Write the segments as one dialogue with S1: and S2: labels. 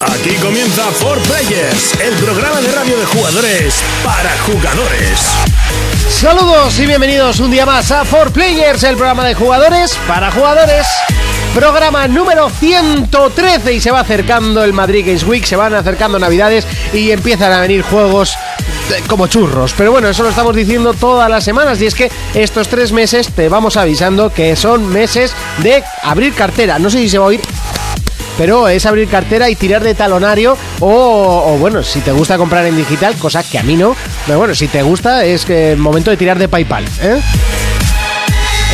S1: Aquí comienza For Players, el programa de radio de jugadores para jugadores.
S2: Saludos y bienvenidos un día más a For Players, el programa de jugadores para jugadores. Programa número 113 y se va acercando el Madrid Games Week, se van acercando Navidades y empiezan a venir juegos de- como churros. Pero bueno, eso lo estamos diciendo todas las semanas y es que estos tres meses te vamos avisando que son meses de abrir cartera. No sé si se va a oír pero es abrir cartera y tirar de talonario o, o, bueno, si te gusta comprar en digital, cosa que a mí no, pero bueno, si te gusta es que momento de tirar de PayPal, ¿eh?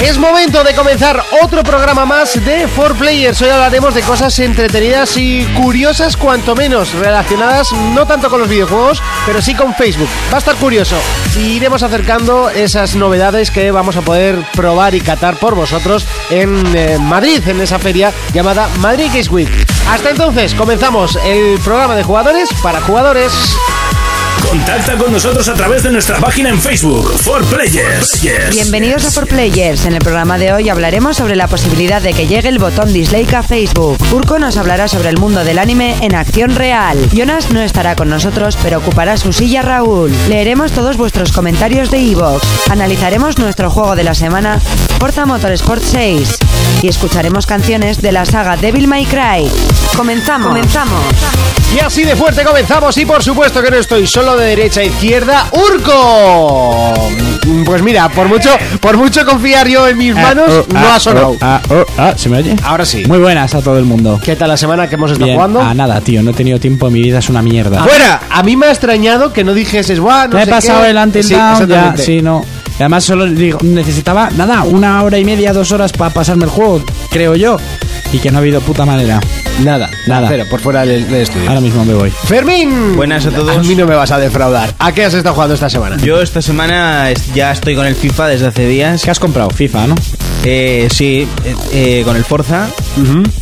S2: Es momento de comenzar otro programa más de 4Players. Hoy hablaremos de cosas entretenidas y curiosas, cuanto menos, relacionadas no tanto con los videojuegos, pero sí con Facebook. Va a estar curioso. Y iremos acercando esas novedades que vamos a poder probar y catar por vosotros en eh, Madrid, en esa feria llamada Madrid Games Week. Hasta entonces, comenzamos el programa de jugadores para jugadores.
S1: Contacta con nosotros a través de nuestra página en Facebook, For Players. Yes.
S3: Bienvenidos a For Players. En el programa de hoy hablaremos sobre la posibilidad de que llegue el botón dislike a Facebook. Urco nos hablará sobre el mundo del anime en acción real. Jonas no estará con nosotros, pero ocupará su silla Raúl. Leeremos todos vuestros comentarios de Evox. Analizaremos nuestro juego de la semana, Forza Motorsport 6. Y escucharemos canciones de la saga Devil May Cry. Comenzamos. Comenzamos.
S2: Y así de fuerte comenzamos y por supuesto que no estoy solo de derecha a izquierda, Urco. Pues mira, por mucho, por mucho confiar yo en mis manos,
S4: Ah,
S2: no
S4: ah,
S2: ha sonado.
S4: oh, ah, oh, ah, ¿Se me oye?
S2: Ahora sí.
S4: Muy buenas a todo el mundo.
S2: ¿Qué tal la semana que hemos estado
S4: Bien.
S2: jugando?
S4: Ah, nada, tío. No he tenido tiempo. Mi vida es una mierda.
S2: ¡Fuera! A mí me ha extrañado que no dijeses, guau, no
S4: Ya he
S2: sé
S4: pasado
S2: qué".
S4: el Until
S2: Sí,
S4: Dawn, Ah, ya,
S2: exactamente.
S4: sí, no. Y además solo digo, necesitaba, nada, una hora y media, dos horas para pasarme el juego, creo yo. Y que no ha habido puta manera.
S2: Nada, nada.
S4: Nada.
S2: Cero, por fuera del, del estudio.
S4: Ahora mismo me voy.
S2: Fermín.
S5: Buenas a todos.
S2: A mí no me vas a defraudar. ¿A qué has estado jugando esta semana?
S5: Yo esta semana es- ya estoy con el FIFA desde hace días.
S4: ¿Qué has comprado? FIFA, ¿no?
S5: Eh, sí, eh, eh, con el Forza.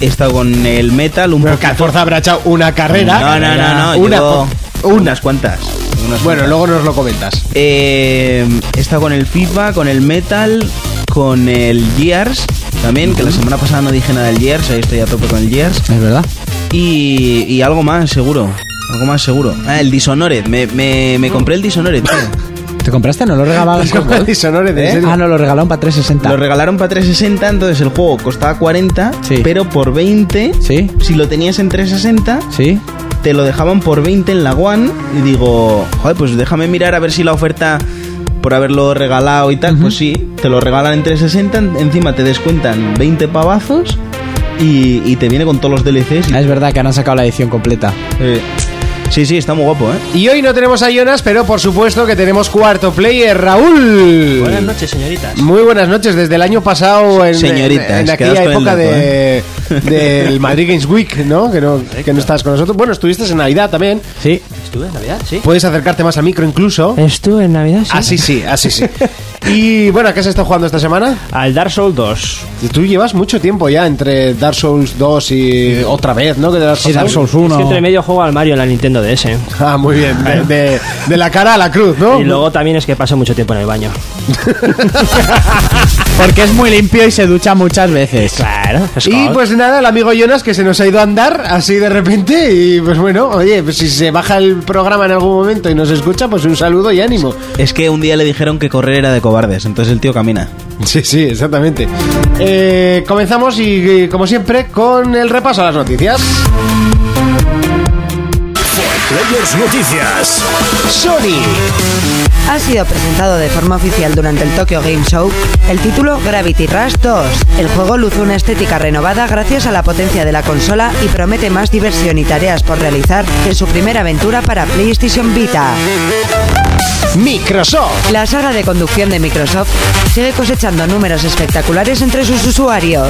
S5: He estado con el Metal, un
S2: Pero que
S5: poquito-
S2: al Forza habrá echado una carrera.
S5: No, no, no, no.
S2: Una.
S5: llevo
S2: po- una.
S5: unas cuantas. unas
S2: Bueno,
S5: cuantas.
S2: luego nos lo comentas.
S5: Eh, he estado con el FIFA, con el Metal, con el Gears también, que la semana pasada no dije nada del Gears, ahí estoy a tope con el Gears.
S4: Es verdad.
S5: Y, y algo más, seguro. Algo más seguro. Ah, el Dishonored. Me, me, me compré el Dishonored, tío.
S4: ¿Te compraste? ¿No lo regalaban?
S2: Dishonored, ¿en serio?
S4: Ah, no, lo regalaron para 360.
S5: Lo regalaron para 360, entonces el juego costaba 40,
S4: Sí.
S5: pero por 20,
S4: Sí.
S5: si lo tenías en 360,
S4: ¿Sí?
S5: te lo dejaban por 20 en la One. Y digo, joder, pues déjame mirar a ver si la oferta por haberlo regalado y tal, pues sí, te lo regalan en 360, en- encima te descuentan 20 pavazos y, y te viene con todos los DLCs. y-
S4: Ah, Es verdad que han sacado la edición completa.
S5: eh, sí, sí, está muy guapo, ¿eh?
S2: Y hoy no tenemos a Jonas, pero por supuesto que tenemos cuarto player, Raúl.
S6: Buenas noches, señoritas.
S2: Muy buenas noches, desde el año pasado en,
S5: Señoritas,
S2: en- en aquella
S5: quedas con el
S2: época
S5: loco,
S2: de, del Madrid Games Week, ¿no? Que, no que no estabas con nosotros. Bueno, estuviste en Navidad también.
S4: Sí.
S6: ¿Estuve en Navidad? Sí.
S2: Puedes acercarte más al micro incluso.
S4: ¿Estuve en Navidad?
S2: Así Ah, sí, así sí. Y bueno, ¿a qué se está jugando esta semana?
S6: Al Dark Souls 2.
S2: Tú llevas mucho tiempo ya entre Dark Souls 2 y otra vez, ¿no? Que te has
S4: Sí,
S2: pasado.
S4: Dark Souls
S6: Es
S4: 1.
S6: que entre medio juego al Mario en la Nintendo DS.
S2: Ah, muy bien. De, de- de la cara a la cruz, ¿no?
S6: Y luego también es que paso mucho tiempo en el baño.
S4: Porque es muy limpio y se ducha muchas veces.
S6: Claro.
S2: Y pues nada, el amigo Jonas que se nos ha ido a andar así de repente y pues bueno, oye, pues si se baja el programa en algún momento y nos escucha, pues un saludo y ánimo.
S5: Es que un día le dijeron que correr era de cobardes, entonces el tío camina.
S2: Sí, sí, exactamente. Eh, comenzamos y eh, como siempre con el repaso a las noticias.
S1: Players Noticias.
S2: Sony.
S3: Ha sido presentado de forma oficial durante el Tokyo Game Show el título Gravity Rush 2. El juego luce una estética renovada gracias a la potencia de la consola y promete más diversión y tareas por realizar que su primera aventura para PlayStation Vita.
S2: Microsoft.
S3: La saga de conducción de Microsoft sigue cosechando números espectaculares entre sus usuarios.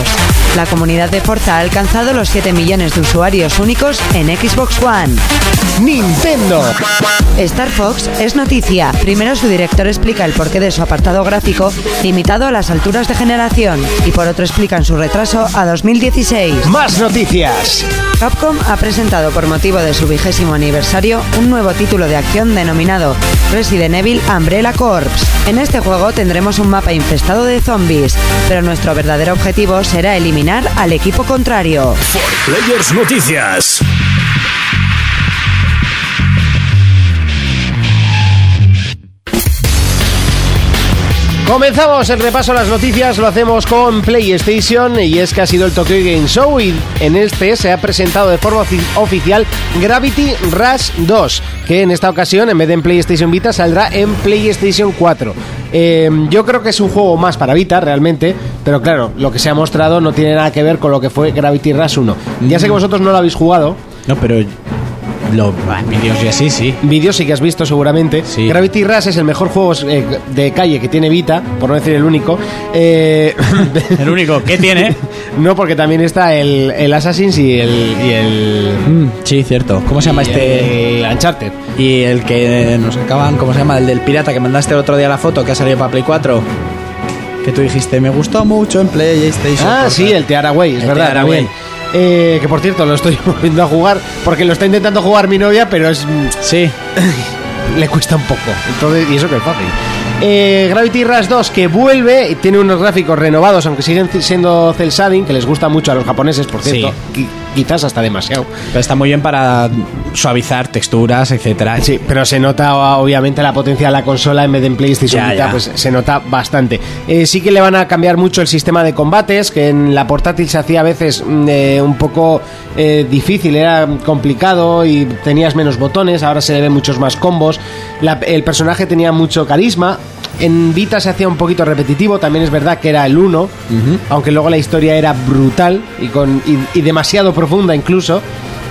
S3: La comunidad de Forza ha alcanzado los 7 millones de usuarios únicos en Xbox One.
S2: Nintendo.
S3: Star Fox es noticia. Primero su director explica el porqué de su apartado gráfico limitado a las alturas de generación y por otro explican su retraso a 2016.
S2: Más noticias.
S3: Capcom ha presentado por motivo de su vigésimo aniversario un nuevo título de acción denominado Resident Evil Umbrella Corps. En este juego tendremos un mapa infestado de zombies, pero nuestro verdadero objetivo será eliminar al equipo contrario.
S1: Players Noticias.
S2: Comenzamos el repaso a las noticias, lo hacemos con PlayStation y es que ha sido el Tokyo Game Show y en este se ha presentado de forma ofi- oficial Gravity Rush 2, que en esta ocasión en vez de en PlayStation Vita saldrá en PlayStation 4. Eh, yo creo que es un juego más para Vita realmente, pero claro, lo que se ha mostrado no tiene nada que ver con lo que fue Gravity Rush 1. Ya sé que vosotros no lo habéis jugado,
S4: No, pero los vídeos y así, sí.
S2: vídeos sí que has visto seguramente.
S4: Sí.
S2: Gravity Rush es el mejor juego eh, de calle que tiene Vita, por no decir el único. Eh,
S4: El único que tiene.
S2: no, porque también está el, el Assassin's y el... Y el
S4: Mm, sí, cierto. ¿Cómo se llama
S2: y
S4: este?
S2: el Uncharted.
S4: Y el que nos acaban, ¿cómo se llama? El del pirata que mandaste el otro día la foto que ha salido para Play 4. Que tú dijiste, me gustó mucho en PlayStation.
S2: Ah,
S4: Por
S2: sí,
S4: favor.
S2: el Tearaway, es
S4: El
S2: verdad.
S4: Tearaway.
S2: también. Eh, que por cierto, lo estoy volviendo a jugar porque lo está intentando jugar mi novia, pero es... mm,
S4: Sí.
S2: le cuesta un poco. Entonces, y eso que es fácil. Eh, Gravity Rush 2 que vuelve, y tiene unos gráficos renovados, aunque siguen c- siendo cel shading, que les gusta mucho a los japoneses, por
S4: Sí.
S2: cierto, qui- quizás hasta demasiado.
S4: Pero está muy bien para suavizar texturas, etcétera.
S2: Sí, pero se nota obviamente la potencia de la consola en vez de en PlayStation
S4: Ya,
S2: Vita,
S4: ya.
S2: pues se nota bastante. Eh, sí que le van a cambiar mucho el sistema de combates, que en la portátil se hacía a veces mm, eh, un poco eh, difícil, era complicado y tenías menos botones, ahora se le ven muchos más combos. La- el personaje tenía mucho carisma. En Vita se hacía un poquito repetitivo, también es verdad que era el 1, aunque luego la historia era brutal y, con, y- y demasiado profunda incluso.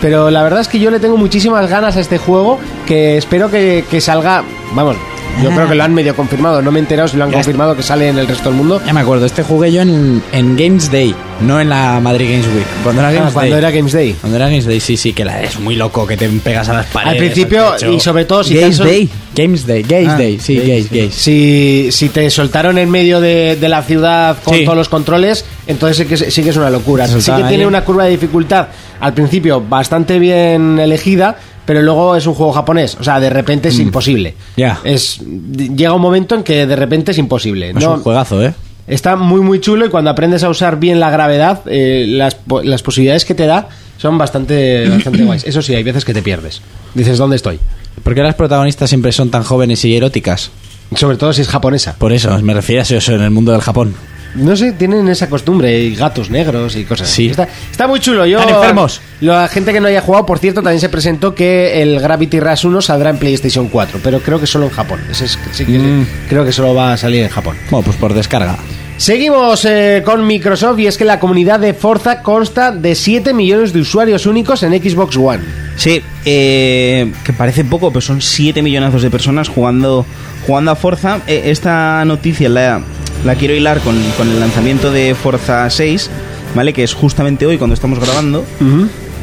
S2: Pero la verdad es que yo le tengo muchísimas ganas a este juego que espero que, que salga. Vamos, yo creo que lo han medio confirmado. No me he enterado si lo han
S4: Ya
S2: confirmado que sale en el resto del mundo.
S4: Ya me acuerdo, este jugué yo en, en Games Day, no en la Madrid Games Week. Cuando era Games
S2: Ah, cuando
S4: Day.
S2: era Games Day.
S4: Cuando era Games Day, sí, sí, que la, es muy loco que te pegas a las paredes.
S2: Al principio,
S4: al techo.
S2: y sobre todo si te han
S4: Games
S2: sol-
S4: Day. Games Day, Games
S5: Ah,
S4: Day, sí,
S5: Games,
S4: Games,
S5: sí.
S4: Games.
S2: Si, si te soltaron en medio de, de la ciudad con
S4: Sí.
S2: todos los controles, entonces sí que, sí que es una locura.
S4: Te
S2: Sí que
S4: soltaban
S2: tiene
S4: ahí.
S2: una curva de dificultad al principio bastante bien elegida, pero luego es un juego japonés. O sea, de repente es imposible.
S4: Mm. Ya.
S2: Es, llega un momento en que de repente es imposible.
S4: Es
S2: No-
S4: un juegazo, ¿eh?
S2: Está muy muy chulo y cuando aprendes a usar bien la gravedad, eh, las, po- las posibilidades que te da son bastante, bastante guays. Eso sí, hay veces que te pierdes. Dices, ¿dónde estoy?
S4: ¿Por qué las protagonistas siempre son tan jóvenes y eróticas?
S2: Sobre todo si es japonesa.
S4: Por eso, me refiero a eso en el mundo del Japón.
S2: No sé, tienen esa costumbre, y gatos negros y cosas así.
S4: Sí.
S2: Está, está muy chulo. Yo,
S4: Están enfermos.
S2: La gente que no haya jugado, por cierto, también se presentó que el Gravity Rush 1 saldrá en PlayStation 4, pero creo que solo en Japón. Ese es- sí que-
S4: Mm.
S2: Creo que solo va a salir en Japón.
S4: Bueno, pues por descarga.
S2: Seguimos eh, con Microsoft y es que la comunidad de Forza consta de 7 millones de usuarios únicos en Xbox One.
S5: Sí, eh, que parece poco, pero son 7 millonazos de personas jugando, jugando a Forza. Eh, esta noticia la, la quiero hilar con, con el lanzamiento de Forza 6, ¿vale? Que es justamente hoy cuando estamos grabando.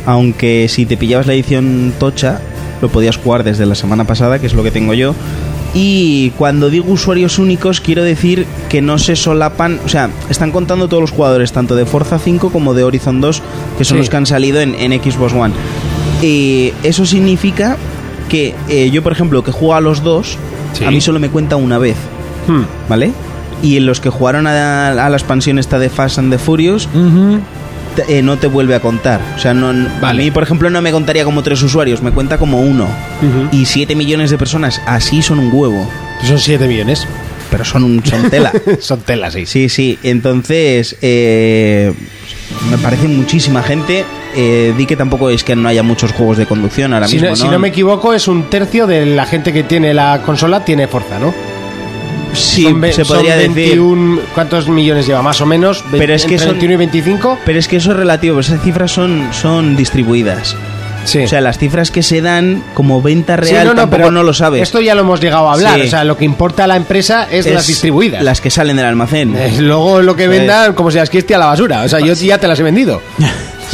S5: Aunque si te pillabas la edición tocha, lo podías jugar desde la semana pasada, que es lo que tengo yo. Y cuando digo usuarios únicos, quiero decir que no se solapan, o sea, están contando todos los jugadores, tanto de Forza 5 como de Horizon 2, que son
S2: Sí.
S5: los que han salido en, en Xbox One. Eh, eso significa que eh, yo, por ejemplo, que juego a los dos, a mí solo me cuenta una vez. ¿vale? Y en los que jugaron a, a la expansión esta de Fast and the Furious, te- eh, no te vuelve a contar. O sea, no, n-
S2: Vale.
S5: a mí, por ejemplo, no me contaría como tres usuarios, me cuenta como uno. Y 7 millones de personas, así son un huevo,
S2: Son 7 millones.
S5: pero son un son tela.
S2: Son telas, sí.
S5: Sí, sí, entonces eh, me parece muchísima gente. Eh, di que tampoco es que no haya muchos juegos de conducción ahora
S2: Si
S5: mismo.
S2: no, si no me equivoco, es un tercio de la gente que tiene la consola tiene Forza, ¿no?
S5: Sí,
S2: Son ve-
S5: se podría
S2: son
S5: decir.
S2: 21, ¿Cuántos millones lleva? Más o menos. ve-
S5: Pero es que
S2: entre
S5: son-
S2: 21 y 25.
S5: Pero es que eso es relativo, esas cifras son, son distribuidas.
S2: Sí.
S5: O sea, las cifras que se dan como venta
S2: Sí,
S5: real tampoco no lo sabes.
S2: Esto ya lo hemos llegado a hablar.
S5: Sí.
S2: O sea, lo que importa a la empresa es, las distribuidas.
S5: Las que salen del almacén.
S2: Eh, Luego lo que
S5: Pues-
S2: vendan, como si las quiste a la basura. O sea, yo ya te las he vendido.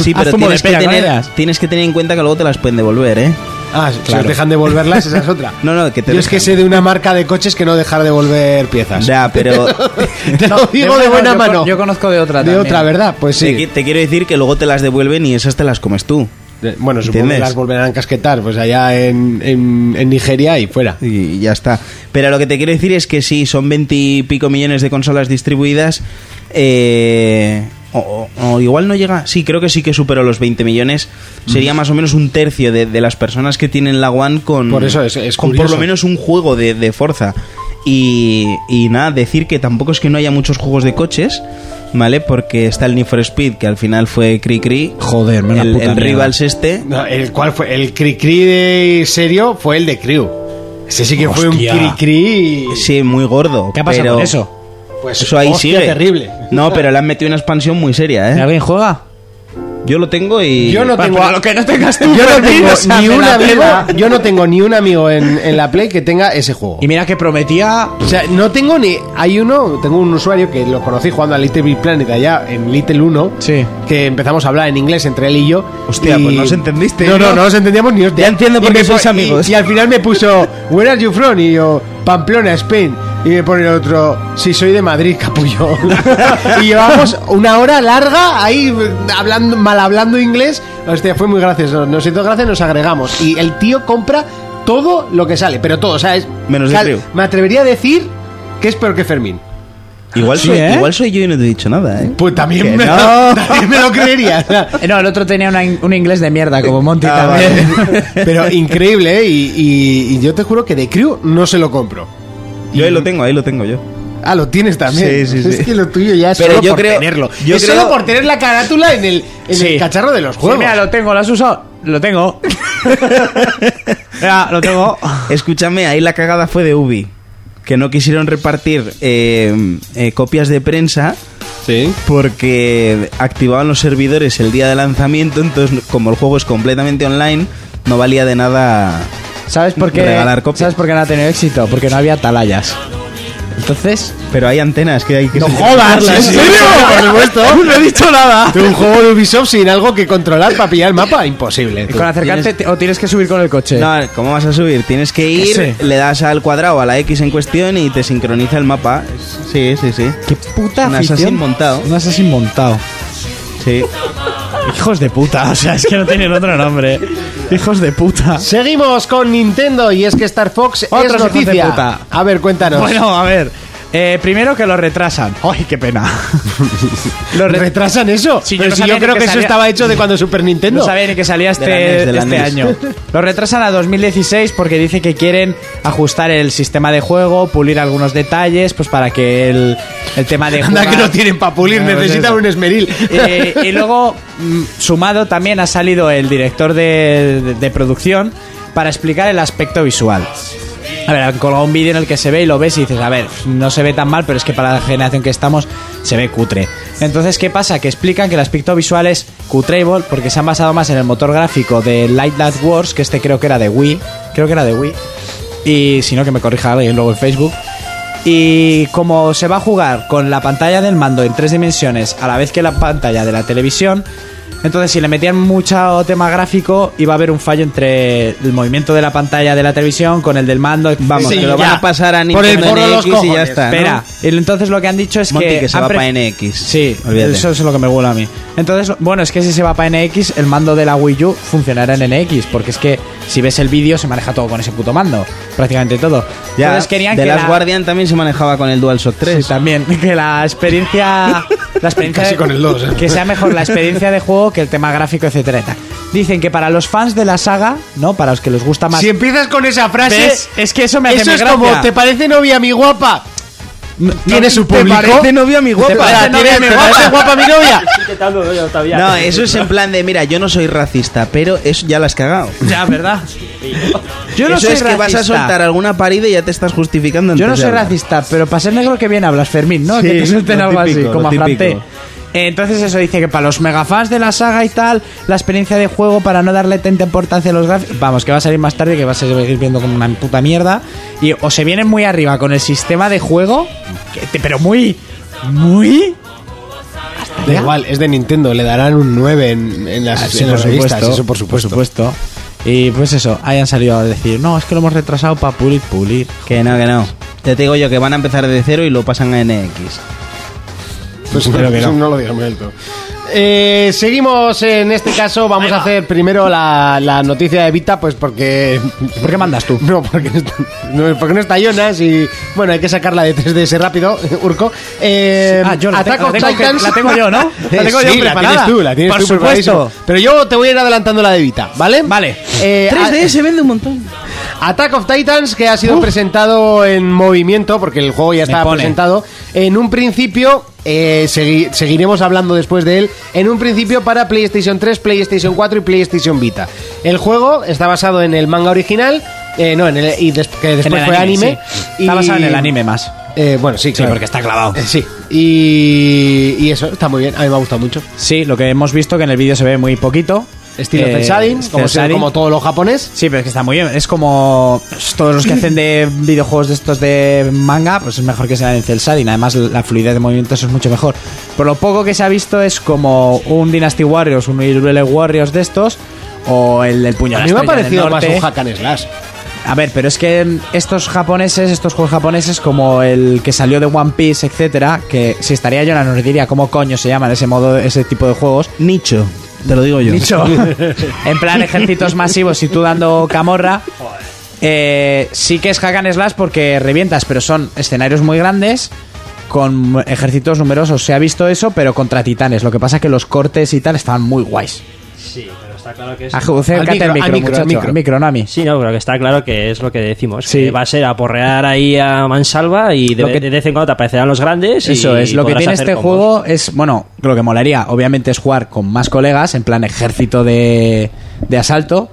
S5: Sí,
S4: Haz
S5: pero
S4: zumo de
S5: tienes que,
S4: pera con
S5: tener,
S4: ellas.
S5: tienes que tener en cuenta que luego te las pueden devolver, ¿eh?
S2: Ah, si os dejan devolverlas, esa es otra.
S5: No, no, que te
S2: Yo es
S5: dejan.
S2: que sé de una marca de coches que no dejar devolver piezas.
S5: Ya, pero
S2: Te lo digo de buena mano.
S4: Yo conozco de otra
S2: de otra, ¿verdad? Pues
S5: te, qui-
S2: sí.
S5: te quiero decir que luego te las devuelven y esas te las comes tú.
S2: Eh, Bueno, supongo que
S5: ¿Entiendes?
S2: las volverán a casquetar, pues allá en, en- en Nigeria y fuera.
S5: Y ya está. Pero lo que te quiero decir es que sí, son 20 y pico millones de consolas distribuidas. eh, o, o- o igual no llega. Sí, creo que sí que superó los 20 millones. Sería más o menos un tercio de, de las personas que tienen la One con.
S2: Por eso es- es
S5: con por
S2: curioso.
S5: lo menos un juego de, de Forza. Y, y nada, decir que tampoco es que no haya muchos juegos de coches, ¿vale? Porque está el Need for Speed, que al final fue Cri Cri.
S4: Joder, me la
S5: El,
S4: puta
S5: el
S4: mierda.
S5: Rivals este.
S2: No, el cual fue el cri cri de serio fue el de Crew. Ese sí que fue un
S4: Hostia.
S2: cri cri.
S5: Sí, muy gordo.
S4: ¿Qué ha pasado
S5: pero
S4: con eso?
S2: Pues
S5: Eso ahí
S2: hostia,
S5: sigue.
S2: terrible.
S5: No, pero le han metido una expansión muy seria, ¿eh?
S4: ¿Alguien juega?
S5: Yo lo tengo y.
S2: Yo no
S4: Para-
S2: tengo
S4: para lo que no tengas tú,
S2: Yo no
S4: Fermín,
S2: tengo
S4: o sea,
S2: ni
S4: me
S2: un
S4: la
S2: amigo,
S4: pela.
S2: yo no tengo ni un amigo en, en la Play que tenga ese juego.
S4: Y mira que prometía.
S2: O sea, no tengo ni. Hay uno, tengo un usuario que lo conocí jugando a Little Big Planet allá en Little 1.
S4: Sí.
S2: Que empezamos a hablar en inglés entre él y yo.
S5: Hostia,
S2: y-
S5: pues no os entendiste,
S2: No, no, no,
S5: ¿no?
S2: nos entendíamos ni hostia.
S5: Ya entiendo
S2: Y
S5: por
S2: me
S5: qué
S2: pu-
S5: sois
S2: y-
S5: amigos.
S2: Y, al final me puso, ¿Where are you from? Y yo, Pamplona, Spain. Y me pone el otro, si soy de Madrid, capullo. y llevamos una hora larga ahí hablando, mal hablando inglés. Hostia, fue muy gracioso. Nos hizo gracia, nos agregamos. Y el tío compra todo lo que sale, pero todo, o sea, es
S5: Menos de
S2: Cal-
S5: Creu.
S2: Me atrevería a decir que es peor que Fermín.
S5: Igual,
S4: Sí,
S5: soy,
S4: ¿eh?
S5: igual soy yo y no te he dicho nada, ¿eh?
S2: Pues también, me,
S5: no.
S2: también me lo creería. o sea,
S4: Eh, No, el otro tenía una in- un inglés de mierda, como Monty
S5: Ah,
S4: también.
S2: Pero increíble, ¿eh? Y, y- y yo te juro que de Crew no se lo compro.
S5: Yo ahí lo tengo, ahí lo tengo yo.
S2: Ah, lo tienes también.
S5: Sí, sí, sí.
S2: Es que lo tuyo ya es
S5: Pero
S2: solo
S5: yo
S2: por
S5: creo-
S2: tenerlo.
S5: yo
S2: es
S5: creo-
S2: solo por tener la carátula en el, en
S4: Sí.
S2: el cacharro de los
S4: Sí,
S2: juegos.
S4: mira, lo tengo, lo has usado. Lo tengo. Mira, lo tengo.
S5: Escúchame, ahí la cagada fue de Ubi. Que no quisieron repartir eh, eh, copias de prensa
S2: Sí.
S5: porque activaban los servidores el día de lanzamiento. Entonces, como el juego es completamente online, no valía de nada.
S4: ¿Sabes por qué?
S5: Regalar copias.
S4: ¿Sabes por qué no ha tenido éxito? Porque no había atalayas. Entonces.
S5: Pero hay antenas que hay que.
S4: ¿En serio?
S2: Por supuesto.
S4: No he dicho nada.
S2: Un juego de Ubisoft sin algo que controlar para pillar el mapa, imposible.
S4: Y con acercarte te- o tienes que subir con el coche.
S5: No, ¿cómo vas a subir? Tienes que ir,
S4: sé.
S5: le das al cuadrado, a la X en cuestión y te sincroniza el mapa. Sí, sí, sí.
S4: Qué puta
S5: Un
S4: afición.
S5: Assassin montado.
S4: Un assassin montado.
S5: Sí.
S4: Hijos de puta, o sea, es que no tienen otro nombre. Hijos de puta.
S2: Seguimos con Nintendo y es que Star Fox
S4: Otros
S2: es
S4: hijos de
S2: noticia.
S4: puta.
S2: A ver, cuéntanos.
S4: Bueno, a ver. eh, primero que lo retrasan. ¡Ay, qué pena! lo re-
S2: ¿Retrasan eso?
S4: Sí, yo
S2: Pero
S4: no
S2: si
S4: sabía
S2: yo
S4: ni
S2: creo
S4: que
S2: que eso
S4: salía-
S2: estaba hecho de cuando Super Nintendo.
S4: No sabía ni que salía
S5: De la
S4: este,
S5: NES, de la
S4: este
S5: NES.
S4: año. Lo retrasan a 2016 porque dice que quieren ajustar el sistema de juego, pulir algunos detalles, pues para que el, el tema de
S2: Anda,
S4: jugar-
S2: que no tienen para pulir,
S4: No, pues
S2: necesitan
S4: eso.
S2: un esmeril.
S4: Eh, y luego, mm, sumado, también ha salido el director de, de- de producción para explicar el aspecto visual. A ver, han colgado un vídeo en el que se ve y lo ves y dices, a ver, no se ve tan mal, pero es que para la generación que estamos se ve cutre. Entonces, ¿qué pasa? Que explican que el aspecto visual es cutreable porque se han basado más en el motor gráfico de Light That Wars, que este creo que era de Wii, creo que era de Wii, y si no, que me corrija alguien luego en Facebook. Y como se va a jugar con la pantalla del mando en tres dimensiones a la vez que la pantalla de la televisión, entonces si le metían mucho tema gráfico iba a haber un fallo entre el movimiento de la pantalla de la televisión con el del mando.
S5: Vamos,
S2: Sí,
S5: que lo van
S2: ya.
S5: a pasar a
S2: Por el
S5: Nintendo
S2: forro de los
S5: NX y ya
S2: cojones.
S5: está. ¿no?
S4: Espera, y entonces lo que han dicho es
S5: Monty,
S4: que...
S5: que se
S4: han
S5: va
S4: pre-
S5: pa' NX.
S4: Sí,
S5: Olvídate.
S4: eso es lo que me huele a mí. Entonces, lo- bueno, es que si se va para NX, el mando de la Wii U funcionará en NX, porque es que si ves el vídeo se maneja todo con ese puto mando, prácticamente todo.
S5: Ya,
S4: entonces querían
S5: The
S4: que
S5: Last
S4: la-
S5: Guardian también se manejaba con el DualShock 3.
S4: Sí, también. Que la experiencia. La experiencia
S2: Casi
S4: de-
S2: con el dos, ¿eh?
S4: Que sea mejor la experiencia de juego que el tema gráfico, etcétera. y tal. Dicen que para los fans de la saga, ¿no? Para los que les gusta más.
S2: Si empiezas con esa frase,
S4: ¿Ves? Es que eso me hace
S2: eso
S4: muy
S2: es
S4: gracia.
S2: como, ¿te parece novia mi guapa?
S4: No-
S2: ¿Tiene su público?
S5: parece novia mi guapa?
S2: ¿Te
S4: parece
S2: parece
S4: novia mi
S2: ¿te parece guapa mi novia?
S5: No, eso es en plan de, mira, yo no soy racista, pero eso ya la has cagado.
S4: Ya, ¿verdad? Yo no
S5: eso
S4: soy
S5: es que
S4: racista.
S5: vas a soltar alguna parida y ya te estás justificando.
S4: Yo no
S5: antes de
S4: soy
S5: hablar.
S4: racista, pero para ser negro que bien hablas, Fermín, ¿no?
S5: Sí,
S4: que te suelten
S5: lo
S4: algo
S5: típico,
S4: así, como
S5: lo
S4: a Franté.
S5: típico.
S4: Eh, Entonces eso dice que para los megafans de la saga y tal, la experiencia de juego para no darle tanta importancia a los gráficos, vamos, que va a salir más tarde, que vas a seguir viendo como una puta mierda, y o se vienen muy arriba con el sistema de juego, que te- pero muy, muy...
S2: Da igual, es de Nintendo, le darán un 9 en, en
S5: Ah,
S2: las, en las revistas, eso Ah, por supuesto.
S4: supuesto. Y pues eso, hayan salido a decir, no, es que lo hemos retrasado para pulir, pulir.
S5: Que no, que no. Ya te digo yo que van a empezar de cero y lo pasan a NX.
S2: Pues no,
S4: Espero que no.
S2: no lo digas muy alto. Eh, seguimos en este caso, vamos a hacer primero la, la noticia de Vita, pues porque...
S4: ¿Por qué mandas tú?
S2: No, porque no está, no, porque no está Jonas y bueno, hay que sacarla de 3DS rápido, Urco. Eh,
S4: Ah, yo la
S2: Attack
S4: tengo-
S2: of
S4: la tengo que-
S2: Titans. Eh,
S4: la tengo yo, ¿no? La tengo
S2: sí,
S4: yo
S2: la
S4: preparada.
S2: tienes tú, la tienes
S4: Por
S2: tú preparadísima.
S4: supuesto.
S2: Pero yo te voy a ir adelantando la de Vita, ¿vale?
S5: Ah,
S4: Vale.
S2: Eh, a-
S5: se vende un montón.
S2: Attack of Titans, que ha sido presentado en movimiento, porque el juego ya estaba
S4: pone.
S2: presentado. En un principio, eh, segui- seguiremos hablando después de él. En un principio para PlayStation 3, PlayStation 4 y PlayStation Vita. El juego está basado en el manga original. eh, no, en el, y des- que
S4: En
S2: después
S4: el
S2: fue anime.
S4: sí.
S2: y-
S4: Está basado en el anime más.
S2: Eh, bueno, sí,
S4: Sí,
S2: claro.
S4: porque está clavado.
S2: Eh, Sí, y, y eso está muy bien. A mí me ha gustado mucho.
S4: Sí, lo que hemos visto que en el vídeo se ve muy poquito.
S2: Estilo
S4: Eh,
S2: cel shading, como,
S4: cel
S2: se-
S4: shading.
S2: como todo lo japonés.
S4: Sí, pero es que está muy bien. Es como pues, todos los que hacen de videojuegos de estos de manga, pues es mejor que sean en cel shading. Además, la fluidez de movimientos es mucho mejor. Por lo poco que se ha visto es como un Dynasty Warriors, un Irule Warriors de estos, o el del puño.
S2: A
S4: de
S2: mí me
S4: la
S2: ha
S4: Estrella
S2: parecido
S4: del
S2: más
S4: Norte.
S2: un hack and slash.
S4: A ver, pero es que mm, estos japoneses, estos juegos japoneses, como el que salió de One Piece, etcétera, que si estaría yo no nos diría cómo coño se llaman ese modo, ese tipo de juegos.
S5: Nicho, te lo digo yo.
S4: Dicho, en plan ejércitos masivos y tú dando camorra. eh, sí que es hack and slash porque revientas, pero son escenarios muy grandes con ejércitos numerosos. Se ha visto eso, pero contra titanes. Lo que pasa es que los cortes y tal están muy guays.
S6: Sí, pero está claro que es.
S4: Acércate
S2: micro,
S4: al
S2: al micro,
S4: micro,
S2: al
S4: muchacho,
S2: micro.
S4: al micro, no a mí.
S6: Sí, no, pero que está claro que es lo que decimos.
S4: Sí.
S6: Que va a ser aporrear ahí a mansalva y de,
S4: Lo que-
S6: de vez en cuando te aparecerán los grandes. y-
S4: Eso es,
S6: y
S4: lo que
S6: podrás
S4: tiene
S6: hacer
S4: este
S6: combos.
S4: juego es, bueno, lo que molaría obviamente es jugar con más colegas, en plan ejército de, de asalto,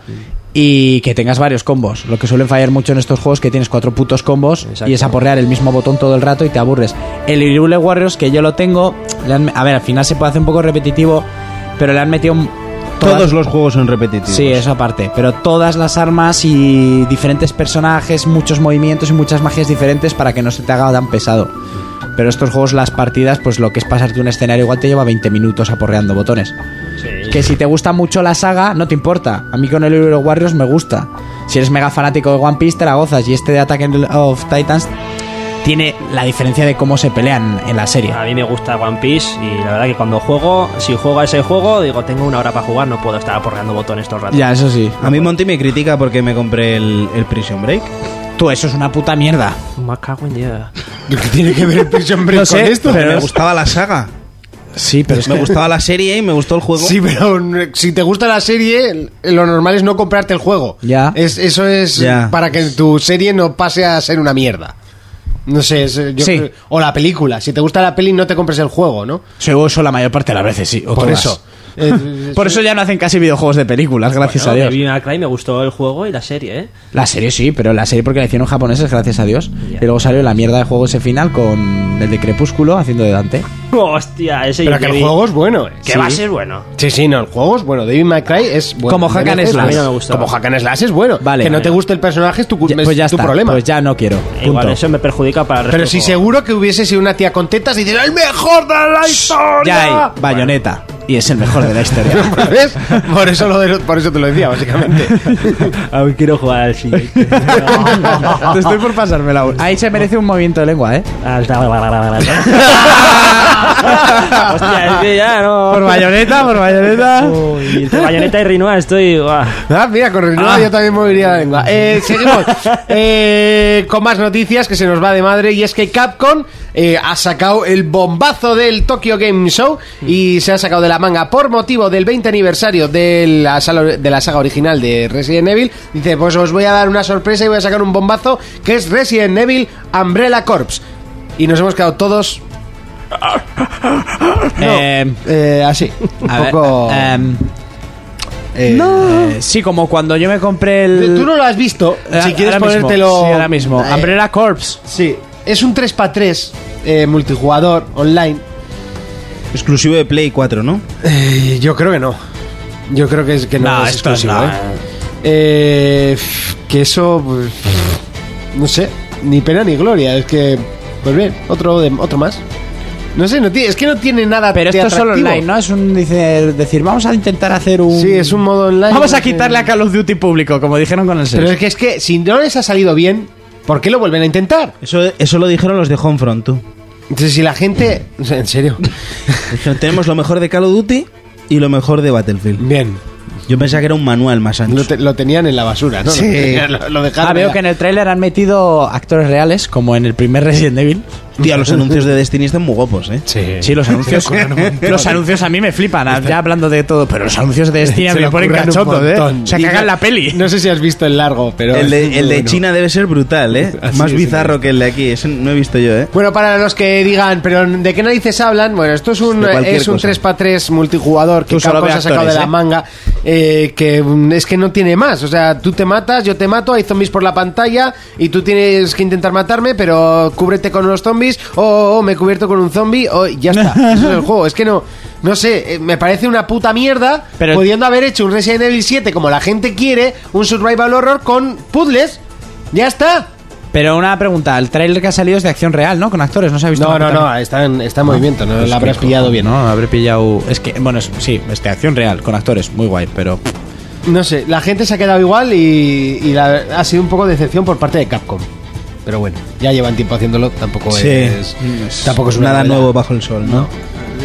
S4: y que tengas varios combos. Lo que suelen fallar mucho en estos juegos que tienes cuatro putos combos
S6: Exacto.
S4: y es aporrear el mismo botón todo el rato y te aburres. El Irule Warriors, que yo lo tengo, le han- a ver, al final se puede hacer un poco repetitivo, pero le han metido un- todas-
S5: Todos los juegos son repetitivos.
S4: Sí, eso aparte. Pero todas las armas y diferentes personajes, muchos movimientos y muchas magias diferentes para que no se te haga tan pesado. Pero estos juegos, las partidas, pues lo que es pasarte un escenario igual te lleva 20 minutos aporreando botones.
S6: Sí.
S4: Que si te gusta mucho la saga, no te importa. A mí con el Hero Warriors me gusta. Si eres mega fanático de One Piece, te la gozas. Y este de Attack of Titans tiene la diferencia de cómo se pelean en la serie.
S6: A mí me gusta One Piece y la verdad que cuando juego, si juego a ese juego, digo, tengo una hora para jugar, no puedo estar aporreando botones todo el rato.
S4: Ya, eso sí.
S5: A mí Monty me critica porque me compré el, el Prison Break.
S4: Tú, eso es una puta mierda.
S6: Me cago en Dios.
S2: ¿Qué tiene que ver el Prison Break
S4: No sé,
S2: con esto?
S4: pero
S5: me gustaba la saga.
S4: Sí, pero es
S5: Me
S4: que-
S5: gustaba la serie y me gustó el juego.
S2: Sí, pero mm, si te gusta la serie, lo normal es no comprarte el juego.
S4: Ya.
S2: Es, eso es
S5: Ya.
S2: para que tu serie no pase a ser una mierda. No sé, es- eh, yo
S4: Sí.
S2: creo- o la película. Si te gusta la peli, no te compres el juego, ¿no?
S4: Sí, o eso la mayor parte de las veces, sí. o
S2: Por
S4: todas.
S2: eso. Eh,
S4: Por eso ya no hacen casi videojuegos de películas, gracias
S6: Bueno,
S4: a
S6: de
S4: Dios.
S6: Devil May Cry me gustó el juego y la serie, ¿eh?
S4: La serie sí, pero la serie porque la hicieron japoneses, gracias a Dios.
S6: Ya.
S4: Y luego salió la mierda de juego ese final con el de Crepúsculo haciendo de Dante.
S6: Hostia, ese
S2: pero
S6: yo
S2: que
S6: vi-
S2: el juego es bueno. eh.
S6: Que
S2: Sí.
S6: va a ser bueno.
S2: Sí, sí, no, el juego es bueno. David McCray es bueno.
S4: Como hack and
S2: A mí
S4: slash.
S2: no me gusta. Como hack and slash es bueno.
S4: Vale.
S2: que no te guste el personaje es tu, cu-
S4: Ya-
S2: es
S4: pues ya
S2: tu
S4: está,
S2: problema.
S4: pues ya no quiero.
S6: Igual
S4: punto.
S6: eso me perjudica para el resto
S2: Pero
S6: del
S2: si
S6: juego.
S2: seguro que hubiese sido una tía con tetas y dices, ¡el mejor de la historia!
S4: Ya hay bayoneta. Y es el mejor de la historia.
S2: ¿Ves? Por eso, lo de- por eso te lo decía, básicamente.
S6: Aún quiero jugar al siguiente.
S4: Te estoy por pasármela. Ahí se merece un movimiento de lengua, ¿eh?
S6: Hostia, es que ya no.
S4: Por bayoneta, por bayoneta.
S6: Uy, entre bayoneta y Rinoa estoy. buah.
S2: Ah, mira, con Rinoa yo también movería la lengua. Eh, seguimos eh, con más noticias que se nos va de madre y es que Capcom eh, ha sacado el bombazo del Tokyo Game Show y se ha sacado de la manga por motivo del 20 aniversario de la, sala- de la saga original de Resident Evil. Dice, pues os voy a dar una sorpresa y voy a sacar un bombazo que es Resident Evil Umbrella Corps. Y nos hemos quedado todos
S4: Eh,
S2: eh, así, un
S4: a ver,
S2: poco...
S4: em,
S2: eh,
S4: eh, sí, como cuando yo me compré el.
S2: Tú no lo has visto,
S4: Eh,
S2: si quieres
S4: ahora mismo,
S2: ponértelo...
S4: sí, ahora mismo.
S2: Eh,
S4: Umbrella Corps.
S2: Sí, es un 3x3 eh, multijugador online.
S5: Exclusivo de Play 4, ¿no?
S2: Eh, yo creo que no. Yo creo que, es, que no,
S4: No,
S2: es
S4: esto
S2: exclusivo,
S4: no.
S2: ¿eh? Eh, pf, que eso. pues, no sé, ni pena ni gloria. Es que. Pues bien, otro, de, otro más. No sé, no tiene, es que no tiene nada.
S4: Pero
S2: de
S4: esto es solo
S2: atractivo.
S4: online, ¿no? Es un dice, decir, vamos a intentar hacer un.
S2: Sí, es un modo online.
S4: Vamos
S2: no
S4: a
S2: sé.
S4: quitarle a Call of Duty público, como dijeron con el 6.
S2: Pero es que, es que si no les ha salido bien, ¿por qué lo vuelven a intentar?
S5: Eso, eso lo dijeron los de Homefront, tú.
S2: Entonces, si la gente. o sea, En serio.
S5: Dijeron, tenemos lo mejor de Call of Duty y lo mejor de Battlefield.
S2: Bien.
S5: Yo pensaba que era un manual más ancho.
S2: Lo, te- lo tenían en la basura, ¿no?
S5: Sí.
S2: Lo, lo dejaron
S4: Ah, veo
S2: ya.
S4: que en el tráiler han metido actores reales, como en el primer Resident Evil.
S5: Tía, los anuncios de Destiny están muy guapos, ¿eh?
S4: Sí, los anuncios. los anuncios a mí me flipan, ya hablando de todo, pero los anuncios de Destiny a mí
S2: le
S4: me ponen
S2: ocurren un
S4: cachotos, ¿eh?
S2: montón.
S4: Se cagan la peli.
S2: No sé si has visto el largo, pero.
S5: El
S2: es muy
S5: de, el de
S2: bueno.
S5: China debe ser brutal, ¿eh?
S2: Así
S5: Más
S2: es,
S5: bizarro que el de aquí. Eso no he visto yo, ¿eh?
S2: Bueno, para los que digan, pero ¿de qué narices hablan? Bueno, esto es un,
S5: De cualquier
S2: es un
S5: cosa.
S2: 3x3 multijugador que
S4: Tú solo
S2: Capcom
S4: ve
S2: se ha sacado de
S4: actores,
S2: la
S4: ¿eh?
S2: manga, eh, que mm, es que no tiene más. O sea, tú te matas, yo te mato, hay zombies por la pantalla y tú tienes que intentar matarme, pero cúbrete con unos zombies, o o, o, me he cubierto con un zombie, o ya está. Eso es el juego. Es que no, no sé, eh, me parece una puta mierda
S4: Pero-
S2: pudiendo haber hecho un Resident Evil 7 como la gente quiere, un survival horror con puzzles. Ya está.
S4: Pero una pregunta, el tráiler que ha salido es de acción real, ¿no? Con actores, no se ha visto.
S2: No,
S4: una
S2: no,
S4: puta
S2: no, está en, está en movimiento, no la habrás pillado bien.
S4: No, habré pillado. Es que, bueno, es- sí, es de acción real, con actores, muy guay, pero.
S2: No sé, la gente se ha quedado igual y, y la- ha sido un poco de decepción por parte de Capcom. Pero bueno, ya llevan tiempo haciéndolo, tampoco
S4: pues,
S2: es, tampoco es una
S5: nada
S2: novedad.
S5: nuevo bajo el sol, ¿no?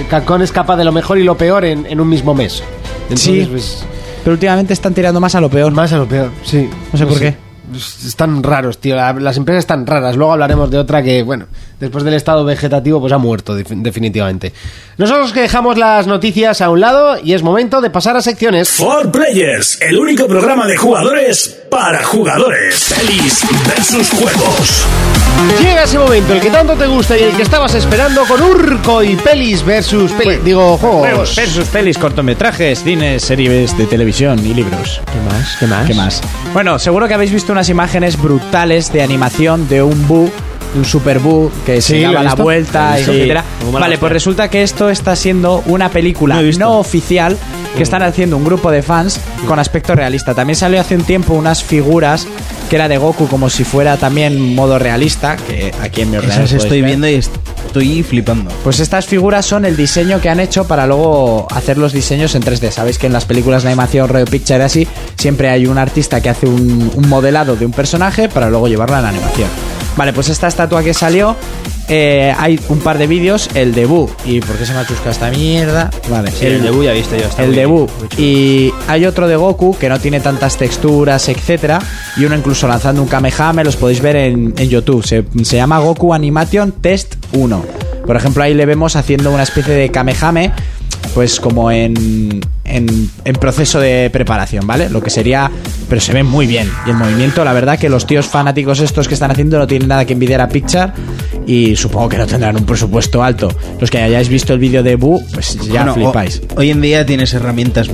S2: Capcom es capaz de lo mejor y lo peor en, en un mismo mes.
S4: Sí.
S2: pues,
S4: Pero últimamente están tirando más a lo peor.
S2: más a lo peor, sí.
S4: No sé por qué.
S2: Pues, Están raros, tío. la- las empresas están raras. Luego hablaremos de otra que, bueno, después del estado vegetativo, pues ha muerto defi- definitivamente. Nosotros que dejamos las noticias a un lado y es momento de pasar a secciones.
S1: For Players, el único programa de jugadores para jugadores. Pelis versus juegos.
S2: Llega ese momento, el que tanto te gusta y el que estabas esperando con Urco y Pelis versus peli- digo juegos.
S4: Versus pelis, cortometrajes, cines, series de televisión y libros.
S6: ¿Qué más? ¿Qué más?
S4: ¿Qué más? Bueno, seguro que habéis visto unas imágenes brutales de animación de un bu, de un super bu que
S2: Sí,
S4: se
S2: lo he
S4: daba la
S2: visto.
S4: vuelta,
S6: Sí.
S4: etcétera.
S6: Como mala
S4: Vale,
S6: hostia.
S4: pues resulta que esto está siendo una película
S5: Lo he visto.
S4: no oficial que están haciendo un grupo de fans con aspecto realista. También salió hace un tiempo unas figuras que era de Goku como si fuera también modo realista, que aquí en mi ordenador
S5: Esas
S4: podéis
S5: estoy
S4: ver.
S5: viendo y estoy flipando.
S4: Pues estas figuras son el diseño que han hecho para luego hacer los diseños en 3D. Sabéis que en las películas de animación, radio picture y así, siempre hay un artista que hace un, un modelado de un personaje para luego llevarlo a la animación. Vale, pues esta estatua que salió, eh, hay un par de vídeos, el debut. ¿Y por qué se me ha chuscado esta mierda? Vale,
S6: Sí, el debut ya he visto yo. está
S4: el
S6: muy-
S4: debut.
S6: muy chulo.
S4: Y hay otro de Goku que no tiene tantas texturas, etcétera. Y uno incluso lanzando un Kamehame, los podéis ver en, en YouTube. Se, se llama Goku Animation Test 1. Por ejemplo, ahí le vemos haciendo una especie de Kamehame, pues como en, en, en proceso de preparación, ¿vale? Lo que sería. Pero se ve muy bien. Y el movimiento, la verdad, que los tíos fanáticos estos que están haciendo no tienen nada que envidiar a Pixar. Y supongo que no tendrán un presupuesto alto. Los que hayáis visto el vídeo de Boo, pues ya
S5: Bueno,
S4: flipáis.
S5: ho- hoy en día tienes herramientas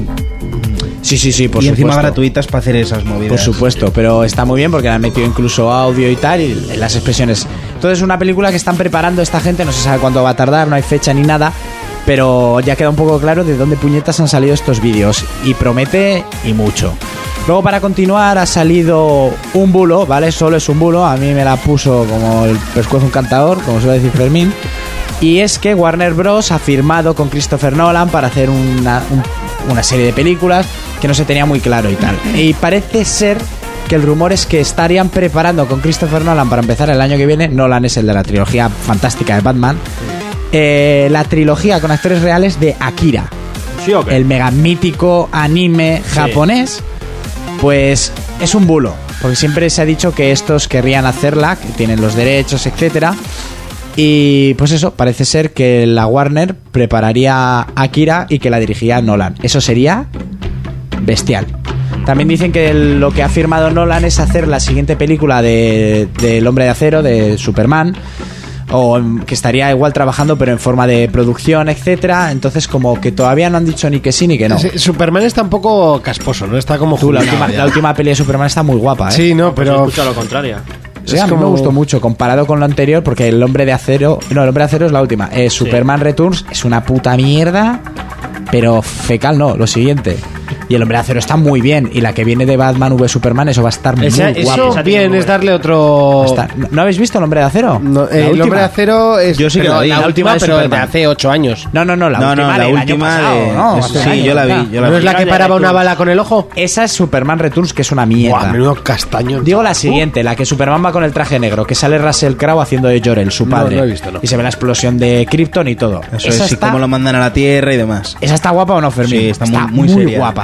S4: Sí, sí, sí, por
S5: y
S4: supuesto.
S5: encima gratuitas para hacer esas movidas.
S4: Por supuesto, pero está muy bien porque le han metido incluso audio y tal, y las expresiones. Entonces, una película que están preparando esta gente, no se sabe cuánto va a tardar, no hay fecha ni nada, pero ya queda un poco claro de dónde puñetas han salido estos vídeos. Y promete y mucho. Luego, para continuar, ha salido un bulo, ¿vale? Solo es un bulo, a mí me la puso como el pescuezo un cantador, como suele decir Fermín. Y es que Warner Bros. ha firmado con Christopher Nolan para hacer una, un- una serie de películas que no se tenía muy claro y tal. Y parece ser que el rumor es que estarían preparando con Christopher Nolan para empezar el año que viene. Nolan es el de la trilogía fantástica de Batman. Eh, la trilogía con actores reales de Akira,
S6: ¿Sí o qué?
S4: el mega mítico anime japonés, pues es un bulo. Porque siempre se ha dicho que estos querrían hacerla, que tienen los derechos, etcétera. Y pues eso, parece ser que la Warner prepararía a Akira y que la dirigiría Nolan. Eso sería bestial. También dicen que el- lo que ha firmado Nolan es hacer la siguiente película de, del Hombre de Acero, de Superman, o en- que estaría igual trabajando pero en forma de producción, etcétera. Entonces como que todavía no han dicho ni que sí ni que no.
S2: Sí, Superman está un poco casposo, ¿no? Está como
S4: Tú, la,
S2: jubilado
S4: última,
S2: ya.
S4: la última peli de Superman está muy guapa, ¿eh?
S2: Sí, no,
S6: Yo he
S2: pero.
S6: escuchado lo contrario.
S4: Sí,
S2: es
S4: a mí me
S2: como-
S4: gustó mucho comparado con lo anterior porque el hombre de acero, no, el hombre de acero es la última. Eh, Superman Returns es una puta mierda, pero fecal no, lo siguiente. Y el hombre de acero está muy bien y la que viene de Batman v Superman eso va a estar
S2: Esa-
S4: muy
S2: eso
S4: guapo.
S6: Esa tiene
S2: bien
S6: muy
S2: es
S6: buena.
S2: darle otro.
S4: Va a estar- ¿No- ¿No habéis visto el hombre de acero?
S2: No,
S4: ¿La
S2: eh, el
S4: última?
S2: hombre de acero es.
S5: Yo sí que
S2: pero
S5: la vi.
S2: La
S5: La
S2: última,
S4: última de
S2: pero de
S4: Superman.
S2: hace 8 años.
S4: No, no, no, la
S5: No, no,
S4: última del
S5: la
S4: año
S5: última
S4: pasado,
S5: de-
S4: ¿no? Hace
S5: Sí,
S4: años,
S5: yo la vi,
S4: ¿verdad?
S5: yo
S2: ¿No es la que
S6: Final
S4: eh,
S2: paraba
S6: de
S2: una
S6: Returns.
S2: bala con el ojo?
S4: Esa es Superman Returns que es una mierda.
S2: Buah, menudo castaño.
S4: Digo la siguiente, la que Superman va con el traje negro, que sale Russell Crowe haciendo de Jor-El, su padre.
S2: no he visto, no.
S4: Y se ve la explosión de Krypton y todo.
S5: Eso
S4: Esa
S5: es, y
S4: está-
S5: cómo lo mandan a la Tierra y demás.
S4: ¿Esa está guapa o no, Fermín?
S5: Sí, está muy- muy seria.
S4: guapa.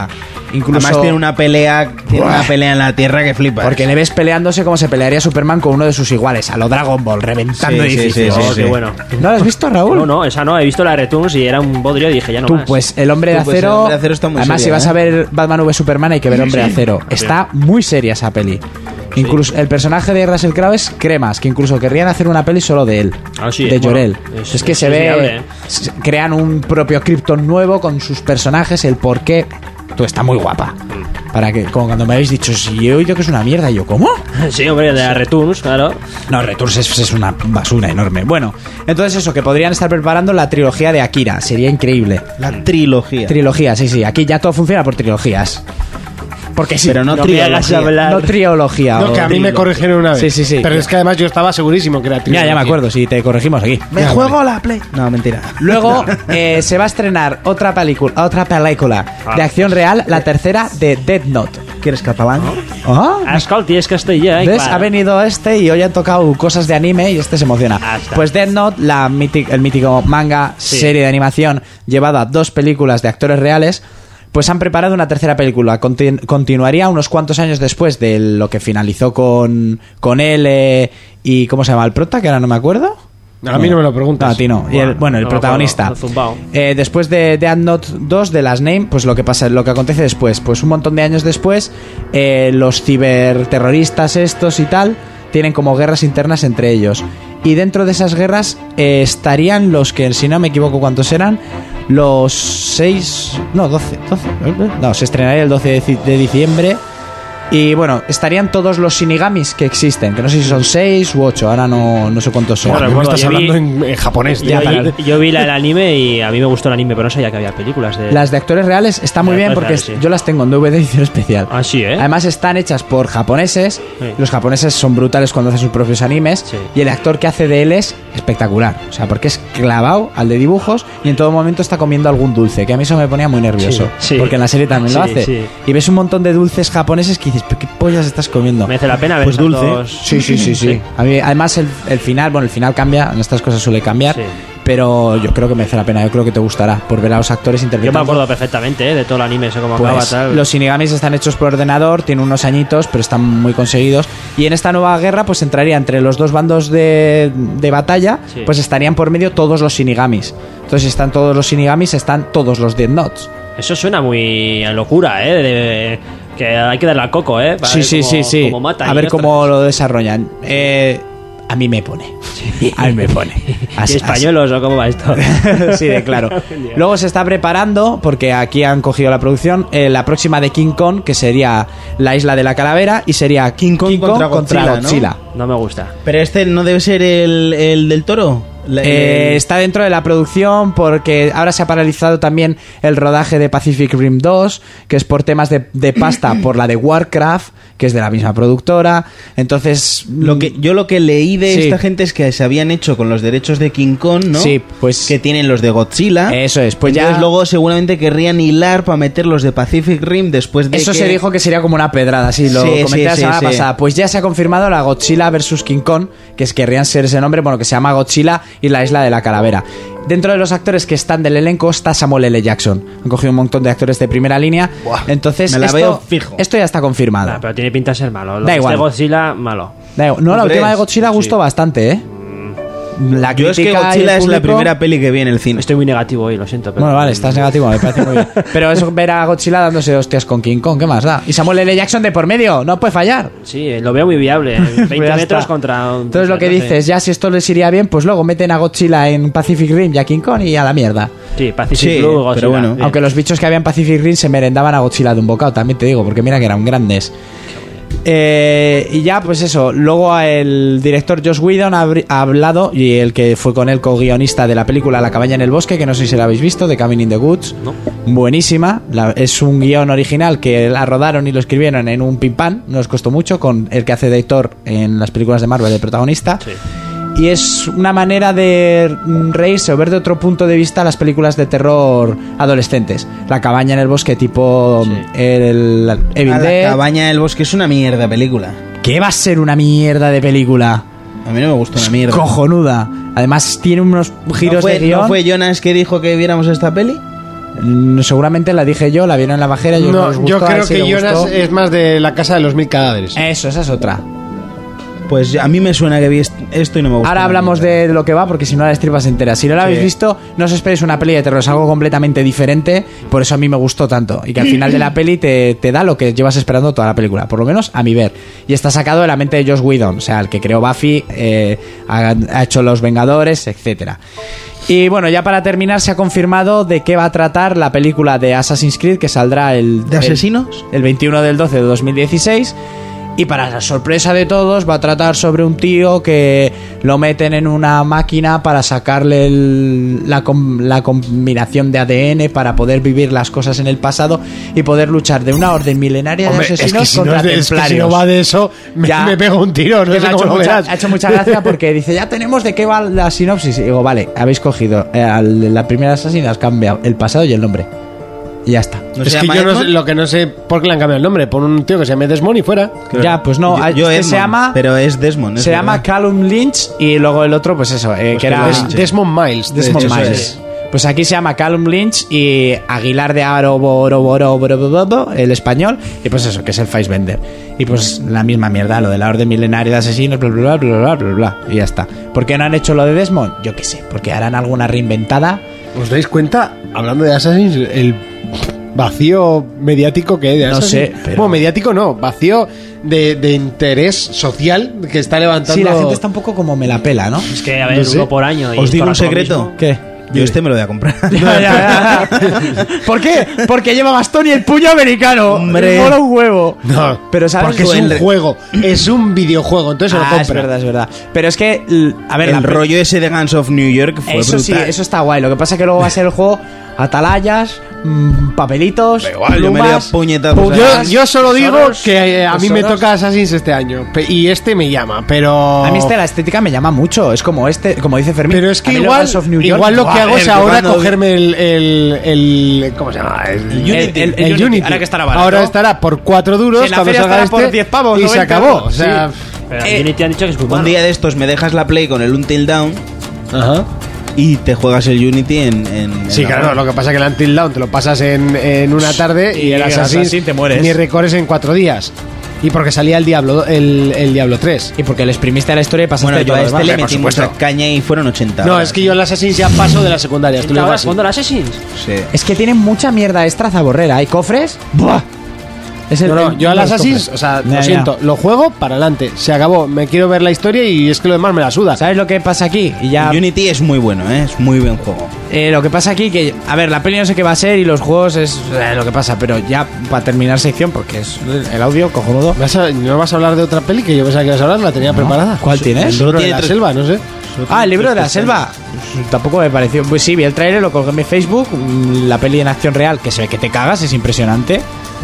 S4: Incluso
S5: Además tiene una pelea, tiene
S4: Buah.
S5: una pelea en la tierra que flipa.
S4: porque le ves peleándose como se pelearía Superman con uno de sus iguales, a lo Dragon Ball, reventando
S5: Sí, sí,
S4: edificios.
S5: sí, sí,
S6: Oh,
S5: sí.
S6: qué bueno.
S4: ¿No lo has visto, Raúl?
S6: No, no, esa no, he visto la Retunes y era un bodrio y dije, ya no
S4: Tú,
S6: más.
S4: pues el hombre de
S5: Tú, pues, El
S4: acero.
S5: Hombre de Acero está muy
S4: además, si
S5: seria,
S4: vas
S5: ¿eh?
S4: a ver Batman v Superman, hay que ver Hombre de Acero. Está muy seria esa peli. Incluso el personaje de Russell Crowe es cremas, que incluso querrían hacer una peli solo de él,
S6: Ah, sí,
S4: de
S6: bueno,
S4: Jorel.
S6: es-
S4: es, que
S6: es-
S4: se
S6: es
S4: ve,
S6: viable, ¿eh?
S4: s- crean un propio Krypton nuevo con sus personajes, el por qué. Tú está muy guapa.
S6: Mm.
S4: Para que, como cuando me habéis dicho, si he oído que es una mierda, yo, ¿cómo?
S6: Sí, hombre, de la Retunes, claro.
S4: No, Returns es, es una basura enorme. Bueno, entonces eso, que podrían estar preparando la trilogía de Akira, sería increíble.
S5: La trilogía.
S4: Trilogía, sí, sí. Aquí ya todo funciona por trilogías. Porque sí.
S5: Pero no
S6: me hagas
S5: trilogía.
S6: hablar.
S4: No trilogía.
S2: No, que a mí me corrigieron una vez.
S4: Sí, sí, sí.
S2: Pero es que además yo estaba segurísimo que era
S4: Ya,
S2: trilogía.
S4: ya me acuerdo, si te corregimos aquí.
S5: Me juego la play. No, mentira.
S4: Luego eh, se va a estrenar otra película, otra película
S2: Ah.
S4: de acción real, la tercera de Dead Note.
S5: ¿Quieres catalán?
S4: ¿Ah?
S6: Ascolti, es que estoy ya, ¿eh?
S4: ¿Ves?
S6: Claro.
S4: Ha venido este y hoy han tocado cosas de anime y este se emociona.
S6: Ah, está.
S4: Pues Death Note, la míti- el mítico manga,
S6: Sí.
S4: serie de animación llevada a dos películas de actores reales, pues han preparado una tercera película. Contin- continuaría unos cuantos años después de lo que finalizó con, con él eh, y... ¿Cómo se llama el prota? Que ahora no me acuerdo.
S2: A mí no me lo preguntas.
S4: No, a ti no. Y el-
S6: Bueno,
S4: bueno, el
S6: no me
S4: protagonista.
S6: acuerdo, el zumbao.
S4: Eh, después de Death Note 2, de Last Name, pues lo que pasa, lo que acontece después. Pues un montón de años después, eh, los ciberterroristas estos y tal tienen como guerras internas entre ellos. Y dentro de esas guerras eh, estarían los que, si no me equivoco cuántos eran, los 6... No, 12, 12. No, se estrenaría el 12 de ci- de diciembre. Y bueno, estarían todos los shinigamis que existen, que no sé si son 6 u 8, ahora no, no sé cuántos son.
S2: Joder,
S6: Bueno,
S2: me
S6: bueno,
S2: estás
S6: ya vi-
S2: hablando en, en japonés,
S6: Yo,
S2: tío.
S6: yo- yo vi la, el anime y a mí me gustó el anime, pero no sabía que había películas de.
S4: Las de actores reales está muy
S6: Las
S4: bien
S6: actores
S4: porque
S6: reales, sí.
S4: yo las tengo en DVD edición especial.
S6: Ah, sí, ¿eh?
S4: Además están hechas por japoneses.
S6: Sí.
S4: Los japoneses son brutales cuando hacen sus propios animes.
S6: Sí.
S4: Y el actor que hace de él es espectacular. O sea, porque es clavado al de dibujos y en todo momento está comiendo algún dulce. Que a mí eso me ponía muy nervioso.
S6: Sí, sí.
S4: Porque en la serie también lo
S6: Sí,
S4: hace.
S6: sí.
S4: Y ves un montón de dulces japoneses que dices, "¿Pero ¿qué pollas estás comiendo?
S6: Merece la pena ver
S5: Pues dulce.
S6: tantos-
S4: Sí, sí, sí, sí. A mí, además, el, el final, bueno, el final cambia, en estas cosas suele cambiar,
S6: Sí.
S4: pero yo creo que merece la pena, yo creo que te gustará por ver a los actores
S6: Yo me
S4: interpretando.
S6: acuerdo perfectamente, ¿eh? De todo el anime, sé cómo acaba,
S4: Pues,
S6: tal.
S4: los Shinigamis están hechos por ordenador, tienen unos añitos, pero están muy conseguidos. Y en esta nueva guerra, pues entraría entre los dos bandos de, de batalla,
S6: Sí.
S4: pues estarían por medio todos los Shinigamis. Entonces, si están todos los Shinigamis, están todos los Dead Notes.
S6: Eso suena muy a locura, ¿eh? De- de- que hay que darle al coco, ¿eh? Para
S4: sí,
S6: ver
S4: sí,
S6: cómo-
S4: sí, sí.
S6: cómo mata
S4: a
S6: y
S4: ver
S6: otras.
S4: cómo lo desarrollan. Eh, a mí me pone. A mí me pone.
S6: ¿Y
S4: Así- así-
S6: españolos o cómo va esto?
S4: sí, de claro. Luego se está preparando, porque aquí han cogido la producción, eh, la próxima de King Kong, que sería la isla de la calavera, y sería King Kong,
S5: King
S4: contra
S5: contra
S4: Godzilla.
S5: Godzilla, ¿no?
S6: No me gusta.
S5: Pero este no debe ser el, el del toro. La-
S4: Eh,
S5: el-
S4: está dentro de la producción porque ahora se ha paralizado también el rodaje de Pacific Rim 2, que es por temas de, de pasta, por la de Warcraft, que es de la misma productora. Entonces,
S5: Lo que, yo lo que leí de
S4: Sí.
S5: esta gente es que se habían hecho con los derechos de King Kong, ¿no?
S4: Sí, pues-
S5: Que tienen los de Godzilla.
S4: Eso es, pues ya-
S5: Entonces luego seguramente querrían hilar para meter los de Pacific Rim después de
S4: Eso
S5: que-
S4: se dijo que sería como una pedrada, sí, lo
S5: Sí,
S4: comenté
S5: sí,
S4: la
S5: sí,
S4: semana
S5: sí.
S4: pasada. Pues ya se ha confirmado la Godzilla vs King Kong, que es, querrían ser ese nombre, bueno, que se llama Godzilla y la isla de la calavera. Dentro de los actores que están del elenco está Samuel L. Jackson. Han cogido un montón de actores de primera línea.
S5: Buah,
S4: Entonces,
S5: me la
S4: esto,
S5: veo fijo.
S4: esto ya está confirmado.
S6: Ah, pero tiene pinta de ser malo. Lo
S4: Da
S6: que
S4: igual.
S6: esté Godzilla, malo.
S4: Da igual. No, la
S5: ¿Tú
S4: última de
S5: crees?
S4: Godzilla gustó
S6: Sí.
S4: bastante, ¿eh? La
S5: Mm, Yo es
S4: crítica
S5: que
S4: y el
S5: Godzilla es la
S4: público-
S5: primera peli que vi en el cine.
S6: Estoy muy negativo hoy, lo siento. Pero
S4: Bueno, vale, estás negativo, me parece muy bien. Pero eso ver a Godzilla dándose hostias con King Kong, ¿qué más da? Y Samuel L. Jackson de por medio, no puede fallar.
S6: Sí, eh, lo veo muy viable. 20
S4: Pues ya
S6: metros
S4: está.
S6: contra un.
S4: Entonces lo que
S6: no sé.
S4: dices, ya si esto les iría bien, pues luego meten a Godzilla en Pacific Rim y a King Kong y a la mierda.
S6: Sí, Pacific
S5: Sí,
S6: Blue,
S5: pero
S6: Godzilla.
S5: bueno.
S6: Bien.
S4: Aunque los bichos que había en Pacific Rim se merendaban a Godzilla de un bocado, también te digo, porque mira que eran grandes. Eh, y ya, pues eso. Luego el director Josh Whedon ha, abri- ha hablado, y el que fue con él co-guionista de la película La cabaña en el bosque, que no sé si la habéis visto, de Cabin in the Woods.
S6: No.
S4: Buenísima. La- es un guión original que la rodaron y lo escribieron en un pim-pam, no les costó mucho, con el que hace de Thor en las películas de Marvel, el protagonista.
S6: Sí.
S4: Y es una manera de mm, reírse o ver de otro punto de vista las películas de terror adolescentes. La cabaña en el bosque tipo mm, el Evil
S5: A la
S4: Dead.
S5: cabaña del bosque es una mierda película.
S4: Que va a ser una mierda de película.
S5: A mí no me gusta una mierda.
S4: Cojonuda. Además tiene unos
S5: ¿No
S4: giros
S5: fue,
S4: de guión.
S5: ¿No fue Jonas que dijo que viéramos esta peli?
S4: Mm, Seguramente la dije yo, la vieron en la bajera. Yo,
S2: No, yo creo que Jonas es más de la casa de los mil cadáveres.
S4: Eso, esa es otra.
S5: Pues a mí me suena que vi est- esto y no me gusta.
S4: Ahora hablamos de lo que va, porque si no, la estripas entera. Si no la habéis visto, no os esperéis una peli de terror, es algo completamente diferente. Por eso a mí me gustó tanto. Y que al final de la peli te, te da lo que llevas esperando toda la película, por lo menos a mi ver. Y está sacado de la mente de Josh Whedon, o sea, el que creó Buffy, eh, ha, ha hecho Los Vengadores, etcétera. Y bueno, ya para terminar, se ha confirmado de qué va a tratar la película de Assassin's Creed que saldrá el.
S5: ¿De
S4: el-
S5: asesinos?
S4: el 21 del 12 de 2016. Y para la sorpresa de todos, va a tratar sobre un tío que lo meten en una máquina para sacarle el- la, com- la combinación de ADN para poder vivir las cosas en el pasado y poder luchar de una orden milenaria
S2: Hombre,
S4: de
S2: es
S4: asesinos
S2: que si no,
S4: contra
S2: es de- es que
S4: templarios.
S2: si no va de eso, me,
S4: Ya.
S2: me pego un tiro. No
S4: Que
S2: sé
S4: me ha,
S2: cómo
S4: hecho
S2: lo
S4: mucha,
S2: verás.
S4: ha hecho mucha gracia porque dice, ya tenemos de qué va la sinopsis. Y digo, vale, habéis cogido eh, al de la primera asesina, has cambiado el pasado y el nombre. Y ya está.
S5: ¿No se
S2: es que
S5: llama
S2: yo no sé-
S5: Edmond?
S2: lo que no sé por qué le han cambiado el nombre. Por un tío que se llame Desmond y fuera.
S5: Creo-
S4: Ya, pues no,
S5: Yo-
S4: a-
S5: yo
S4: este se
S5: Edmond,
S4: llama-
S5: Pero es Desmond. es
S4: Se llama
S5: verdad.
S4: Callum Lynch y luego el otro, pues eso, eh,
S5: Pues
S4: que era
S5: Callum Lynch.
S2: Desmond Miles. de
S4: Desmond
S2: hecho, eso
S4: Miles.
S2: es.
S4: Pues aquí se llama Callum Lynch y Aguilar de Aroboroboroboro, el español, y pues eso, que es el Facebender. Y pues la misma mierda, lo de la Orden Milenaria de Asesinos, bla, bla, bla, bla, bla, bla, bla, y ya está. ¿Por qué no han hecho lo de Desmond? Yo qué sé, porque harán alguna reinventada.
S2: ¿Os dais cuenta, hablando de Assassin's, el vacío mediático que hay de
S4: No
S2: Assassin's?
S4: sé, pero-
S2: Bueno, mediático no, vacío de, de interés social que está levantando.
S4: Sí, la gente está un poco como me la pela, ¿no?
S6: Es que, a ver,
S2: No sé.
S6: uno por año. Y
S5: Os digo un
S6: todo lo
S5: secreto.
S6: mismo.
S4: ¿Qué?
S5: Yo este me lo voy a comprar.
S4: Ya, ya, ya. ¿Por qué? Porque lleva bastón y el puño americano.
S5: Hombre.
S4: Mola un huevo.
S2: No,
S4: pero sabes
S2: porque es un
S4: Duele.
S2: juego, es un videojuego, entonces
S4: Ah,
S2: se lo
S4: es
S2: compra.
S4: verdad, es verdad. Pero es que, l- a ver, la
S5: el
S4: pe-
S5: rollo ese de Guns of New York fue
S4: eso
S5: brutal.
S4: sí, eso está guay. Lo que pasa es que luego va a ser el juego atalayas, mm, papelitos,
S5: igual, yo me
S4: plumas,
S5: haría puñetazos
S4: pulgas,
S2: Yo, yo solo digo
S4: tesoros,
S2: que eh, a mí me
S4: tesoros.
S2: toca Assassin's este año pe- y este me llama, pero
S4: A mí este, la estética me llama mucho. Es como este, como dice Fermín.
S2: pero es que
S4: A mí los
S2: igual,
S4: Guns of New York-
S2: igual lo que
S4: Buah,
S2: hago es
S4: el-
S2: ahora
S4: cuando-
S2: cogerme el, el, el- ¿cómo se llama? El,
S4: Unity.
S2: el- el
S4: El Unity,
S2: Unity.
S4: ahora que estará barato.
S2: Ahora estará por 4 duros,
S4: Si en la
S2: cuando
S4: feria
S2: salga
S4: estará por
S2: este,
S4: 10 pavos,
S2: y
S4: 90
S2: se acabó, o
S4: euros,
S2: sea,
S6: Pero
S4: Eh,
S6: a Unity han dicho que es muy
S5: Un
S6: malo.
S5: día de estos me dejas la play con el Until Down
S2: ajá.
S5: y te juegas el Unity en. en-
S2: Sí,
S5: en la
S2: claro,
S5: web.
S2: lo que pasa es que el Until Dawn te lo pasas en, en una tarde y,
S4: Y
S2: el
S4: el
S2: Assassin,
S4: Assassin te mueres.
S2: ni recorres en 4 días. Y porque salía el Diablo el, el Diablo 3.
S4: Y porque le exprimiste a la historia y pasaste
S5: Bueno, yo
S4: todo
S5: a
S4: lo
S5: este
S4: demás.
S5: le
S4: Por
S5: metí
S4: supuesto.
S5: mucha caña y fueron 80.
S2: No,
S5: horas.
S2: es que yo el Assassin ya paso de la secundaria. estoy
S6: ¿Está ahora
S2: así.
S6: jugando al Assassin's?
S5: Sí.
S4: Es que tienen mucha mierda extra zaborrera. Hay cofres. ¡Buah! Es el-
S2: No, no,
S4: el-
S2: yo al
S4: los
S2: Assassin's,
S4: cofres.
S2: o sea,
S4: Ya,
S2: lo
S4: ya.
S2: siento, lo juego para adelante. Se acabó, me quiero ver la historia y es que lo demás me la suda.
S4: ¿Sabes lo que pasa aquí? Y ya
S5: El Unity es muy bueno, ¿eh? es muy buen juego.
S4: Eh, lo que pasa aquí que, a ver, la peli no sé qué va a ser y los juegos es eh, lo que pasa, pero ya para terminar sección, porque es el audio cojonudo.
S2: ¿Vas a- ¿No vas a hablar de otra peli que yo pensaba que ibas a hablar? La tenía preparada.
S4: ¿Cuál tienes?
S2: El libro de
S5: Tiene
S2: la
S5: tres-
S2: selva, no sé.
S4: Ah, el libro de la selva. Pues, Tampoco me pareció. Pues sí, vi el trailer, lo colgué en mi Facebook, mm, la peli en acción real, que se ve que te cagas, es impresionante.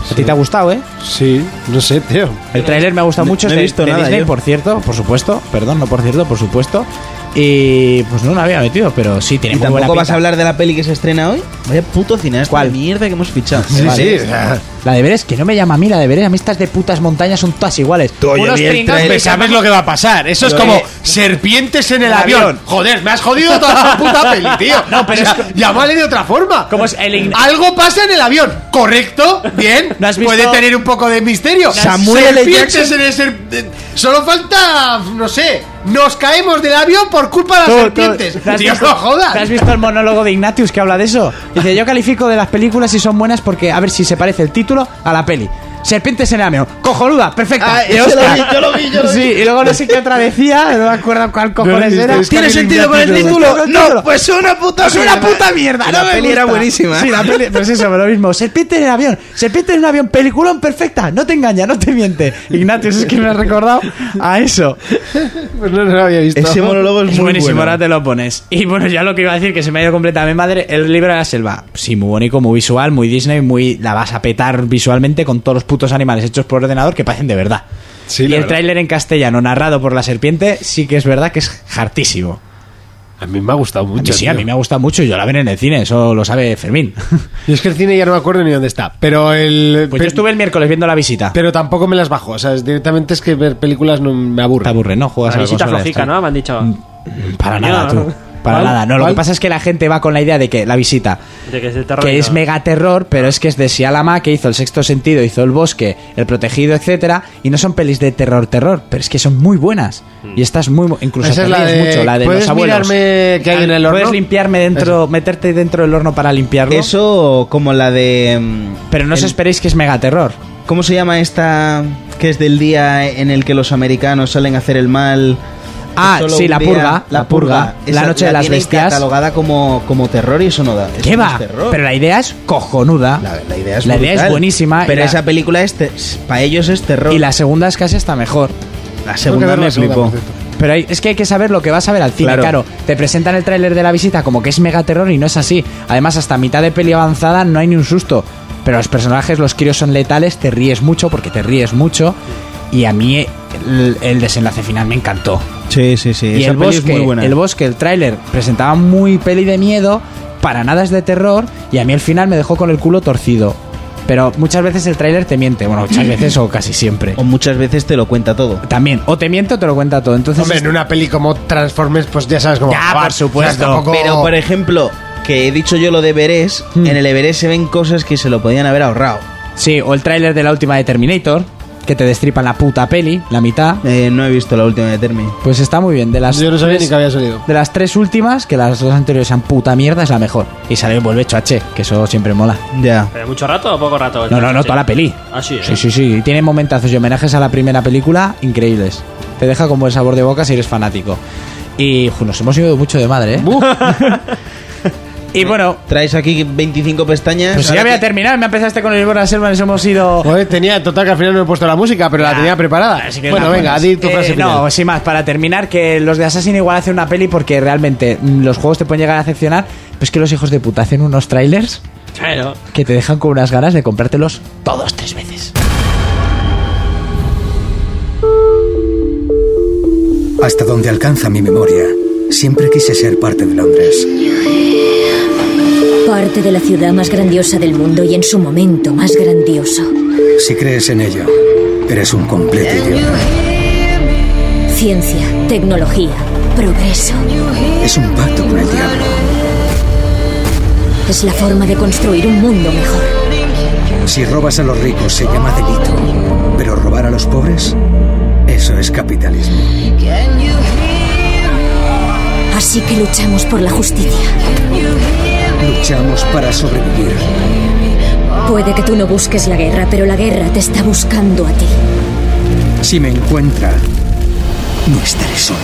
S4: A ti te ha gustado, ¿eh?
S2: Sí, no sé, tío.
S4: El tráiler me ha gustado
S5: No-
S4: mucho.
S5: no
S4: es
S5: he
S4: de-
S5: visto
S4: de
S5: nada
S4: Disney,
S5: yo.
S4: por cierto, por supuesto. Perdón, no por cierto, por supuesto. Y pues no la había metido, pero sí, tiene
S5: ¿Y
S4: muy buena
S5: tampoco vas
S4: pinta.
S5: a hablar de la peli que se estrena hoy? Vaya puto cineasta
S4: ¿Cuál?
S5: de mierda que hemos fichado.
S2: Sí,
S4: Vale,
S2: sí.
S4: o sea, La de veres que no me llama a mí la de veres, a mí estas de putas montañas son todas iguales.
S5: Tú, oye,
S4: Unos
S5: vi el
S4: pringos
S5: trailer.
S4: que
S2: Pues sabes lo que va a pasar. Eso es
S4: Yo-
S2: como
S4: eh,
S2: serpientes en el
S4: el
S2: avión.
S4: avión.
S2: Joder, me has jodido toda la puta peli, tío.
S4: No, pero
S2: O sea,
S4: es que-
S2: llámale de otra forma.
S4: ¿Cómo es el ign-
S2: Algo pasa en el avión. Correcto, bien.
S4: ¿No has visto-
S2: Puede tener un poco de misterio.
S5: Samuel L.
S2: serpientes en el ser- eh, Solo falta, no sé, nos caemos del avión por culpa de las
S4: Tú, tú,
S2: serpientes.
S4: ¿te has
S2: Tío,
S4: visto-
S2: no jodas.
S4: ¿Te has visto el monólogo de Ignatius que habla de eso? Dice, yo califico de las películas si son buenas porque a ver si se parece el título a la peli. Serpientes en ameo, cojonuda, perfecta.
S5: Ah,
S4: de
S5: yo lo
S4: Oscar.
S5: vi, yo lo vi, yo lo
S4: Sí, y luego no sé qué otra decía, no me acuerdo cuál cojones
S2: visto,
S4: era.
S2: es que a mí me encanta
S4: título? No,
S5: pues una puta
S4: es una puta mierda.
S5: la
S4: no me
S5: peli era
S4: gusta.
S5: buenísima.
S4: Sí, la peli, pues eso, lo mismo. Serpiente en el avión, serpiente en un avión, peliculón perfecta. No te engaña, no te miente. Ignatius, es que me has recordado a eso.
S2: Pues no, no lo había visto.
S5: Ese monólogo es,
S4: Es
S5: muy
S4: buenísimo,
S5: bueno.
S4: ahora te lo pones. Y bueno, ya lo que iba a decir, que se me ha ido completamente madre, el libro de la selva. Sí, muy bonito, muy visual, muy Disney, muy la vas a petar visualmente con todos los putos animales hechos por ordenador que parecen de verdad.
S2: Sí,
S4: y
S2: la
S4: el
S2: verdad.
S4: tráiler en castellano, narrado por la serpiente, sí que es verdad que es hartísimo.
S2: A mí me ha gustado
S4: A mí
S2: mucho.
S4: sí, a mí me ha gustado mucho y yo la veré en el cine, eso lo sabe Fermín.
S2: Y es que el cine ya no me acuerdo ni dónde está. Pero el.
S4: Pues yo estuve el miércoles viendo la visita.
S2: Pero tampoco me las bajo, o sea, es- directamente es que ver películas no me
S4: Te
S2: aburre.
S4: aburre, ¿no? Juegas
S6: La
S4: a la
S6: visita
S4: consola
S6: flojita,
S4: esta.
S6: ¿no? Me han dicho.
S4: Para nada,
S6: No,
S4: tú.
S6: no.
S4: Para
S2: ¿Cuál?
S4: nada, no. Lo
S2: ¿Cuál?
S4: que pasa es que la gente va con la idea de que la visita,
S6: De que es de terror y
S4: que es
S6: todo.
S4: mega terror, pero es que es de Sialama, que hizo El Sexto Sentido, hizo El Bosque, El Protegido, etcétera, y no son pelis de terror, terror, pero es que son muy buenas. Y estas muy, bu- incluso
S2: Esa
S4: te
S2: es la
S4: ríes
S2: de-
S4: mucho, la de
S2: ¿puedes
S4: los abuelos.
S2: mirarme qué hay en el horno?
S4: Puedes limpiarme dentro, meterte dentro del horno para limpiarlo.
S5: Eso como la de... mm,
S4: Pero no os
S5: el-
S4: esperéis que es mega terror.
S5: ¿Cómo se llama esta que es del día en el que los americanos salen a hacer el mal?
S4: Ah,
S5: Solo
S4: sí,
S5: un
S4: la
S5: día-
S4: purga, la purga, la noche de las
S5: tienen
S4: bestias.
S5: catalogada como, como terror y eso no da. eso
S4: ¿Qué
S5: no
S4: va?
S5: es terror.
S4: Pero la idea es cojonuda.
S5: la, la idea es
S4: la idea
S5: brutal,
S4: buenísima.
S5: Pero
S4: y, la-
S5: esa película es te- para ellos es terror.
S4: y la segunda es casi hasta mejor.
S5: La
S2: Tengo que
S5: segunda
S2: ver la
S5: me
S2: segunda,
S5: flipó.
S2: por cierto.
S4: Pero hay- es que hay que saber lo que vas a ver al cine,
S5: Claro.
S4: claro. Te presentan el tráiler de la visita como que es mega terror y no es así. Además, hasta mitad de peli avanzada no hay ni un susto. Pero los personajes, los críos son letales, te ríes mucho porque te ríes mucho. Y a mí el, el desenlace final me encantó.
S5: Sí, sí, sí.
S4: y
S5: esa
S4: el
S5: peli
S4: bosque,
S5: es muy buena.
S4: el bosque, el tráiler presentaba muy peli de miedo, para nada es de terror y a mí el final me dejó con el culo torcido. Pero muchas veces el tráiler te miente, bueno, muchas veces o casi siempre.
S5: o muchas veces te lo cuenta todo.
S4: También, o te miente o te lo cuenta todo. Entonces,
S2: Hombre, en una peli como Transformers, pues ya sabes cómo
S4: Ya,
S2: acabar.
S4: por supuesto.
S2: O sea, tampoco-
S5: Pero por ejemplo, que he dicho yo lo de Everest,
S4: Hmm.
S5: en el Everest se ven cosas que se lo podían haber ahorrado.
S4: sí, o el tráiler de la última de Terminator, que te destripan la puta peli, la mitad.
S5: Eh, no he visto la última de Termi.
S4: Pues está muy bien. De las,
S2: Yo no sabía
S4: tres-
S2: ni que había salido.
S4: de las tres últimas, que las dos anteriores sean puta mierda, es la mejor. Y sale el vuelve hecho H, que eso siempre mola.
S5: Ya.
S6: ¿Pero mucho rato o poco rato?
S4: No, no, no, toda la peli.
S6: Ah, sí,
S4: Sí,
S6: eh.
S4: sí, sí. Tiene momentazos y homenajes a la primera película increíbles. Te deja con buen sabor de boca si eres fanático. Y jo, nos hemos ido mucho de madre, ¿eh? y bueno,
S5: Traes aquí 25 pestañas.
S4: pues ya
S5: Ahora
S4: voy a
S5: te-
S4: terminar. Me empezaste con el Ibora Selva, nos hemos ido.
S2: Joder, tenía total que al final no he puesto la música, pero la
S4: Ya.
S2: tenía preparada.
S4: Así que
S2: bueno,
S4: nada,
S2: venga,
S4: pues,
S2: di tu
S4: eh,
S2: frase final.
S4: No, sin más, para terminar, que los de Assassin igual hacen una peli porque realmente mm, los juegos te pueden llegar a decepcionar. Pero es que los hijos de puta hacen unos trailers
S6: Claro.
S4: que te dejan con unas ganas de comprártelos todos tres veces.
S7: Hasta donde alcanza mi memoria, siempre quise ser parte de Londres.
S8: Parte de la ciudad más grandiosa del mundo y en su momento más grandioso.
S7: Si crees en ello, eres un completo idiota.
S8: Ciencia, tecnología, progreso.
S7: Es un pacto con el diablo.
S8: Es la forma de construir un mundo mejor.
S7: Si robas a los ricos se llama delito, pero robar a los pobres, eso es capitalismo.
S8: Así que luchamos por la justicia.
S7: Luchamos para sobrevivir.
S8: Puede que tú no busques la guerra, pero la guerra te está buscando a ti.
S7: Si me encuentra, no estaré solo.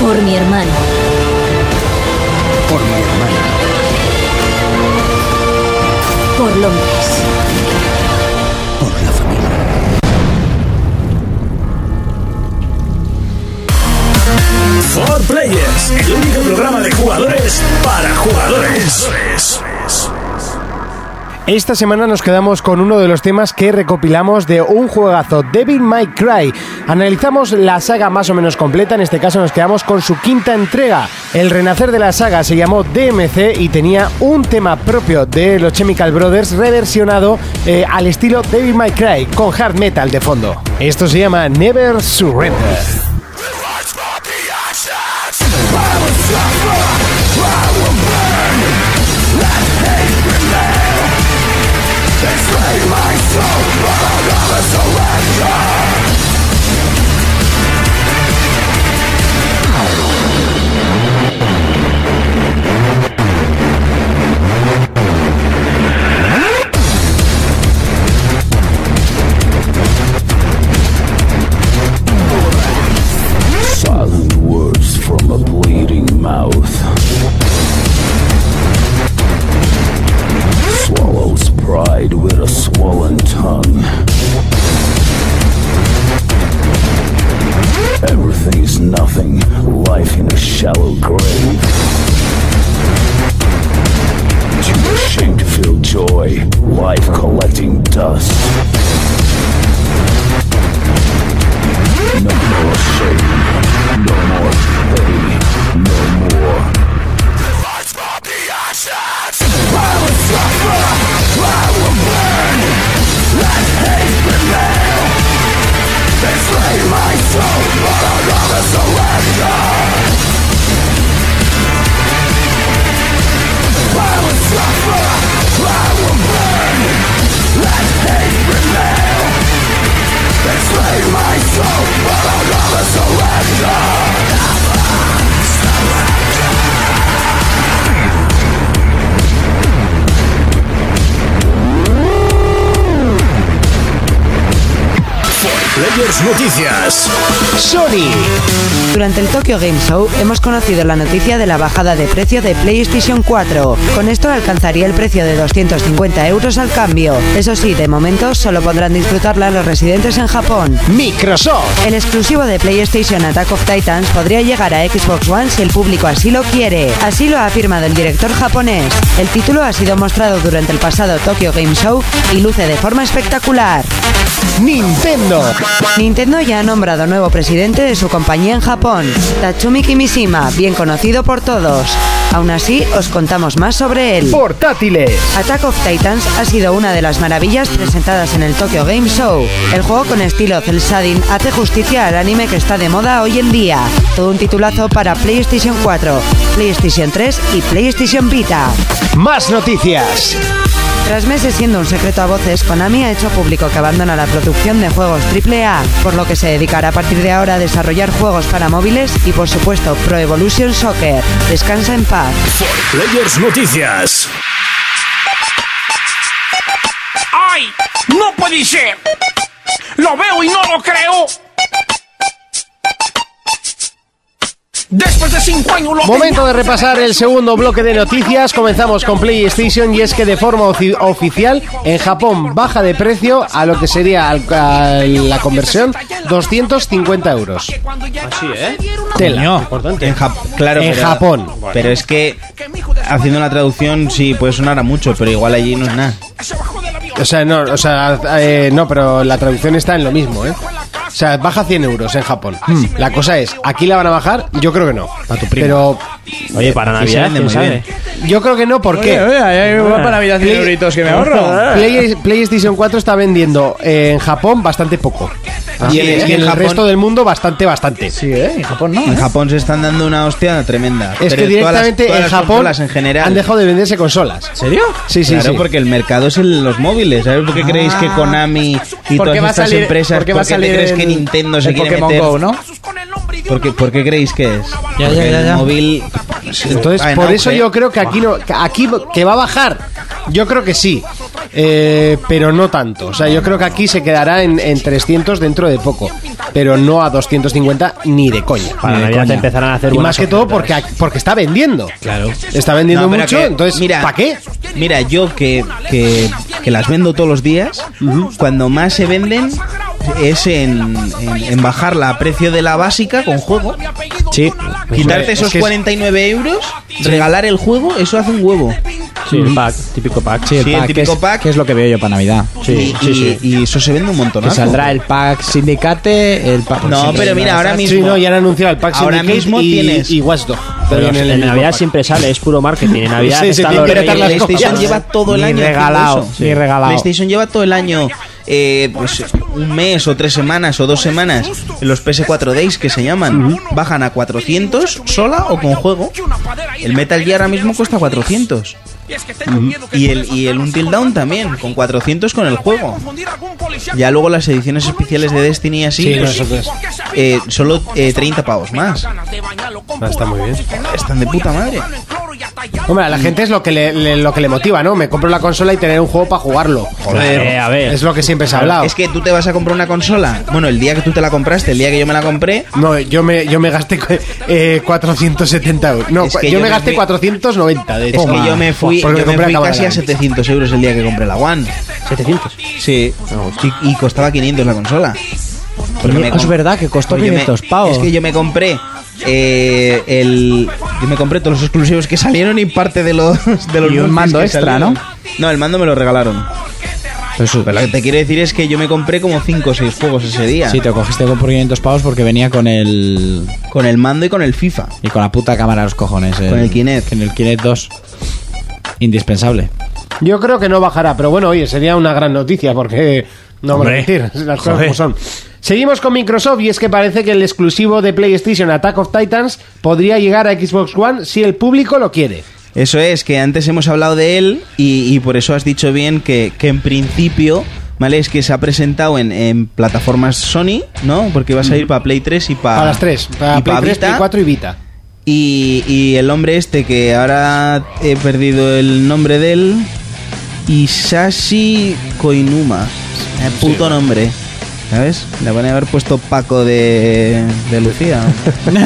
S8: Por mi hermano.
S7: Por mi hermana.
S8: Por Londres.
S7: Por la familia.
S1: For Players, el único programa de jugadores para jugadores.
S2: Esta semana nos quedamos con uno de los temas que recopilamos de un juegazo, Devil May Cry. Analizamos la saga más o menos completa, en este caso nos quedamos con su quinta entrega. El renacer de la saga se llamó DMC y tenía un tema propio de los Chemical Brothers reversionado eh, al estilo Devil May Cry con hard metal de fondo. Esto se llama Never Surrender.
S9: Silent words from a bleeding mouth. Swallows pride with
S1: Players Noticias.
S2: Sony.
S3: Durante el Tokyo Game Show hemos conocido la noticia de la bajada de precio de PlayStation 4. Con esto alcanzaría el precio de 250 euros al cambio. Eso sí, de momento solo podrán disfrutarla los residentes en Japón.
S2: Microsoft.
S3: El exclusivo de PlayStation Attack of Titans podría llegar a Xbox One si el público así lo quiere. Así lo ha afirmado el director japonés. El título ha sido mostrado durante el pasado Tokyo Game Show y luce de forma espectacular.
S2: Nintendo.
S3: Nintendo ya ha nombrado nuevo presidente de su compañía en Japón, Tatsumi Kimishima, bien conocido por todos. Aún así, os contamos más sobre él.
S2: Portátiles.
S3: Attack of Titans ha sido una de las maravillas presentadas en el Tokyo Game Show. El juego con estilo cel shading hace justicia al anime que está de moda hoy en día. Todo un titulazo para PlayStation 4, PlayStation 3 y PlayStation Vita.
S2: Más noticias.
S3: Tras meses siendo un secreto a voces, Konami ha hecho público que abandona la producción de juegos AAA, por lo que se dedicará a partir de ahora a desarrollar juegos para móviles y, por supuesto, Pro Evolution Soccer. Descansa en paz.
S1: Players Noticias.
S10: ¡Ay! ¡No puede ser! ¡Lo veo y no lo creo! Después de cinco años lo
S2: Momento de repasar el segundo bloque de noticias. Comenzamos con PlayStation y es que de forma oci- oficial en Japón baja de precio a lo que sería al- a la conversión 250 euros.
S6: Así, ¿eh?
S4: Coño.
S5: En Jap- claro,
S2: En
S5: pero-
S2: Japón.
S5: Pero es que haciendo la traducción sí puede sonar a mucho, pero igual allí no es nada.
S2: O sea, no, o sea, eh, no, pero la traducción está en lo mismo, ¿eh? O sea, baja 100 euros en Japón. La cosa es, ¿aquí la van a bajar? Yo creo que no. Pero
S6: Oye,
S5: Sí,
S6: para
S5: se
S6: Navidad,
S5: vende
S6: ¿quién
S5: muy
S6: sabe?
S2: yo creo que no, ¿por qué? Ah.
S4: Oye, oye, ahí va para Navidad cien
S2: Play-
S4: euritos que me ahorro.
S2: Play- PlayStation 4 está vendiendo eh, en Japón bastante poco.
S5: Y
S2: Y,
S5: en-
S2: en,
S5: y en
S2: el
S5: Japón-
S2: resto del mundo bastante, bastante.
S4: Sí, ¿eh? En Japón no.
S5: En Japón se están dando una hostia tremenda.
S2: Es que
S5: Pero todas las-
S2: directamente
S5: todas
S2: en
S5: las
S2: Japón
S5: consolas en general.
S2: han dejado de venderse consolas.
S4: ¿En serio?
S2: Sí, sí,
S5: claro,
S2: sí.
S5: porque el mercado es el, los móviles. ¿Sabes por qué creéis que Konami y
S4: Ah. ¿Por
S5: todas
S4: qué va a
S5: estas
S4: salir-
S5: empresas,
S4: por qué va a
S5: te
S4: salir
S5: crees
S4: el-
S5: que Nintendo se
S4: el
S5: quiere
S4: Pokémon
S5: meter?
S4: Go, no?
S5: ¿Por qué, por qué creéis que es?
S4: Ya,
S5: Porque
S4: ya, ya, ya.
S5: El móvil.
S2: Entonces,
S5: Ah, en
S2: por
S5: auge.
S2: eso yo creo que aquí no, que aquí que va a bajar. Yo creo que sí, eh, pero no tanto. O sea, yo creo que aquí se quedará en, en 300 dentro de poco, pero no a 250 ni de coña. Mm.
S6: Para Navidad te empezarán a hacer
S2: Y
S6: buenas
S2: más que todo
S6: ofertas.
S2: porque porque está vendiendo. Claro. Está vendiendo
S5: No, pero
S2: mucho,
S5: que-
S2: entonces
S5: mira,
S2: ¿para qué?
S5: Mira, yo que, que, que las vendo todos los días, cuando más se venden es en, en, en bajarla a precio de la básica con juego.
S4: Sí. Pues,
S5: Quitarte esos 49 euros, regalar el juego, eso hace un huevo.
S6: Sí, el pack, típico pack.
S4: Sí, el,
S5: Sí, el
S4: pack, que
S5: típico
S4: es,
S5: pack.
S4: que es lo que veo yo para Navidad.
S5: y, y- y eso se vende un montón.
S4: Que saldrá el pack Sindicate, el pack...
S5: No,
S4: sí,
S5: pero mira, ahora mismo.
S2: Sí, no, ya han anunciado el pack
S5: Ahora
S2: Syndicate
S5: mismo
S2: y,
S5: tienes-
S2: y Watch Dogs.
S6: Pero
S2: También en el
S6: en
S2: mismo
S6: Navidad
S2: pack.
S6: siempre sale, es puro marketing. En Navidad
S2: Sí, se
S6: están
S2: tienen
S6: los
S2: que apretar
S6: reyes.
S2: las cosas.
S5: PlayStation lleva todo el
S4: Ni
S5: año haciendo
S4: regalado,
S5: eso.
S4: ni regalado.
S5: PlayStation lleva todo el año, eh, pues, un mes o tres semanas o dos semanas. Los PS4 Days que se llaman bajan a 400 sola o con juego. El Metal Gear ahora mismo cuesta 400. Y el, y el Until Down también, con 400 con el juego. Ya luego las ediciones especiales de Destiny y así,
S2: Sí,
S5: pues,
S2: nosotros.
S5: eh, solo eh, 30 pavos más.
S2: está muy bien.
S5: Están de puta madre.
S2: Hombre, a la gente es lo que le, le- lo que le motiva, ¿no? Me compro la consola y tener un juego para jugarlo.
S5: Joder.
S6: Eh, a ver.
S2: Es lo que siempre se ha
S4: Ah.
S2: hablado.
S5: Es que tú te vas a comprar una consola. Bueno, el día que tú te la compraste, el día que yo me la compré,
S2: No, yo me, yo me gasté cu- eh, 470 euros. No,
S5: Es que
S2: cua- yo,
S5: yo
S2: me
S5: me
S2: gasté
S5: fui-
S2: 490, de
S5: es
S2: hecho.
S5: que yo me fui,
S2: Porque
S5: yo me
S2: compré
S5: fui
S2: la cámara
S5: casi a
S2: grande.
S5: 700 euros el día que compré la One.
S6: ¿700?
S5: Sí. Y, y costaba 500 la consola. Porque me
S4: Ah, Es
S5: com-
S4: verdad que costó
S5: porque yo me-
S4: 500 pavos.
S5: Es que yo me compré eh, el, yo me compré todos los exclusivos que salieron y parte de los de los
S4: Y un
S5: multis
S4: mando
S5: que
S4: extra,
S5: salieron.
S4: ¿no?
S5: No, el mando me lo regalaron. Pero lo que te quiero decir es que yo me compré como 5 o 6 juegos ese día.
S4: Sí, te cogiste por 500 pavos porque venía con el...
S5: Con el mando y con el FIFA.
S4: Y con la puta cámara a los cojones.
S5: Con el Kinect.
S4: Con el Kinect 2. Indispensable.
S2: Yo creo que no bajará, pero bueno, oye, sería una gran noticia porque. No me voy a mentir, las cosas como son. Seguimos con Microsoft y es que parece que el exclusivo de PlayStation Attack of Titans podría llegar a Xbox One si el público lo quiere.
S5: Eso es, que antes hemos hablado de él y, y por eso has dicho bien que, que en principio, ¿vale? Es que se ha presentado en, en plataformas Sony, ¿no? Porque va a salir para Play 3 y para...
S2: Para Mm. las tres, para
S5: y
S2: Play
S5: pa
S2: 3,
S5: Vita.
S2: Play 4 y Vita.
S5: Y, y el hombre este que ahora he perdido el nombre de él, Isashi Koinuma. Eh, puto nombre. ¿Sabes? Le van a haber puesto Paco de, de Lucía. Como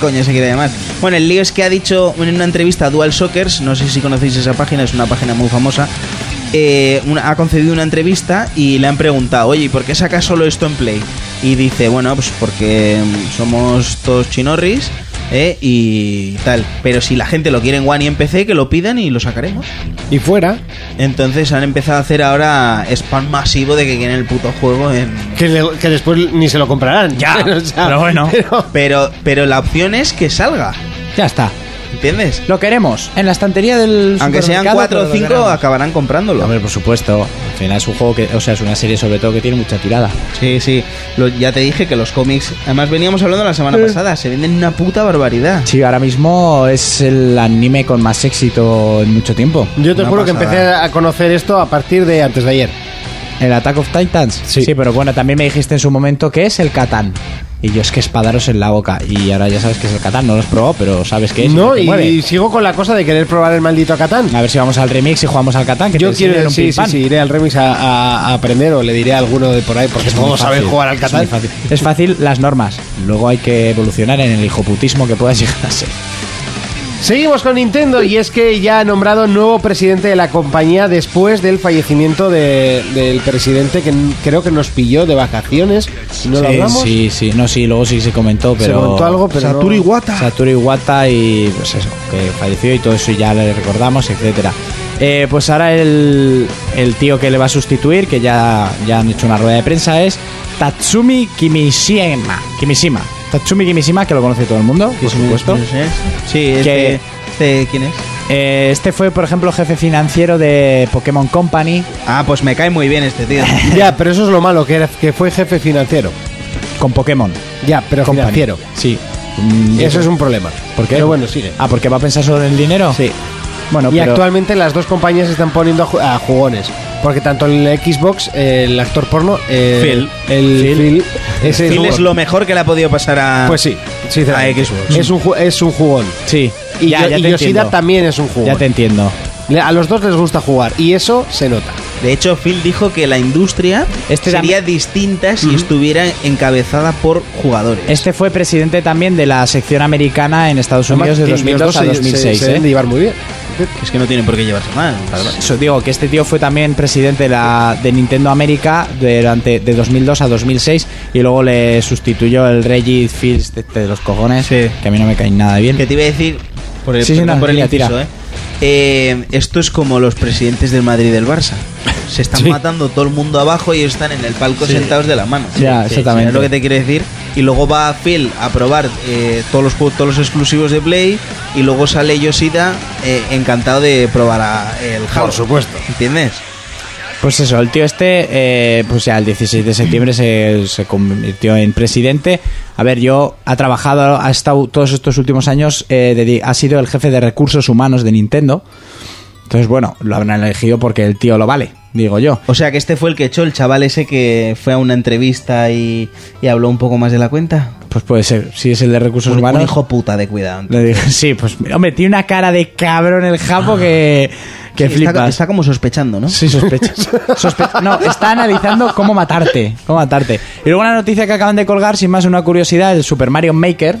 S5: coño se quiere llamar. Bueno, el lío es que ha dicho en una entrevista a Dual Sockers, no sé si conocéis esa página, es una página muy famosa. eh, una- ha concedido una entrevista y le han preguntado, oye, ¿y por qué sacas solo esto en Play? Y dice, bueno, pues porque mm, somos todos chinorris eh, y tal. Pero si la gente lo quiere en One y en PC, que lo pidan y lo sacaremos.
S2: Y fuera,
S5: Entonces han empezado a hacer ahora spam masivo de que quieren el puto juego en...
S2: que, le- que después ni se lo comprarán. Ya,
S4: pero bueno.
S2: Ah, pero-
S5: Pero, pero la opción es que salga,
S4: Ya está.
S5: ¿entiendes?
S4: Lo queremos. En la estantería del.
S5: Aunque sean
S4: supermercado,
S5: 4
S4: pero
S5: o
S4: lo
S5: 5,
S4: queremos.
S5: acabarán comprándolo.
S4: Hombre, por supuesto. Al final es un juego que. O sea, es una serie sobre todo que tiene mucha tirada.
S5: Sí, sí. Lo- ya te dije que los cómics... Además veníamos hablando la semana pasada, se venden una puta barbaridad.
S4: Sí, ahora mismo es el anime con más éxito en mucho tiempo.
S2: Yo te
S5: Una
S2: juro que
S5: pasada.
S2: empecé a conocer esto a partir de antes de ayer.
S4: ¿El Attack of Titans?
S2: Sí.
S4: pero bueno, también me dijiste en su momento que es el Catán. Y yo es que espadaros en la boca. Y ahora ya sabes que es el Catán. No lo has probado, pero sabes que es.
S2: no,
S4: que te
S2: y,
S4: mueve.
S2: sigo con la cosa de querer probar el maldito Catán.
S4: A ver si vamos al remix y jugamos al Catán. Que
S2: Yo
S4: te
S2: quiero
S4: enseñen
S2: ir,
S4: un
S2: sí,
S4: pim
S2: sí,
S4: pam.
S2: sí, iré al remix a, a- a aprender o le diré a alguno de por ahí porque
S4: muy
S2: todos saben
S4: fácil,
S2: jugar al
S4: es
S2: Catán.
S4: muy fácil. Es fácil las normas. Luego hay que evolucionar en el hijoputismo que puedas llegar a ser.
S2: Seguimos con Nintendo y es que ya ha nombrado nuevo presidente de la compañía después del fallecimiento de- del presidente que n- creo que nos pilló de vacaciones. Si no lo
S4: sí,
S2: hablamos,
S4: sí, sí. No, sí, luego sí se comentó,
S2: se
S4: pero.
S2: contó algo, pero no-
S5: Satoru Iwata.
S4: Satoru Iwata y pues eso, que falleció y todo eso ya le recordamos, etcétera. Eh, pues ahora el, el tío que le va a sustituir, que ya, ya han hecho una rueda de prensa, es Tatsumi Kimishima. Kimishima. Tatsumi Kimishima, que lo conoce todo el mundo, por supuesto.
S5: Sí, este,
S4: Que-
S5: este, ¿quién es?
S4: Eh, este fue, por ejemplo, jefe financiero de Pokémon Company.
S5: Ah, pues me cae muy bien este tío.
S2: Ya, pero eso es lo malo, que, era, que fue jefe financiero.
S4: Con Pokémon.
S2: Ya, pero
S4: Company.
S2: financiero.
S4: Sí. Mm,
S2: Eso es un problema.
S4: ¿Por qué?
S2: Pero bueno, sigue.
S4: Ah, porque va a pensar solo en el dinero.
S2: Sí.
S4: Bueno,
S2: y
S4: pero-
S2: actualmente las dos compañías están poniendo a, ju- a jugones. Porque tanto el Xbox, eh, el actor porno, eh,
S5: Phil.
S2: el Phil, es el
S5: Phil es
S2: jugón.
S5: lo mejor que le ha podido pasar a.
S2: Pues sí, sinceramente.
S5: A Xbox.
S2: Es un, ju- es un jugón.
S4: Sí.
S2: Y,
S4: ya,
S2: Yo-
S4: ya
S2: y
S4: te
S2: Yoshida
S4: entiendo.
S2: también es un jugón.
S4: Ya te entiendo.
S2: Le- A los dos les gusta jugar y eso se nota.
S5: De hecho, Phil dijo que la industria
S4: Este
S5: sería distinta si estuviera encabezada por jugadores.
S4: Este fue presidente también de la sección americana en Estados Unidos de
S2: Además, que los
S4: 2002
S2: dos
S4: a
S2: se- se-
S4: 2006.
S2: se deben de
S4: ¿eh?
S2: llevar muy bien.
S5: Es que no tienen por qué llevarse mal. la verdad.
S4: Eso digo, que este tío fue también presidente de, la, de Nintendo América durante de 2002 a 2006 y luego le sustituyó el Reggie Fils de, de los cojones,
S5: Sí.
S4: que a mí no me cae nada bien.
S5: Que te iba a decir. Por el,
S4: Sí, sí,
S5: perdón
S4: no,
S5: por el
S4: tira, tira.
S5: inciso, ¿eh? Eh, Esto es como los presidentes del Madrid y del Barça. Se están
S4: Sí.
S5: matando todo el mundo abajo y están en el palco sentados de la mano.
S4: Ya,
S5: Sí, sí,
S4: exactamente.
S5: Es lo que te quiero decir. Y luego va Phil a probar eh, todos los juegos, todos los exclusivos de Play. Y luego sale Yoshida eh, encantado de probar a- el Halo. Por supuesto. ¿Entiendes?
S4: Pues eso, el tío este, eh, pues ya el 16 de septiembre se, se convirtió en presidente. A ver, yo ha trabajado, ha estado todos estos últimos años, eh, dedi- ha sido el jefe de recursos humanos de Nintendo. Entonces, bueno, lo habrán elegido porque el tío lo vale, digo yo.
S5: O sea que este fue el que echó el chaval ese que fue a una entrevista y, y habló un poco más de la cuenta.
S4: Pues puede ser, si es el de recursos
S5: Un, un
S4: humanos.
S5: hijo puta de cuidado.
S4: le digo, sí, pues hombre, tiene una cara de cabrón el japo que, que
S5: Sí, está,
S4: flipas.
S5: está como sospechando, ¿no?
S4: Sí, sospecha. Sospe- no, está analizando cómo matarte. Cómo matarte. Y luego una noticia que acaban de colgar, sin más una curiosidad, el Super Mario Maker,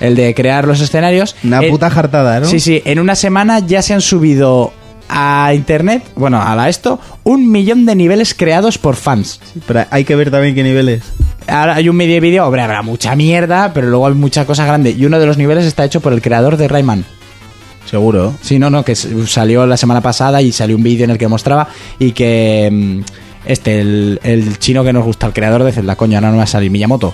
S4: el de crear los escenarios.
S5: Mm. Una
S4: Eh,
S5: puta jartada, ¿no?
S4: Sí, sí, en una semana ya se han subido a internet, bueno, a la esto, un millón de niveles creados por fans.
S5: Pero hay que ver también qué niveles.
S4: Ahora hay un medio vídeo, hombre, habrá mucha mierda, pero luego hay mucha cosa grande. Y uno de los niveles está hecho por el creador de Rayman.
S5: Seguro.
S4: Sí, no, no, que s- salió la semana pasada y salió un vídeo en el que mostraba y que mm, este, el, el chino que nos gusta, el creador de Zelda, coño, ahora no va a salir, Miyamoto.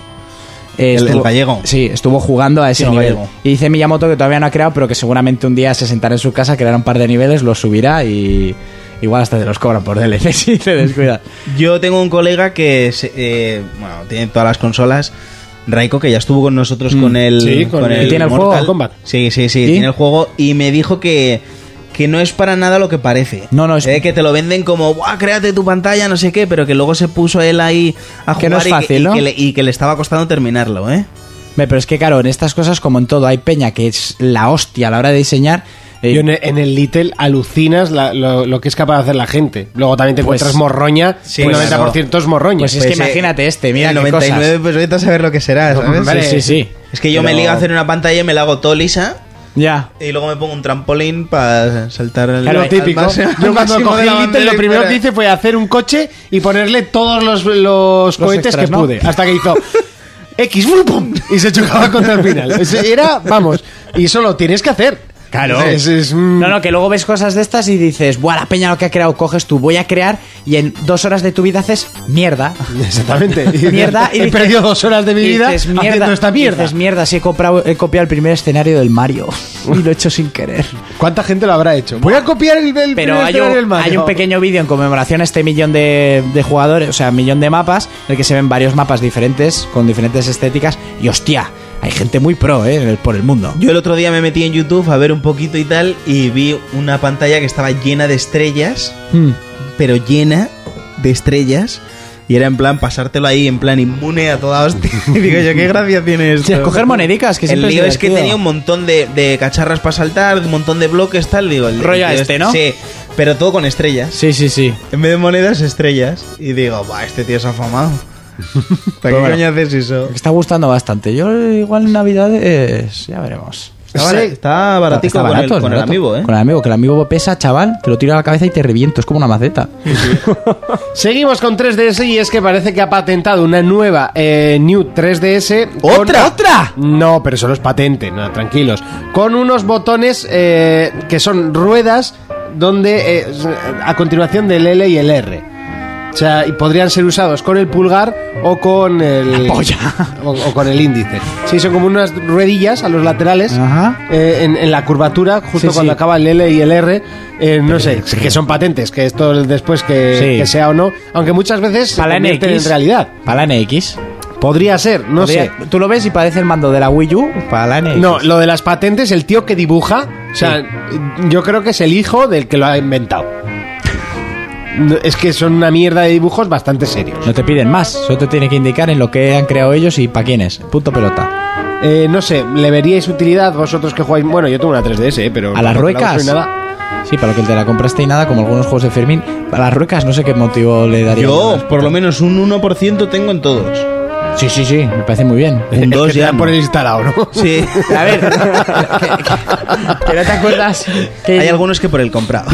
S4: Eh,
S5: El- el gallego.
S4: Sí, estuvo jugando a ese
S5: Chino
S4: nivel.
S5: gallego.
S4: Y dice Miyamoto que todavía no ha creado, pero que seguramente un día se sentará en su casa, creará un par de niveles, los subirá y, Igual hasta te los cobran por DLC si te descuidas.
S5: Yo tengo un colega que se- eh, bueno, tiene todas las consolas. Raiko, que ya estuvo con nosotros con el.
S2: Mm, sí, con el- ¿Tiene el juego, Kombat?
S5: Sí, sí,
S4: ¿Sí?
S5: sí, tiene el juego. Y me dijo que. Que no es para nada lo que parece.
S4: No, no, es-
S5: Eh, que te lo venden como, ¡buah, créate tu pantalla, no sé qué! Pero que luego se puso él ahí a jugar
S4: Que no es
S5: y
S4: fácil,
S5: y
S4: ¿no?
S5: que le, y que le estaba costando terminarlo, ¿eh?
S4: Hombre, Pero es que, claro, en estas cosas, como en todo, hay peña que es la hostia a la hora de diseñar. eh,
S2: Yo en el, en el Little alucinas la- lo, lo que es capaz de hacer la gente. Luego también te
S4: Pues-
S2: encuentras morroña.
S5: Sí,
S2: el
S5: claro.
S2: 90% es morroña.
S4: Pues es
S5: Pues,
S4: que
S5: eh,
S4: imagínate este, mira
S5: el
S4: qué
S5: 99,
S4: cosas.
S5: pues vete a saber lo que será, ¿sabes?
S2: Hombre,
S4: Sí, sí, sí.
S5: Es que yo me
S4: Pero-
S5: ligo a hacer una pantalla y me la hago todo lisa.
S4: Ya.
S5: Y luego me pongo un trampolín para saltar el
S2: lo típico. Yo cuando cogí el Little lo primero que hice fue hacer un coche y ponerle todos los, los cohetes
S4: extras,
S2: que
S4: ¿no?
S2: pude. Hasta que hizo X ¡bum, pum! y se chocaba contra el final. Ese Era, vamos, y eso lo tienes que hacer.
S4: Claro.
S2: Es- es, mm,
S4: No, no, que luego ves cosas de estas y dices, ¡buah, la peña lo que ha creado! Coges tú, voy a crear y en dos horas de tu vida haces mierda.
S2: Exactamente.
S4: Mierda, y
S2: He
S4: dices-
S2: perdido dos horas de mi
S4: Y
S2: vida
S4: dices,
S2: haciendo esta mierda.
S4: Dices, mierda, si he, comprado- he copiado el primer escenario del Mario y lo he hecho sin querer.
S2: ¿Cuánta gente lo habrá hecho? Voy a copiar el, el
S4: Pero
S2: primer
S4: hay
S2: escenario del
S4: un,
S2: Mario.
S4: hay un pequeño vídeo en conmemoración a este millón de, de jugadores, o sea, millón de mapas, en el que se ven varios mapas diferentes, con diferentes estéticas, y hostia, hay gente muy pro, ¿eh? en el- por el mundo.
S5: Yo el otro día me metí en YouTube a ver un poquito y tal y vi una pantalla que estaba llena de estrellas,
S4: Mm.
S5: pero llena de estrellas. Y era en plan pasártelo ahí, en plan inmune a toda hostia. Y digo yo, qué gracia tiene esto.
S4: Sí, coger monedicas, que
S5: El
S4: siempre es
S5: lío es, que
S4: divertido.
S5: tenía un montón de, de cacharras para saltar, un montón de bloques, tal. Digo, el
S4: Rollo
S5: el tío
S4: este, ¿no?
S5: Sí, pero todo con estrellas.
S4: Sí, sí, sí.
S5: En vez de monedas, estrellas. Y digo, va, este tío es afamado. ¿Para qué
S4: Pero bueno.
S5: coño haces eso?
S4: Me está gustando bastante. Yo eh, igual en Navidades ya veremos.
S5: Está, bara- está baratico
S4: Está
S5: con,
S4: barato,
S5: el,
S4: es
S5: con el
S4: barato.
S5: amigo, ¿eh?
S4: Con el amigo, que el amigo pesa, chaval, te lo tiro a la cabeza y te reviento, es como una maceta.
S2: Seguimos con 3DS y es que parece que ha patentado una nueva eh, New 3DS. con-
S4: ¿Otra? ¿Otra?
S2: No, pero solo es patente, nada, tranquilos. Con unos botones eh, que son ruedas donde eh, a continuación del L y el R. O sea, y podrían ser usados con el pulgar o con el.
S4: La polla.
S2: O, o con el índice. Sí, son como unas ruedillas a los laterales
S4: Ajá.
S2: eh, en, en la curvatura, justo
S4: Sí,
S2: cuando
S4: sí.
S2: acaba el L y el R. eh, no sé, que son patentes, que esto después que,
S4: Sí.
S2: que sea o no. Aunque muchas veces se
S4: Para la NX.
S2: convierten en realidad.
S4: Para la NX.
S2: Podría ser, no
S4: Podría-
S2: sé.
S4: Tú lo ves y parece el mando de la Wii U. Para la NX.
S2: No, lo de las patentes, el tío que dibuja, o sea, yo creo que es el hijo del que lo ha inventado. No, Es que son una mierda de dibujos bastante serios.
S4: No te piden más, solo te tiene que indicar en lo que han creado ellos y para quién es. Punto pelota.
S2: Eh, no sé, ¿le veríais utilidad vosotros que jugáis? Bueno, yo tengo una 3DS, eh, pero...
S4: ¿A las
S2: tampoco la uso
S4: ruecas?
S2: ni nada.
S4: Sí, para lo que te la compraste y nada, como algunos juegos de Fermín. Para las ruecas no sé qué motivo le daría.
S5: Yo, por lo menos, un 1% tengo en todos.
S4: Sí, sí, sí, me parece muy bien.
S5: Un
S2: Es que
S5: 2
S2: te
S5: ya.
S2: dan
S5: no.
S2: por el instalado, ¿no?
S5: Sí.
S4: A ver, que, que- que no te acuerdas que,
S5: Hay algunos que por el comprado.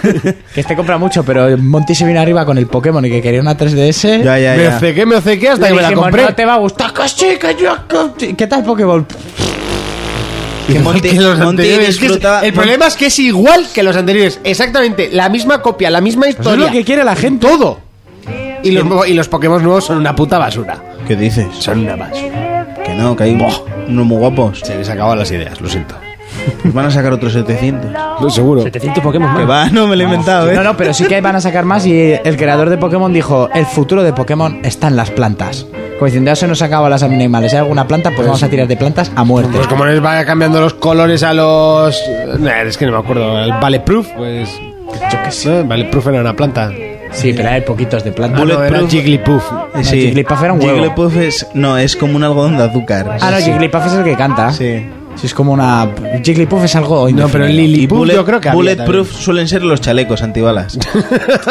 S4: que este compra mucho, pero Monty se vino arriba con el Pokémon y que quería una 3DS.
S5: ya, ya,
S2: Me
S5: ya.
S2: obcequé, me obcequé hasta
S4: Le
S2: que me la
S4: dijimos,
S2: compré.
S4: No te va a gustar, que sí, que yo- que- ¿Qué tal Pokémon?
S5: Que Monty-
S2: Que los
S5: Monty
S2: anteriores. Es que es-
S5: disfrutaba-
S2: el problema es que es igual que los anteriores. Exactamente, la misma copia, la misma
S4: Pues es
S2: historia.
S4: lo que quiere la gente. Todo.
S2: y, los, mo- y los Pokémon nuevos son una puta basura.
S5: ¿Qué dices?
S2: Son una basura.
S5: Que no, que hay unos muy guapos.
S2: Se les acaban las ideas, lo siento.
S5: Nos van a sacar otros 700.
S2: No, seguro.
S6: 700 Pokémon
S5: Que
S6: más.
S5: va, no me lo he inventado, ¿eh?
S4: No, no, pero sí que van a sacar más y el creador de Pokémon dijo, el futuro de Pokémon está en las plantas. Como diciendo, ya se nos acaban las animales, hay alguna planta, pues vamos a tirar de plantas a muerte.
S2: Pues como les vaya cambiando los colores a los. Nah, es que no me acuerdo. El Valeproof, pues. Yo qué sé. Valeproof era una planta.
S4: Sí, pero hay poquitos de
S2: Ah,
S4: plantas.
S2: no, era
S5: Bulletproof.
S2: Jigglypuff.
S5: Eh,
S4: No, Jigglypuff era un huevo.
S5: Jigglypuff es... No, es como un algodón de azúcar.
S4: Ah, no, Jigglypuff es el que canta.
S5: Sí.
S4: Si es como una... Jigglypuff es algo...
S2: No, pero el
S4: indefinido.
S5: Y
S2: Lillipuff
S5: bullet-
S2: yo creo que había
S5: Bulletproof suelen ser los chalecos antibalas.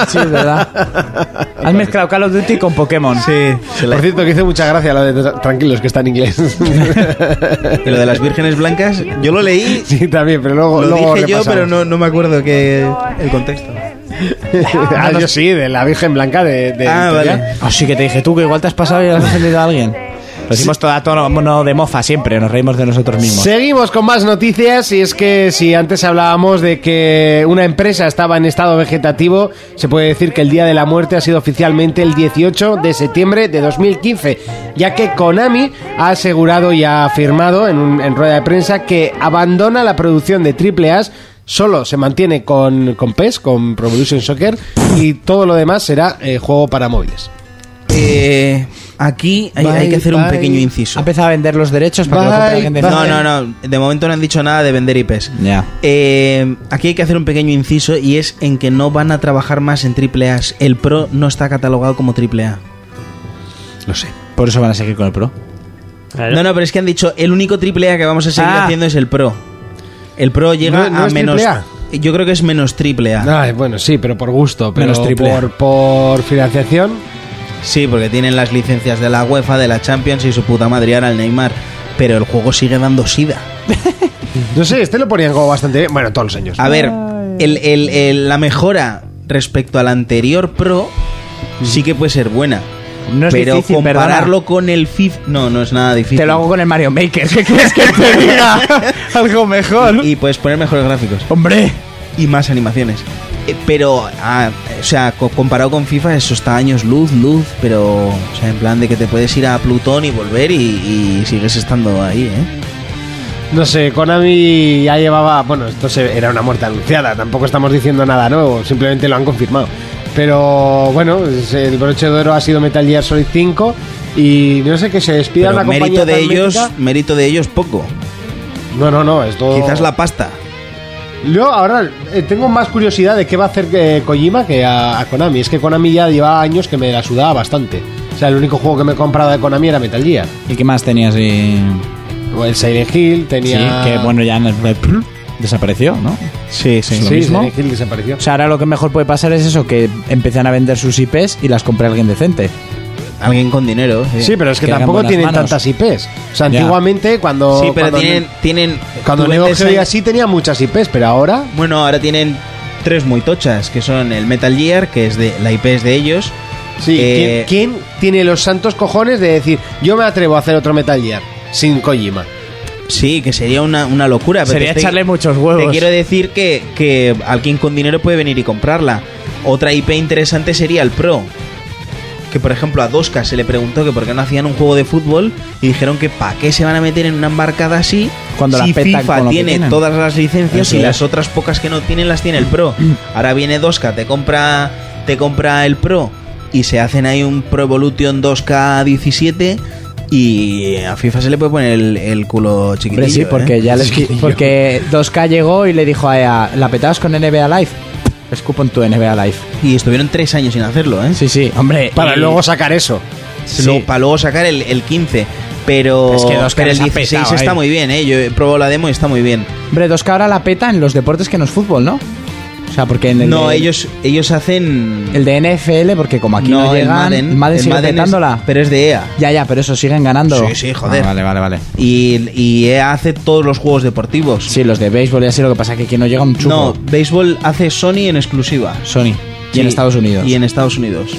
S4: Sí, es verdad. Has mezclado Call of Duty con Pokémon.
S5: sí. se
S2: Por
S5: la-
S2: cierto, que hice mucha gracia lo de tra- tranquilos que está en inglés.
S5: y lo de las vírgenes blancas, yo lo leí,
S2: sí, también, pero luego.
S5: lo
S2: luego
S5: dije yo,
S2: repasamos.
S5: pero no, no me acuerdo que el contexto.
S2: ah, yo sí, de la Virgen Blanca de. de
S5: Ah,
S2: de-
S5: vale.
S4: Así Pues que te dije tú que igual te has pasado y has ofendido a alguien. Lo decimos todo a tono de mofa siempre, nos reímos de nosotros mismos.
S2: Seguimos con más noticias y es que si antes hablábamos de que una empresa estaba en estado vegetativo, se puede decir que el día de la muerte ha sido oficialmente el 18 de septiembre de 2015, ya que Konami ha asegurado y ha afirmado en, un- en rueda de prensa que abandona la producción de triple A solo se mantiene con, con PES, con Pro Evolution Soccer, y todo lo demás será eh, juego para móviles.
S5: Eh, aquí hay, hay que hacer un
S4: Bye,
S5: pequeño
S4: bye.
S5: inciso.
S4: Ha empezado a vender los derechos para que lo compre
S2: Bye,
S4: alguien de
S5: No,
S4: fuera.
S5: no, no. De momento no han dicho nada de vender IPs.
S4: Ya.
S5: Eh, aquí hay que hacer un pequeño inciso y es en que no van a trabajar más en AAA. El Pro no está catalogado como AAA.
S4: Lo sé. Por eso van a seguir con el Pro.
S6: Claro.
S5: No, no, pero es que han dicho el único AAA que vamos a seguir
S4: Ah.
S5: haciendo es el Pro. El Pro
S2: ¿No-
S5: llega
S2: no
S5: a
S2: es
S5: menos.
S2: AAA?
S5: Yo creo que es menos AAA.
S2: Ah, bueno, sí, pero por gusto, pero
S4: Menos triple A.
S2: por, por financiación.
S5: Sí, porque tienen las licencias de la UEFA, de la Champions y su puta madre y ahora el Neymar. Pero el juego sigue dando sida.
S2: No sé, este lo ponían como bastante bien. Bueno, todos los años.
S5: A ver, el- el- el- la mejora respecto al anterior Pro sí que puede ser buena.
S4: No es
S5: pero
S4: difícil,
S5: compararlo con el FIFA... No, no es nada difícil.
S4: Te lo hago con el Mario Maker. ¿Qué quieres que te diga? Algo mejor.
S5: Y puedes poner mejores gráficos
S4: Hombre.
S5: y más animaciones. Eh, Pero, ah, o sea, co- comparado con FIFA, eso está años luz, luz, pero, o sea, en plan de que te puedes ir a Plutón y volver y, y sigues estando ahí, ¿eh?
S2: No sé, Konami ya llevaba. Bueno, esto se- era una muerte anunciada, tampoco estamos diciendo nada nuevo, simplemente lo han confirmado. Pero bueno, es- el broche de oro ha sido Metal Gear Solid 5 y no sé que se despida
S5: Pero
S2: una compañía
S5: mérito de
S2: tan
S5: ellos,
S2: mítica. Oh.
S5: mérito de ellos poco.
S2: No, no, no, es todo.
S5: Quizás la pasta.
S2: Yo ahora eh, tengo más curiosidad de qué va a hacer eh, Kojima que a, a Konami. Es que Konami ya llevaba años que me la sudaba bastante. O sea, el único juego que me he comprado de Konami era Metal Gear.
S4: ¿Y qué más tenías? Y...
S2: O El Silent Hill
S4: Sí,
S2: tenía.
S4: que bueno, ya en el- desapareció, ¿no? Sí, sí.
S2: Sí,
S4: Lo mismo.
S2: Silent Hill desapareció.
S4: O sea, ahora lo que mejor puede pasar es eso, que empiezan a vender sus IPs y las compre alguien decente.
S5: Alguien con dinero. Sí,
S2: Sí, pero es que,
S4: que hagan
S2: tampoco
S4: buenas
S2: tienen
S4: manos.
S2: tantas IPs. O sea,
S4: Ya.
S2: antiguamente cuando.
S5: Sí, pero
S2: cuando
S5: tienen, tienen...
S2: Cuando
S5: tú
S2: Neo
S5: vendes
S2: Geo y
S5: ahí-
S2: así tenía muchas IPs, pero ahora.
S5: Bueno, ahora tienen tres muy tochas, que son el Metal Gear, que es de la IP es de ellos.
S2: Sí,
S5: Eh,
S2: ¿quién, quién tiene los santos cojones de decir, yo me atrevo a hacer otro Metal Gear sin Kojima?
S5: Sí, que sería una, una locura. pero
S4: Sería
S5: te estoy-
S4: echarle muchos huevos.
S5: Te quiero decir que, que alguien con dinero puede venir y comprarla. Otra IP interesante sería el Pro. Que por ejemplo a Doska se le preguntó que por qué no hacían un juego de fútbol y dijeron que para qué se van a meter en una embarcada así
S4: Cuando la
S5: si
S4: petan
S5: FIFA
S4: con lo que
S5: tiene
S4: tienen.
S5: todas las licencias
S4: Eso
S5: y
S4: es.
S5: las otras pocas que no tienen las tiene el Pro. Ahora viene Doska, te compra te compra el Pro y se hacen ahí un Pro Evolution 2K17 y a FIFA se le puede poner el, el culo chiquitillo.
S4: Hombre, sí, porque
S5: ¿eh?
S4: ya les porque 2K llegó y le dijo a EA, ¿la petabas con NBA Live? Escupo en tu NBA Live.
S5: Y estuvieron tres años sin hacerlo, ¿eh?
S4: Sí, sí, hombre.
S2: Para
S4: y-
S2: luego sacar eso.
S4: sí.
S5: Luego- para luego sacar el, el 15. Pero,
S4: Es que dos
S5: pero el
S4: caras ha
S5: 16
S4: petado
S5: está
S4: ahí.
S5: muy bien, ¿eh? Yo he probado la demo y está muy bien.
S4: Hombre, 2K ahora la peta en los deportes que no es fútbol, ¿no? O sea, porque en el
S5: No,
S4: de-
S5: ellos, ellos hacen...
S4: el de NFL porque como aquí no,
S5: el
S4: llegan, Madden,
S5: el
S4: sigue
S5: Madden es-
S4: petándola.
S5: pero es de E EA.
S4: Ya, ya, pero eso siguen ganando.
S5: Sí, sí, joder.
S4: Ah, vale, vale, vale.
S5: Y, y EA hace todos los juegos deportivos.
S4: Sí, los de béisbol y así lo que pasa es que aquí no llega un
S5: no,
S4: chupo.
S5: béisbol hace Sony en exclusiva.
S4: Sony. Y en
S5: Sí,
S4: Estados Unidos.
S5: Y en Estados Unidos.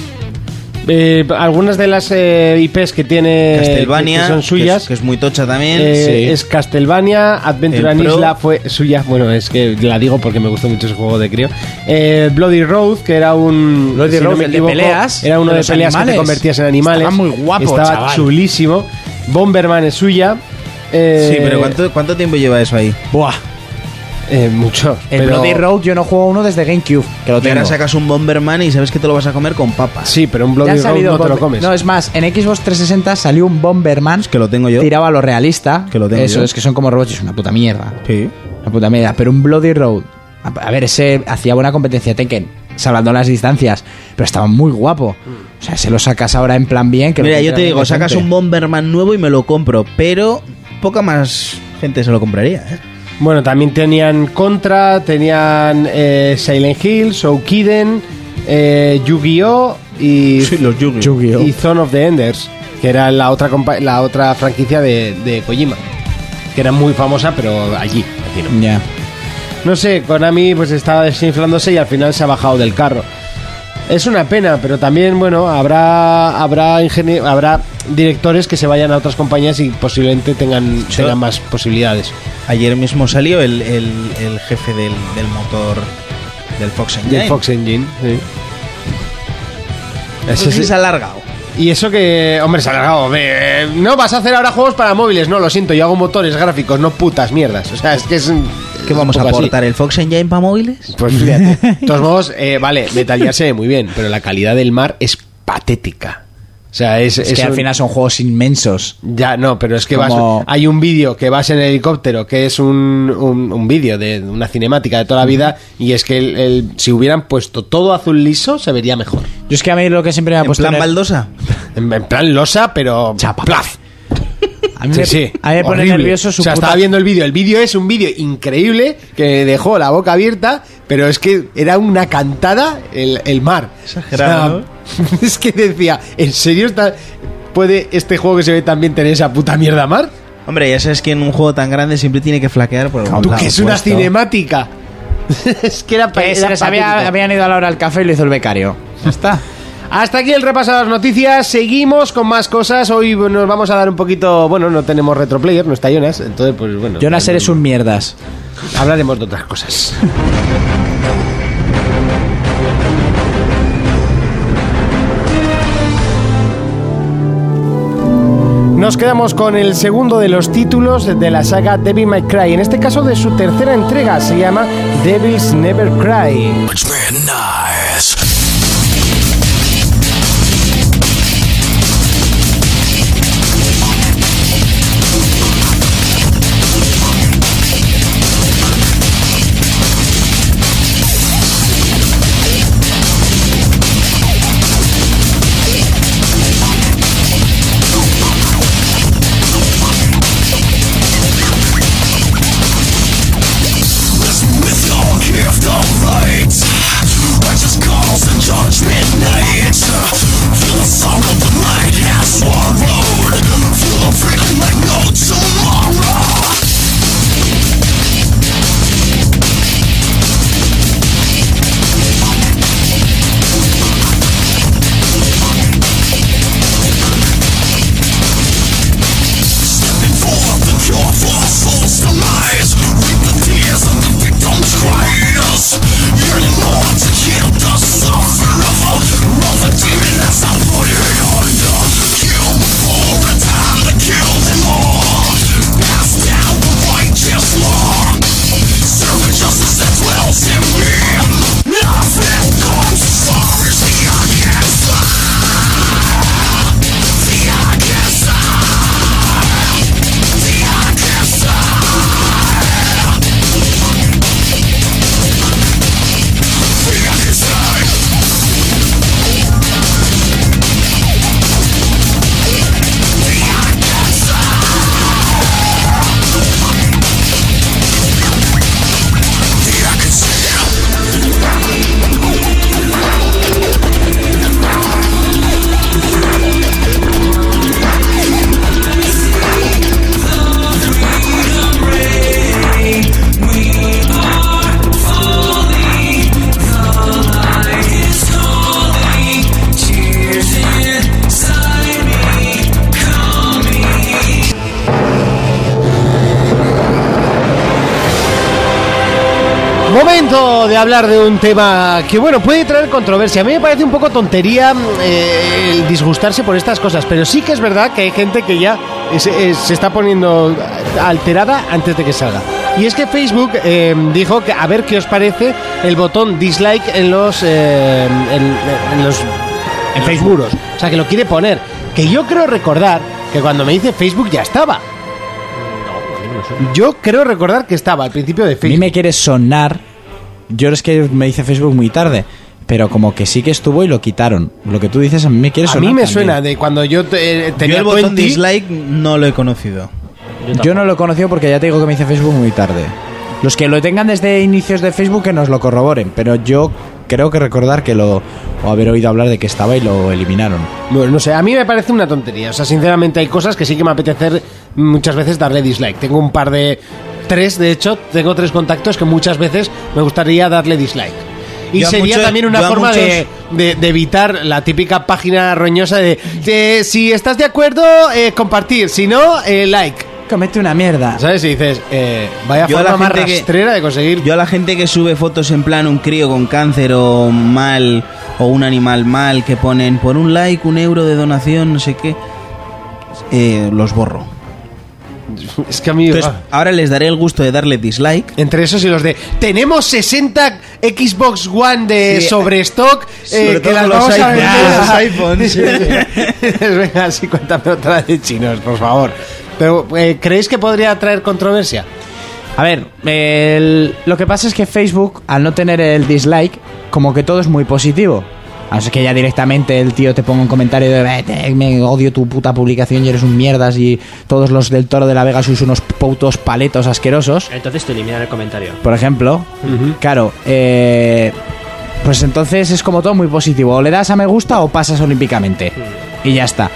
S2: Eh, algunas de las eh, IPs que tiene.
S5: Castlevania,
S2: que son
S5: es-
S2: suyas.
S5: que es muy tocha también.
S2: Eh,
S5: Sí.
S2: Es Castlevania, Adventure
S5: El
S2: and
S5: Pro.
S2: Isla fue suya. Bueno, es que la digo porque me gustó mucho ese juego de crío. Eh, Bloody Road, que era un.
S4: Bloody
S2: no
S4: Road,
S2: me
S4: el de
S2: equivoco,
S4: peleas,
S2: Era uno
S4: de
S2: de,
S4: los
S2: peleas que
S4: animales.
S2: te convertías en animales.
S4: Estaba muy guapo,
S2: Estaba
S4: chaval.
S2: chulísimo. Bomberman es suya. Eh,
S5: sí, pero ¿cuánto, ¿cuánto tiempo lleva eso ahí?
S4: Buah.
S2: eh, mucho.
S4: El
S2: pero-
S4: Bloody Road yo no juego uno desde GameCube, que lo
S5: Y
S4: tengo.
S5: ahora sacas un Bomberman y sabes que te lo vas a comer con papas.
S2: Sí, pero un
S4: Ya han
S2: Bloody Road
S4: salido
S2: no te lo
S4: Bomber-
S2: comes.
S4: No, es más, en Xbox 360 salió un Bomberman
S5: Es que lo tengo yo.
S4: tirado a lo realista.
S5: Que lo tengo
S4: Eso
S5: yo.
S4: es que son como robots, es una puta mierda.
S5: Sí.
S4: Una puta mierda. Pero un Bloody Road. A, a ver, ese hacía buena competencia a Tekken, salvando las distancias. Pero estaba muy guapo. O sea, se lo sacas ahora en plan bien. Que lo
S5: Mira, yo
S4: encuentras
S5: te digo,
S4: decente.
S5: sacas un Bomberman nuevo y me lo compro, pero poca más gente se lo compraría. ¿eh?
S2: Bueno, también tenían Contra, tenían eh, Silent Hill, Soukiden, eh, Yu-Gi-Oh! y,
S5: los Yugi.
S4: Yu-Gi-Oh.
S2: y Zone of the Enders, que era la otra, compa- la otra franquicia de, de Kojima, que era muy famosa, pero allí. aquí no.
S4: Ya.
S2: No sé, Konami pues estaba desinflándose y al final se ha bajado del carro. Es una pena, pero también, bueno, habrá habrá ingenie- habrá directores que se vayan a otras compañías y posiblemente tengan, tengan más posibilidades.
S5: Ayer mismo salió el, el, el jefe del, del motor del Fox Engine.
S2: Del Fox Engine, sí.
S5: No sé si se ha alargado.
S2: Y eso que, hombre, se ha alargado. hombre, eh, no vas a hacer ahora juegos para móviles, no, lo siento, yo hago motores gráficos, no putas mierdas. O sea, es que es,
S5: ¿Qué vamos a
S2: poco así.
S5: aportar? ¿El Fox Engine para móviles?
S2: Pues fíjate. De todos modos, eh, vale, Metal Gear se ve muy bien, pero la calidad del mar es patética. O sea, es,
S4: Es,
S2: es
S4: que al
S2: un-
S4: final son juegos inmensos.
S2: Ya, no, pero es que
S4: Como-
S2: vas. Hay un vídeo que vas en el helicóptero, que es un, un, un vídeo de una cinemática de toda la vida, y es que el- el- si hubieran puesto todo azul liso, se vería mejor.
S4: Yo es que a mí lo que siempre me ha
S5: ¿En
S4: puesto.
S5: plan
S4: ner-
S5: baldosa?
S2: En, en plan losa, pero. ¡Plaf!
S4: a mí
S2: Sí,
S4: me,
S2: sí.
S4: a mí me pone
S2: horrible.
S4: nervioso su
S2: O sea,
S4: puta-
S2: estaba viendo el vídeo. El vídeo es un vídeo increíble que dejó la boca abierta, pero es que era una cantada el, el mar.
S5: Exagerado,
S2: Es que decía, ¿en serio está- puede este juego que se ve tan bien tener esa puta mierda mar?
S5: Hombre, ya sabes que en un juego tan grande siempre tiene que flaquear por algún
S2: Tú
S5: lado,
S2: que es una
S5: puesto.
S2: cinemática. es que era, pa-
S4: Que se
S2: era
S4: les había,
S2: patético.
S4: habían ido a la hora al café y lo hizo el becario. Ya está.
S2: Hasta aquí el repaso de las noticias. Seguimos con más cosas. Hoy nos vamos a dar un poquito. Bueno, no tenemos retroplayer, no está Jonas. Entonces, pues bueno.
S4: Jonas, eres un mierdas.
S2: Hablaremos de otras cosas. Nos quedamos con el segundo de los títulos de la saga Devil May Cry, en este caso de su tercera entrega, se llama Devil's Never Cry. Momento de hablar de un tema que, bueno, puede traer controversia. A mí me parece un poco tontería mm, eh, el disgustarse por estas cosas, pero sí que es verdad que hay gente que ya es- es- se está poniendo alterada antes de que salga. Y es que Facebook eh, dijo que a ver qué os parece el botón dislike en los, eh, en- en los en Facebook. muros. O sea, que lo quiere poner. Que yo creo recordar que cuando me dice Facebook ya estaba. Yo creo recordar que estaba al principio de
S4: A mí
S2: Facebook.
S4: me quiere sonar. Yo es que me dice Facebook muy tarde. Pero como que sí que estuvo y lo quitaron. Lo que tú dices a mí me quiere
S2: A
S4: sonar.
S2: mí me
S4: también.
S2: suena de cuando yo eh,
S5: Yo
S2: tenía
S5: el botón
S2: 20.
S5: dislike no lo he conocido.
S4: Yo no lo he conocido porque ya te digo que me dice Facebook muy tarde. Los que lo tengan desde inicios de Facebook que nos lo corroboren. Pero yo creo que recordar que lo. O haber oído hablar de que estaba y lo eliminaron.
S2: Bueno, no sé, a mí me parece una tontería. O sea, sinceramente hay cosas que sí que me apetece muchas veces darle dislike. Tengo un par de... Tres, de hecho, tengo tres contactos que muchas veces me gustaría darle dislike. Y
S5: Yo a
S2: sería
S5: muchos-
S2: también una
S5: yo a
S2: forma de, de- de evitar la típica página roñosa de, de, si estás de acuerdo, eh, compartir, si no, eh, like.
S4: Comete una mierda.
S2: ¿Sabes? Y dices, eh, vaya
S5: Yo a la
S2: forma más
S5: gente que-
S2: rastrera de conseguir
S5: Yo a la gente que sube fotos en plan un crío con cáncer o mal o un animal mal que ponen por un like, un euro de donación, no sé qué, eh, los borro.
S2: Es que a mí. ah.
S5: Entonces, ahora les daré el gusto de darle dislike.
S2: Entre esos y los de tenemos 60 Xbox One de
S5: Sí.
S2: sobrestock
S5: Sobre
S2: eh, que
S5: todo
S2: las
S5: con los
S2: vamos a
S5: iPhones.
S2: vender. Venga, sí, cuéntame otra de chinos, por favor. Pero eh, ¿creéis que podría traer controversia?
S4: A ver, el- lo que pasa es que Facebook, al no tener el dislike, como que todo es muy positivo. A no ser que ya directamente el tío te ponga un comentario de "Vete, me odio tu puta publicación y eres un mierdas y todos los del Toro de la Vega sois unos putos paletos asquerosos.
S6: Entonces te eliminan el comentario.
S4: por ejemplo. Claro, eh, pues entonces es como todo muy positivo. O le das a me gusta o pasas olímpicamente. Y ya está.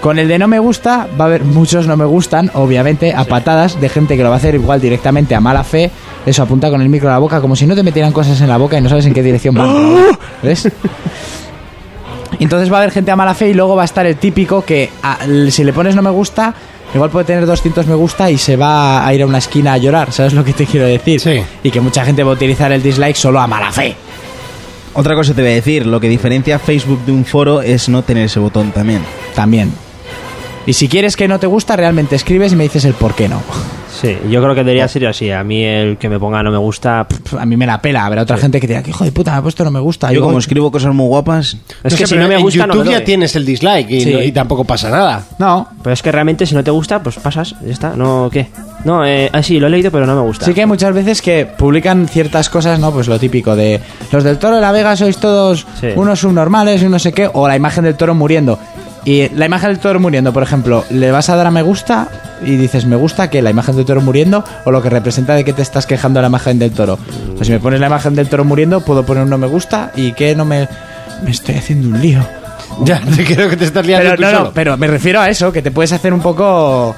S4: Con el de no me gusta, va a haber muchos no me gustan, obviamente, a patadas de gente que lo va a hacer igual directamente a mala fe. Eso apunta con el micro a la boca, como si no te metieran cosas en la boca y no sabes en qué dirección van. ¿Ves? Entonces va a haber gente a mala fe y luego va a estar el típico que a- l- si le pones no me gusta, igual puede tener 200 me gusta y se va a ir a una esquina a llorar, ¿sabes lo que te quiero decir?
S2: Sí.
S4: Y que mucha gente va a utilizar el dislike solo a mala fe.
S5: Otra cosa te voy a decir, lo que diferencia a Facebook de un foro es no tener ese botón también.
S4: También. Y si quieres que no te gusta, realmente escribes y me dices el por qué no.
S6: Sí, yo creo que debería ser así. A mí el que me ponga no me gusta. pff,
S4: A mí me la pela, habrá otra gente que diga, que hijo de puta, me ha puesto no me gusta. Yo-
S5: Yo como escribo cosas muy guapas,
S6: Es
S2: sé,
S6: que si
S2: pero
S6: no me
S2: en
S6: gusta, no
S2: YouTube
S6: lo
S2: ya
S6: doy.
S2: tienes el dislike y,
S4: Sí.
S2: no- y tampoco pasa nada.
S4: No.
S6: Pero es que realmente si no te gusta, pues pasas, ya está. No, ¿qué? No, eh, ah, sí, lo he leído, pero no me gusta.
S4: Sí que hay muchas veces que publican ciertas cosas, ¿no? Pues lo típico de los del toro de la Vega sois todos
S6: Sí.
S4: unos subnormales y un no sé qué, o la imagen del toro muriendo. Y la imagen del toro muriendo, por ejemplo, le vas a dar a me gusta y dices me gusta que la imagen del toro muriendo o lo que representa de que te estás quejando de la imagen del toro. O sea, si me pones la imagen del toro muriendo, puedo poner un no me gusta y que no me. Me estoy haciendo un lío.
S2: Ya, te creo que te estás liando
S4: Pero,
S2: tú
S4: no, no,
S2: solo.
S4: pero me refiero a eso, que te puedes hacer un poco.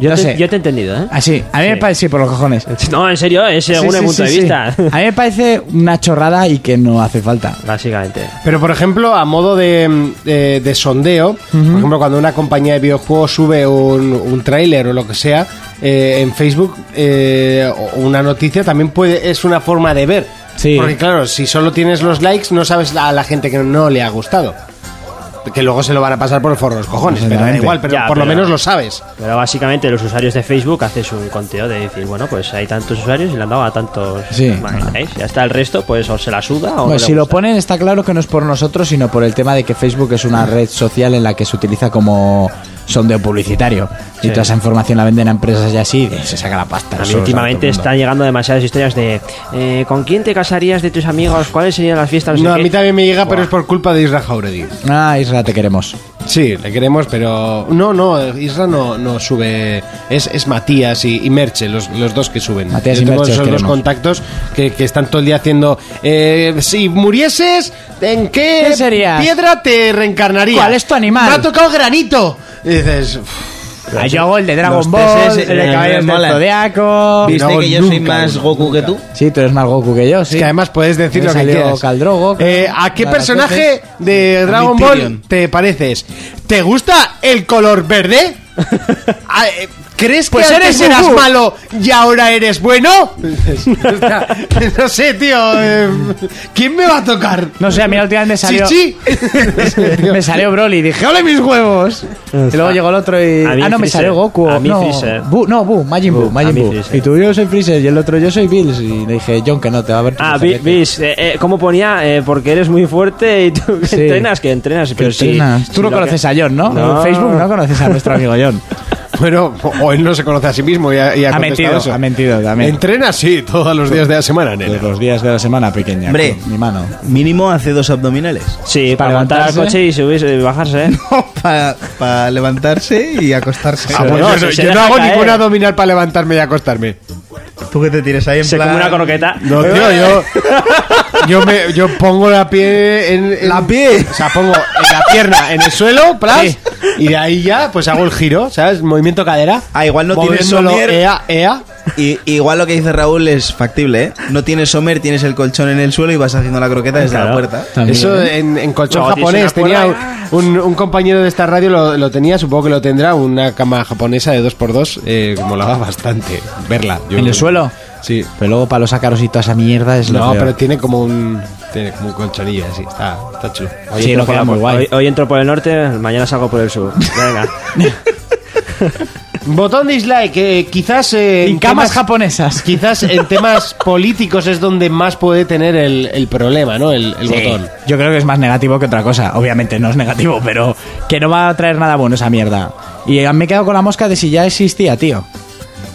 S4: Yo
S6: yo,
S4: no
S6: te,
S4: sé.
S6: yo te he entendido, ¿eh?
S4: Así, a mí me
S6: Sí.
S4: parece sí, por los cojones.
S6: No, en serio, es según
S4: Sí,
S6: el
S4: sí,
S6: punto
S4: sí,
S6: de
S4: sí.
S6: vista.
S4: A mí me parece una chorrada y que no hace falta.
S6: Básicamente.
S2: Pero por ejemplo, a modo de, mm, de- de sondeo, por ejemplo, cuando una compañía de videojuegos sube un, un tráiler o lo que sea eh, en Facebook eh, o una noticia, también puede es una forma de ver.
S4: Sí.
S2: Porque claro, si solo tienes los likes, no sabes a la gente que no le ha gustado. Que luego se lo van a pasar por el forro de los cojones, pero da
S4: Exactamente.
S2: igual, pero
S6: Ya,
S2: por lo
S6: pero-
S2: menos lo sabes.
S6: Pero básicamente los usuarios de Facebook haces un conteo de decir, bueno, pues hay tantos usuarios y le han dado a tantos.
S4: Sí.
S6: Bueno, ¿veis? Ya está el resto, pues o se la suda o no
S4: Bueno,
S6: le
S4: si lo
S6: gusta.
S4: ponen está claro que no es por nosotros, sino por el tema de que Facebook es una red social en la que se utiliza como sondeo publicitario. Y
S6: Sí.
S4: toda esa información la venden a empresas y así, y se saca la pasta.
S6: A mí
S4: Eso lo
S6: últimamente
S4: sabe todo
S6: están
S4: el mundo.
S6: llegando demasiadas historias de eh, ¿con quién te casarías de tus amigos? ¿Cuáles serían las fiestas? sé
S2: No, a
S6: qué.
S2: mí también me llega, pero es por culpa de Isra Jauregui.
S4: Ah, Isra, te queremos.
S2: Sí, le queremos, pero. No, no, Isra no, no sube. Es, es Matías y, y Merche, los, los dos que suben.
S4: Matías
S2: Yo
S4: y
S2: tengo
S4: Merche os
S2: Son los
S4: queremos.
S2: contactos que, que están todo el día haciendo. eh, si murieses, ¿en qué,
S4: ¿Qué serías?
S2: piedra te reencarnarías?
S4: ¿Cuál es tu animal?
S2: Me ha tocado granito. Y dices. "Uf,
S4: Ah, yo hago el de Dragon
S5: los
S4: Ball,
S5: TSS,
S4: el de
S5: eh,
S4: Caballeros del
S5: molan.
S4: Zodiaco.
S5: ¿viste
S2: no,
S5: que yo soy
S2: nunca,
S5: más
S2: nunca.
S5: Goku que tú?
S4: Sí, tú eres más Goku que yo, sí.
S2: Es que además puedes decir
S4: Me
S2: lo que
S4: salió
S2: quieras.
S4: Khal Drogo,
S2: Eh, ¿A qué
S4: Mara
S2: personaje
S4: Torres.
S2: de Dragon
S5: Hyperion.
S2: Ball te pareces? ¿Te gusta el color verde? Ah, eh, ¿Crees que
S4: Pues
S2: antes
S4: eres
S2: eras
S4: Goku.
S2: malo y ahora eres bueno? O sea, no sé, tío. eh, ¿Quién me va a tocar?
S4: No sé, a mí la última vez me salió...
S2: ¿Chichi?
S4: me salió Broly y dije, ¡ole mis huevos! Y luego llegó el otro y.
S6: A mí
S4: Ah, no, me
S6: Freezer.
S4: salió Goku.
S6: A mí
S4: no,
S6: Freezer.
S4: Bu, no, Bu, Majin Bu,
S6: Bu, a
S4: Majin
S6: mí
S4: Bu.
S6: Freezer.
S4: Y tú, yo soy Freezer y el otro, yo soy Bills. Y le dije, John, que no, te va a ver. tu
S6: Ah,
S4: mozalbete".
S6: vis, ¿cómo ponía? Eh, porque eres muy fuerte y tú que
S4: Sí.
S6: entrenas, que entrenas, pero sí.
S4: Entrenas. Tú no conoces a John, ¿no? En Facebook no conoces a nuestro amigo John.
S2: Bueno, o- o él no se conoce a sí mismo y ha, y ha
S4: Ha
S2: contestado
S4: mentido,
S2: eso.
S4: ha mentido también.
S2: Entrena, sí, todos los días de la semana, nena.
S4: Todos los días de la semana pequeña.
S5: Hombre.
S4: con Mi mano.
S5: Mínimo hace dos abdominales.
S6: Sí,
S4: Para
S6: para, montar al
S4: levantarse.
S6: coche y subirse y bajarse. ¿eh?
S5: Para levantarse y acostarse.
S2: Ah, bueno,
S6: no,
S2: yo, no-
S6: se
S2: yo no
S6: deja
S2: hago
S6: caer.
S2: ninguna abdominal para levantarme y acostarme.
S5: Tú que te tires ahí en
S6: Se
S5: plan-
S6: come una croqueta.
S2: No, tío, yo. Yo, me, yo pongo la pie en, La pie. O sea, pongo en la pierna en el suelo, plas, y de ahí ya, pues hago el giro, ¿sabes? Movimiento cadera.
S5: Ah, igual no tienes
S2: Moviéndolo,
S5: somier.
S2: Ea, ea.
S5: Y, igual lo que dice Raúl es factible, ¿eh? No tienes somer, tienes el colchón en el suelo y vas haciendo la croqueta desde
S6: Claro.
S5: la puerta.
S4: También.
S2: Eso en, en colchón
S6: Luego
S2: japonés.
S6: tienes una
S2: Tenía
S6: cuerda
S2: un, un compañero de esta radio, lo, lo tenía, supongo que lo tendrá, una cama japonesa de 2x2. Eh, molaba bastante verla. Yo-
S4: ¿En el suelo?
S2: Sí.
S4: Pero luego para los ácaros y toda esa mierda es lo
S2: No,
S4: peor.
S2: pero tiene como un. Tiene como un colchonillo así. Está, está chulo.
S4: Sí,
S6: entro
S4: lo
S6: por
S4: queda
S6: la-
S4: muy guay.
S6: Hoy, hoy entro por el norte, mañana salgo por el sur. Venga.
S2: Botón dislike, eh, quizás... eh,
S4: Y
S2: en
S4: camas
S2: temas-
S4: japonesas.
S2: Quizás en temas políticos es donde más puede tener el, el problema, ¿no? El, el
S4: Sí.
S2: botón.
S4: Yo creo que es más negativo que otra cosa. Obviamente no es negativo, pero que no va a traer nada bueno esa mierda. Y me he quedado con la mosca de si ya existía, tío.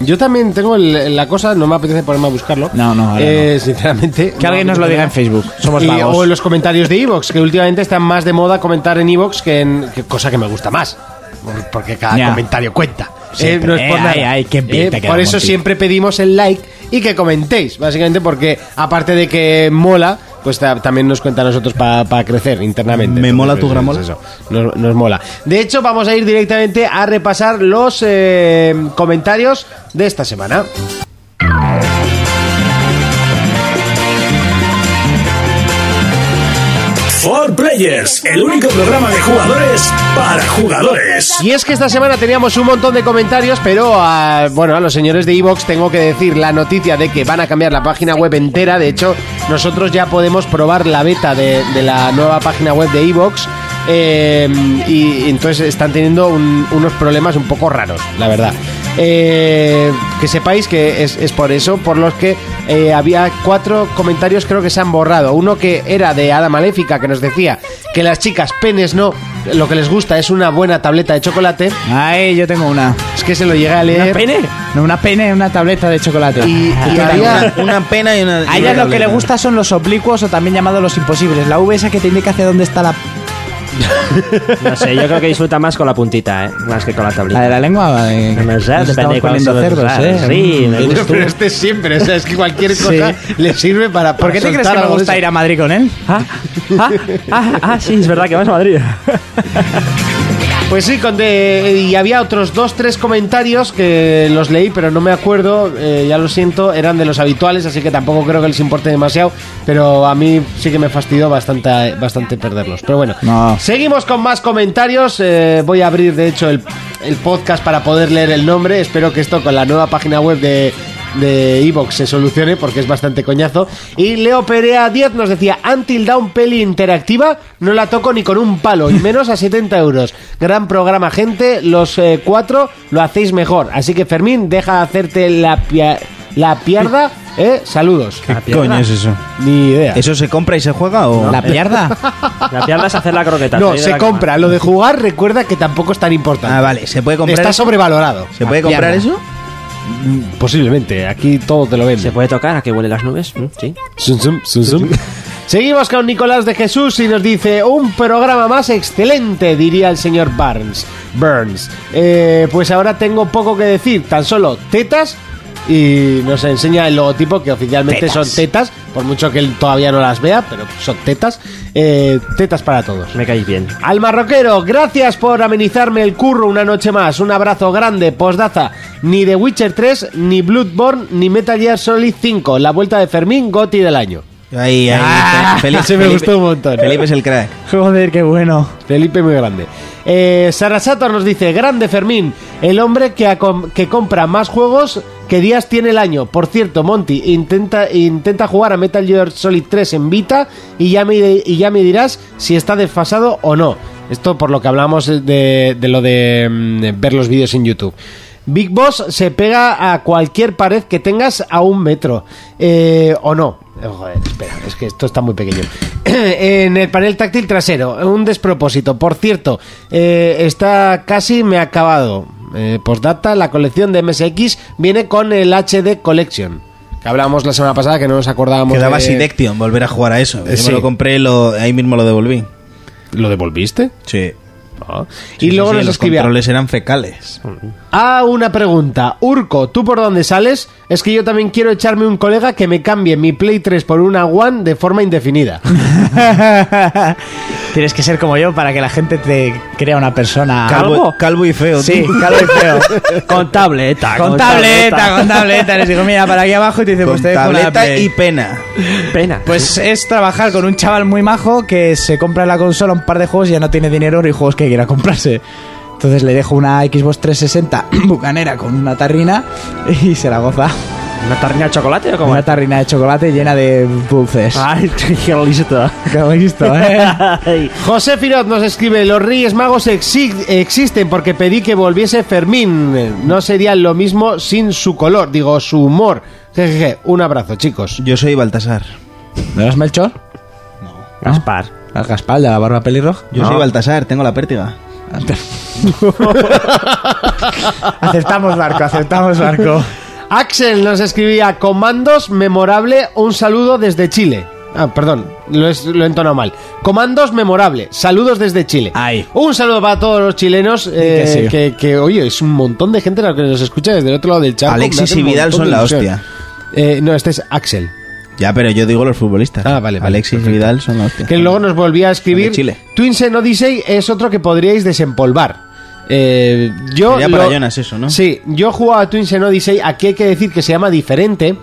S2: Yo también tengo el- la cosa, no me apetece ponerme a buscarlo.
S4: No, no, ahora
S2: Eh, Sinceramente.
S4: Que alguien nos lo diga en Facebook. Somos
S2: Y-
S4: vagos.
S2: o en los comentarios de Evox, que últimamente están más de moda comentar en Evox que en. que- cosa que me gusta más. por- Porque cada
S4: Ya.
S2: comentario cuenta.
S4: Siempre. Eh, ay, ay, qué bien te queda,
S2: por eso
S4: Monty.
S2: siempre pedimos el like y que comentéis, básicamente porque aparte de que mola, pues ta- también nos cuenta a nosotros para crecer internamente.
S5: Me mola tu
S2: Entonces,
S5: gramola.
S2: es eso. Nos, nos mola. De hecho, vamos a ir directamente a repasar los eh, comentarios de esta semana.
S1: For Players, el único programa de jugadores para jugadores.
S2: Y es que esta semana teníamos un montón de comentarios, pero a, bueno, a los señores de Evox tengo que decir la noticia de que van a cambiar la página web entera. De hecho, nosotros ya podemos probar la beta de, de la nueva página web de Evox. eh, y entonces están teniendo un- unos problemas un poco raros, la verdad. Eh, que sepáis que es, es por eso, por los que eh, había cuatro comentarios creo que se han borrado. Uno que era de Ada Maléfica, que nos decía que las chicas penes no, lo que les gusta es una buena tableta de chocolate.
S4: Ay, yo tengo una.
S2: Es que se lo llegué a
S4: ¿Una
S2: leer.
S4: pene? No, una pene, una tableta de chocolate.
S2: Y- y había-
S5: Una pena y una.
S4: A ella lo que le gusta son los oblicuos o también llamados los imposibles. La V esa que te indica hacia dónde está la...
S6: No sé, yo creo que disfruta más con la puntita, ¿eh? Más que con
S4: ¿La
S6: la
S4: de
S6: tablita.
S4: la lengua? eh,
S6: No me sé,
S4: nos
S6: depende de
S4: estamos
S6: cuál
S4: poniendo
S6: se lo
S4: cerdos,
S6: usas.
S4: ¿eh?
S6: Sí, me
S2: Pero,
S6: gusta.
S2: pero este siempre, o sea, es que cualquier
S4: Sí.
S2: cosa le sirve para.
S4: ¿Por qué te crees que me gusta ir a Madrid con él?
S6: Ah, ah, ah, ah, sí, es verdad que vas a Madrid.
S2: Pues sí, con de- y había otros dos, tres comentarios que los leí, pero no me acuerdo, eh, ya lo siento, eran de los habituales, así que tampoco creo que les importe demasiado, pero a mí sí que me fastidió bastante, bastante perderlos. Pero bueno,
S4: No.
S2: seguimos con más comentarios, eh, voy a abrir de hecho el, el podcast para poder leer el nombre, espero que esto con la nueva página web de de Evox se solucione porque es bastante coñazo y Leo Perea 10 nos decía Until Down peli interactiva no la toco ni con un palo y menos a 70 euros gran programa gente los eh, cuatro lo hacéis mejor así que Fermín deja de hacerte la, pia- la pierda eh, saludos
S5: ¿Qué coño es eso?
S2: ni idea
S5: ¿Eso se compra y se juega o.?
S4: ¿La pierda?
S6: La pierna es hacer la croqueta.
S2: no
S6: salir de
S2: se
S6: la
S2: compra lo de jugar recuerda que tampoco es tan importante
S5: Ah, vale, se puede comprar.
S2: está sobrevalorado
S5: ¿Se puede comprar eso?
S2: posiblemente aquí todo te lo
S6: cama.
S2: vende
S6: ¿Se puede tocar a que huele las nubes? Mm, Sí.
S2: Seguimos con Nicolás de Jesús y nos dice un programa más excelente, diría el señor Burns. Burns. Eh, pues ahora tengo poco que decir, tan solo tetas y nos enseña el logotipo que oficialmente son tetas, por mucho que él todavía no las vea, pero son tetas. Eh, tetas para todos.
S6: Me caís bien.
S2: Al marroquero, gracias por amenizarme el curro una noche más. Un abrazo grande, posdaza. Ni The Witcher 3, ni Bloodborne, ni Metal Gear Solid 5. La vuelta de Fermín, Goti del año.
S5: Ahí, ahí.
S4: Ah.
S5: Felipe,
S2: ese me
S5: Felipe-
S2: gustó un montón.
S5: Felipe es el crack.
S4: Joder, qué bueno.
S2: Felipe muy grande. Eh, Sara Sator nos dice, grande Fermín, el hombre que, acom- que compra más juegos que días tiene el año. Por cierto, Monty, intenta, intenta jugar a Metal Gear Solid 3 en Vita y ya me, y ya me dirás si está desfasado o no. Esto por lo que hablamos de, de lo de mm, ver los vídeos en YouTube. Big Boss se pega a cualquier pared que tengas a un metro. Eh, o no. Eh, Joder, espera, es que esto está muy pequeño. en el panel táctil trasero, un despropósito. Por cierto, eh, está casi me acabado. Eh, postdata, la colección de MSX viene con el HD Collection. Que hablábamos la semana pasada que no nos acordábamos.
S5: Quedaba
S2: de-
S5: así Dection, volver a jugar a eso. Yo
S2: Sí.
S5: me lo compré, lo, ahí mismo lo devolví.
S2: ¿Lo devolviste?
S5: Sí. Ah.
S2: y luego nos
S5: los
S2: escribía.
S5: controles eran fecales.
S2: Ah, una pregunta. Urco, ¿tú por dónde sales? Es que yo también quiero echarme un colega que me cambie mi Play 3 por una One de forma indefinida.
S4: Tienes que ser como yo para que la gente te crea una persona.
S5: Calvo, calvo y feo.
S4: Sí,
S5: tú.
S4: calvo y feo.
S6: Con tableta.
S4: Con tableta, con tableta. Les digo, mira, para aquí abajo y te dice,
S5: Con
S4: pues te dejo una
S5: tableta
S4: Play.
S5: y pena.
S6: Pena.
S4: Pues es trabajar con un chaval muy majo que se compra en la consola un par de juegos y ya no tiene dinero ni juegos que quiera comprarse. Entonces le dejo una Xbox 360 bucanera con una tarrina y se la goza.
S6: ¿Una tarrina de chocolate o cómo?
S4: Una tarrina de chocolate llena de dulces.
S5: Ah.
S6: Ay, qué listo.
S4: Qué listo, ¿eh?
S6: Ay.
S2: José Firot nos escribe, los Reyes Magos exi- existen porque pedí que volviese Fermín. No sería lo mismo sin su color, digo, su humor. Jejeje, un abrazo, chicos.
S5: Yo soy Baltasar.
S4: ¿No eras Melchor?
S6: Gaspar.
S4: ¿Al Gaspar de la barba pelirroja?
S5: Yo soy Baltasar, tengo la pértiga.
S4: aceptamos barco, aceptamos barco.
S2: Axel nos escribía, comandos memorable, un saludo desde Chile. Ah, perdón, lo, es- lo he entonado mal. Comandos memorable, saludos desde Chile.
S4: Ahí.
S2: Un saludo para todos los chilenos, eh,
S4: sí.
S2: que, que, oye, es un montón de gente la que nos escucha desde el otro lado del chat.
S5: Alexis
S2: Me hace
S5: y
S2: un
S5: Vidal
S2: montón
S5: son
S2: de
S5: la
S2: ilusión.
S5: hostia.
S2: Eh, no, este es Axel.
S5: Ya, pero yo digo los futbolistas.
S2: Ah, vale, vale,
S5: Alexis
S2: perfecto.
S5: Vidal son la hostia.
S2: Que luego nos volvía a escribir.
S5: De Chile.
S2: Twins en Odyssey es otro que podríais desempolvar. Eh, yo
S5: Sería para Jonas eso, ¿no?
S2: Sí, yo jugaba a Twins en Odyssey. Aquí hay que decir que se llama diferente.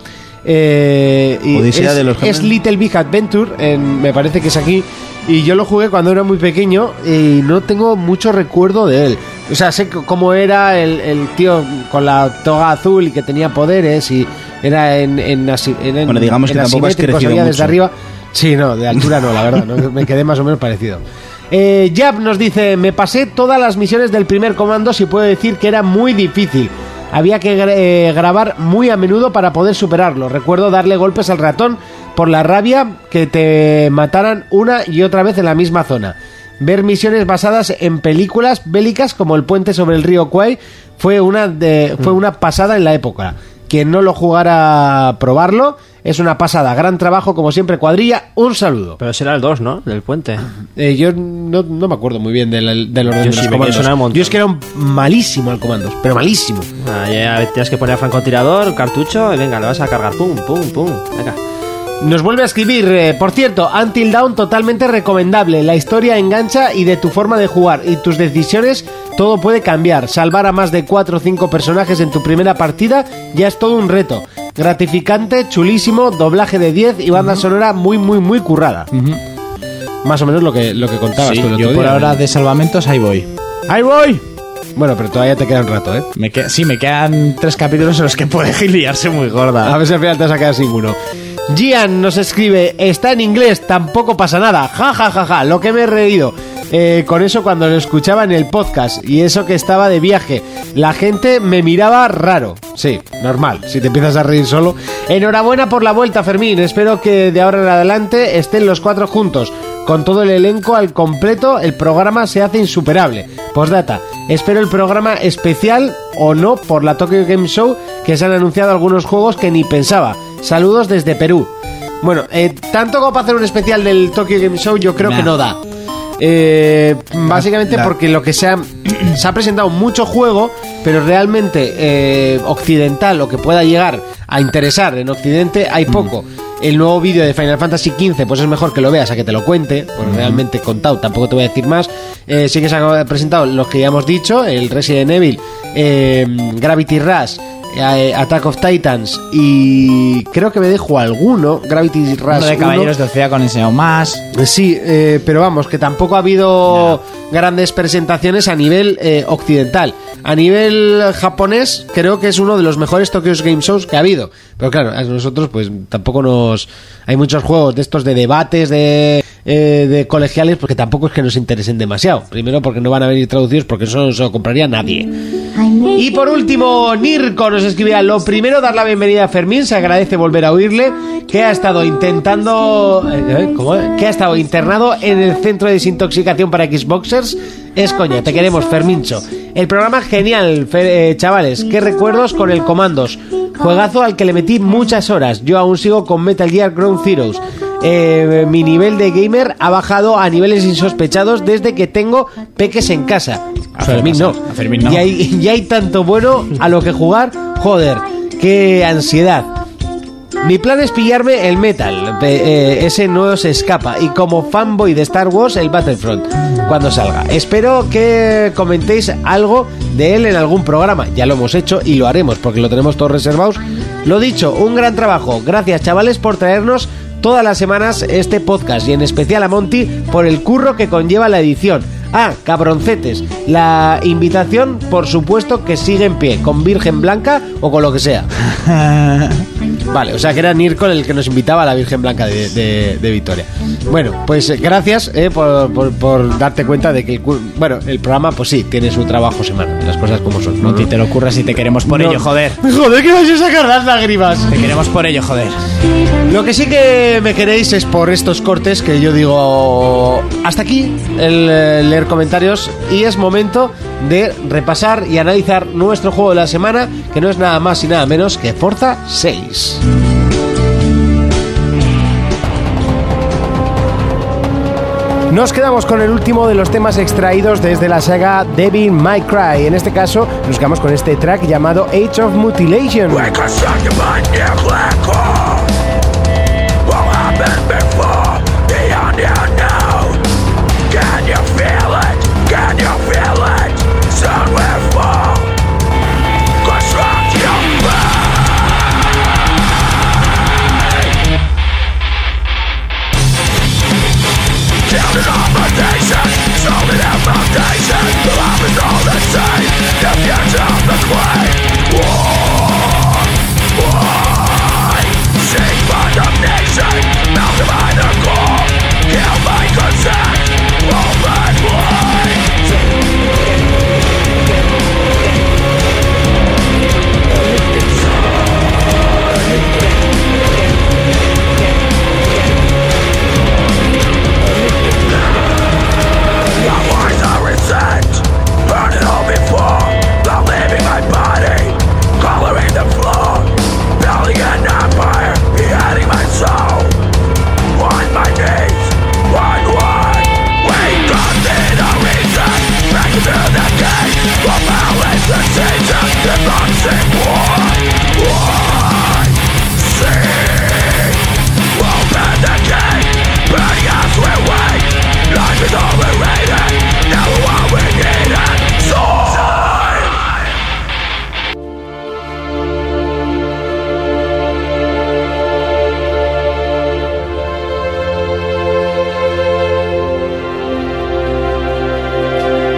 S2: Eh, y
S5: Odisea
S2: es,
S5: de los
S2: es
S5: gemelos.
S2: Little Big Adventure, en- me parece que es aquí. Y yo lo jugué cuando era muy pequeño y no tengo mucho recuerdo de él. O sea, sé c- cómo era el, el tío con la toga azul y que tenía poderes y era en, en, asi- era en-
S5: Bueno, digamos
S2: en
S5: que tampoco has
S2: asimétricos,
S5: crecido
S2: había desde
S5: mucho.
S2: arriba. Sí, no, de altura no, la verdad, ¿no? me quedé más o menos parecido. Eh, Jab nos dice, me pasé todas las misiones del primer comando si puedo decir que era muy difícil. Había que gra- eh, grabar muy a menudo para poder superarlo. Recuerdo darle golpes al ratón por la rabia que te mataran una y otra vez en la misma zona. Ver misiones basadas en películas bélicas como El puente sobre el río Kwai fue una, de, fue una pasada en la época. Quien no lo jugara, probarlo. Es una pasada. Gran trabajo, como siempre, cuadrilla. Un saludo.
S6: Pero será el 2, ¿no? Del puente.
S2: Eh, yo no, no me acuerdo muy bien del, del orden
S6: Yo
S2: de
S6: sí,
S2: los
S6: me suena un
S2: comandos.
S6: montón.
S2: Yo es que era un malísimo al comandos, pero malísimo.
S6: Ah, ya tienes que poner a francotirador, cartucho y venga, le vas a cargar. Pum, pum, pum. Venga.
S2: Nos vuelve a escribir, eh, por cierto, Until Dawn totalmente recomendable. La historia engancha y de tu forma de jugar y tus decisiones todo puede cambiar. Salvar a más de 4 o 5 personajes en tu primera partida ya es todo un reto. Gratificante, chulísimo, doblaje de 10 y banda sonora muy, muy, muy currada. Más o menos lo que, lo que contabas
S4: Sí,
S2: tú el otro
S4: yo por
S2: día,
S4: ahora
S2: ¿no?
S4: de salvamentos ahí voy.
S2: ¡Ahí voy! Bueno, pero todavía te queda un rato, ¿eh?
S4: Me que- sí, me quedan tres capítulos en los que puede giliarse muy gorda.
S2: A ver si al final te vas a quedar sin uno. Gian nos escribe, está en inglés, tampoco pasa nada. Ja, ja, ja, ja, lo que me he reído. Eh, con eso cuando lo escuchaba en el podcast y eso que estaba de viaje. La gente me miraba raro. Sí, normal, si te empiezas a reír solo. Enhorabuena por la vuelta, Fermín. Espero que de ahora en adelante estén los cuatro juntos. Con todo el elenco al completo, el programa se hace insuperable. Postdata, espero el programa especial o no por la Tokyo Game Show que se han anunciado algunos juegos que ni pensaba. Saludos desde Perú. Bueno, eh, tanto como para hacer un especial del Tokyo Game Show yo creo
S4: Nah.
S2: que no da. Eh, básicamente
S5: nah.
S2: porque lo que se ha, se ha presentado mucho juego, pero realmente eh, occidental, lo que pueda llegar a interesar en Occidente, hay poco. El nuevo vídeo de Final Fantasy XV, pues es mejor que lo veas a que te lo cuente, porque realmente contado tampoco te voy a decir más. Eh, sí que se han presentado los que ya hemos dicho, el Resident Evil, eh, Gravity Rush, eh, Attack of Titans y creo que me dejo alguno, Gravity Rush.
S4: Uno de
S2: 1.
S4: Caballeros del Zodíaco han enseñado más.
S2: Sí, eh, pero vamos, que tampoco ha habido grandes presentaciones a nivel eh, occidental. A nivel japonés, creo que es uno de los mejores Tokyo Game Shows que ha habido. Pero claro, a nosotros, pues tampoco nos. Hay muchos juegos de estos de debates, de, eh, de colegiales, porque tampoco es que nos interesen demasiado. Primero, porque no van a venir traducidos, porque eso no se lo compraría nadie. Y por último, Nirko nos escribía, lo primero, dar la bienvenida a Fermín, se agradece volver a oírle, que ha estado intentando... eh, ¿Cómo? Que ha estado internado en el Centro de Desintoxicación para Xboxers. Es coña, te queremos, Fermincho. El programa genial, Fe- eh, chavales, qué recuerdos con el Comandos. Juegazo al que le metí muchas horas. Yo aún sigo con Metal Gear Ground Zeroes. Eh, mi nivel de gamer ha bajado a niveles insospechados desde que tengo peques en casa. A Fermín no.
S4: A Fermín no.
S2: Y hay y ya hay tanto bueno a lo que jugar. Joder, qué ansiedad. Mi plan es pillarme el Metal, pe- eh, ese no se escapa, y como fanboy de Star Wars, el Battlefront, cuando salga. Espero que comentéis algo de él en algún programa, ya lo hemos hecho y lo haremos porque lo tenemos todos reservados. Lo dicho, un gran trabajo, gracias chavales por traernos todas las semanas este podcast y en especial a Monty por el curro que conlleva la edición. Ah, cabroncetes. La invitación, por supuesto, que sigue en pie, con Virgen Blanca o con lo que sea. Vale, o sea que era Nircol el que nos invitaba a la Virgen Blanca de, de- de Vitoria. Bueno, pues eh, gracias eh, por, por- por darte cuenta de que el, cu- bueno, el programa, pues sí, tiene su trabajo semanal, las cosas como son.
S4: No te, te lo curras y te queremos por
S2: No.
S4: ello, joder.
S2: Joder, que vais a sacar las lágrimas.
S4: Te queremos por ello, joder.
S2: Lo que sí que me queréis es por estos cortes que yo digo hasta aquí el eh, leer comentarios y es momento de repasar y analizar nuestro juego de la semana que no es nada más y nada menos que Forza 6. Nos quedamos con el último de los temas extraídos desde la saga Devil May Cry. En este caso, nos quedamos con este track llamado Age of Mutilation.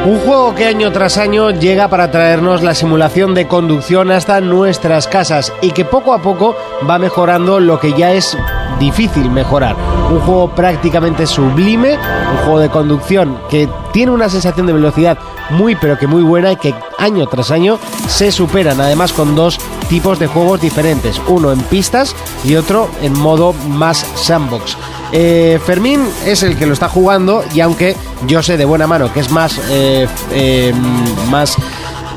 S2: Un juego que año tras año llega para traernos la simulación de conducción hasta nuestras casas y que poco a poco va mejorando lo que ya es difícil mejorar. Un juego prácticamente sublime, un juego de conducción que tiene una sensación de velocidad muy pero que muy buena y que año tras año se superan, además con dos tipos de juegos diferentes, uno en pistas y otro en modo más sandbox. Eh, Fermín es el que lo está jugando y aunque yo sé de buena mano que es más, eh, eh, más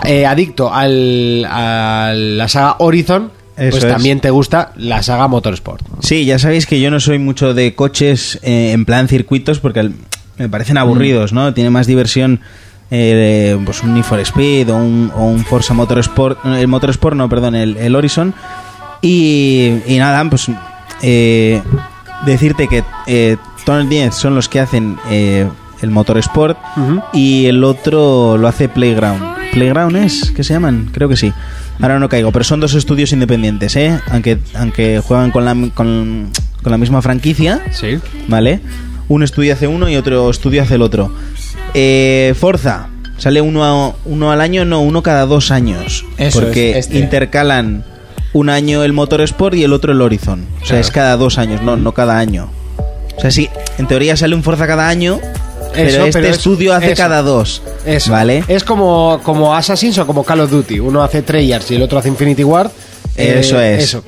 S2: eh, adicto al, a la saga Horizon,
S5: Eso
S2: pues
S5: es.
S2: también te gusta la saga Motorsport.
S5: Sí, ya sabéis que yo no soy mucho de coches eh, en plan circuitos porque el- me
S2: Mm.
S5: parecen aburridos, ¿no? Tiene más diversión eh, pues un Need for Speed o un, o un Forza Motorsport, el Motorsport, no, perdón, el, el Horizon. Y, y nada, pues eh, decirte que eh, Tonel 10 son los que hacen eh, el Motorsport y el otro lo hace Playground. ¿Playground es? ¿Qué se llaman? Creo que sí. Ahora no caigo, pero son dos estudios independientes, ¿eh? Aunque, aunque juegan con la, con, con la misma franquicia.
S2: Sí.
S5: ¿Vale? Un estudio hace uno y otro estudio hace el otro. Eh, Forza. Sale uno, a- uno al año, no, uno cada dos años.
S4: Eso
S5: porque
S4: es, este.
S5: intercalan un año el Motor Sport y el otro el Horizon. O sea, es cada dos años, no, no cada año. O sea, sí, en teoría sale un Forza cada año, pero este
S2: pero es-
S5: estudio hace
S2: eso.
S5: cada dos.
S2: Eso.
S5: ¿Vale?
S2: Es como, como Assassin's o como Call of Duty. Uno hace Treyarch y el otro hace Infinity Ward. Eh,
S5: Eso es.
S2: Eso.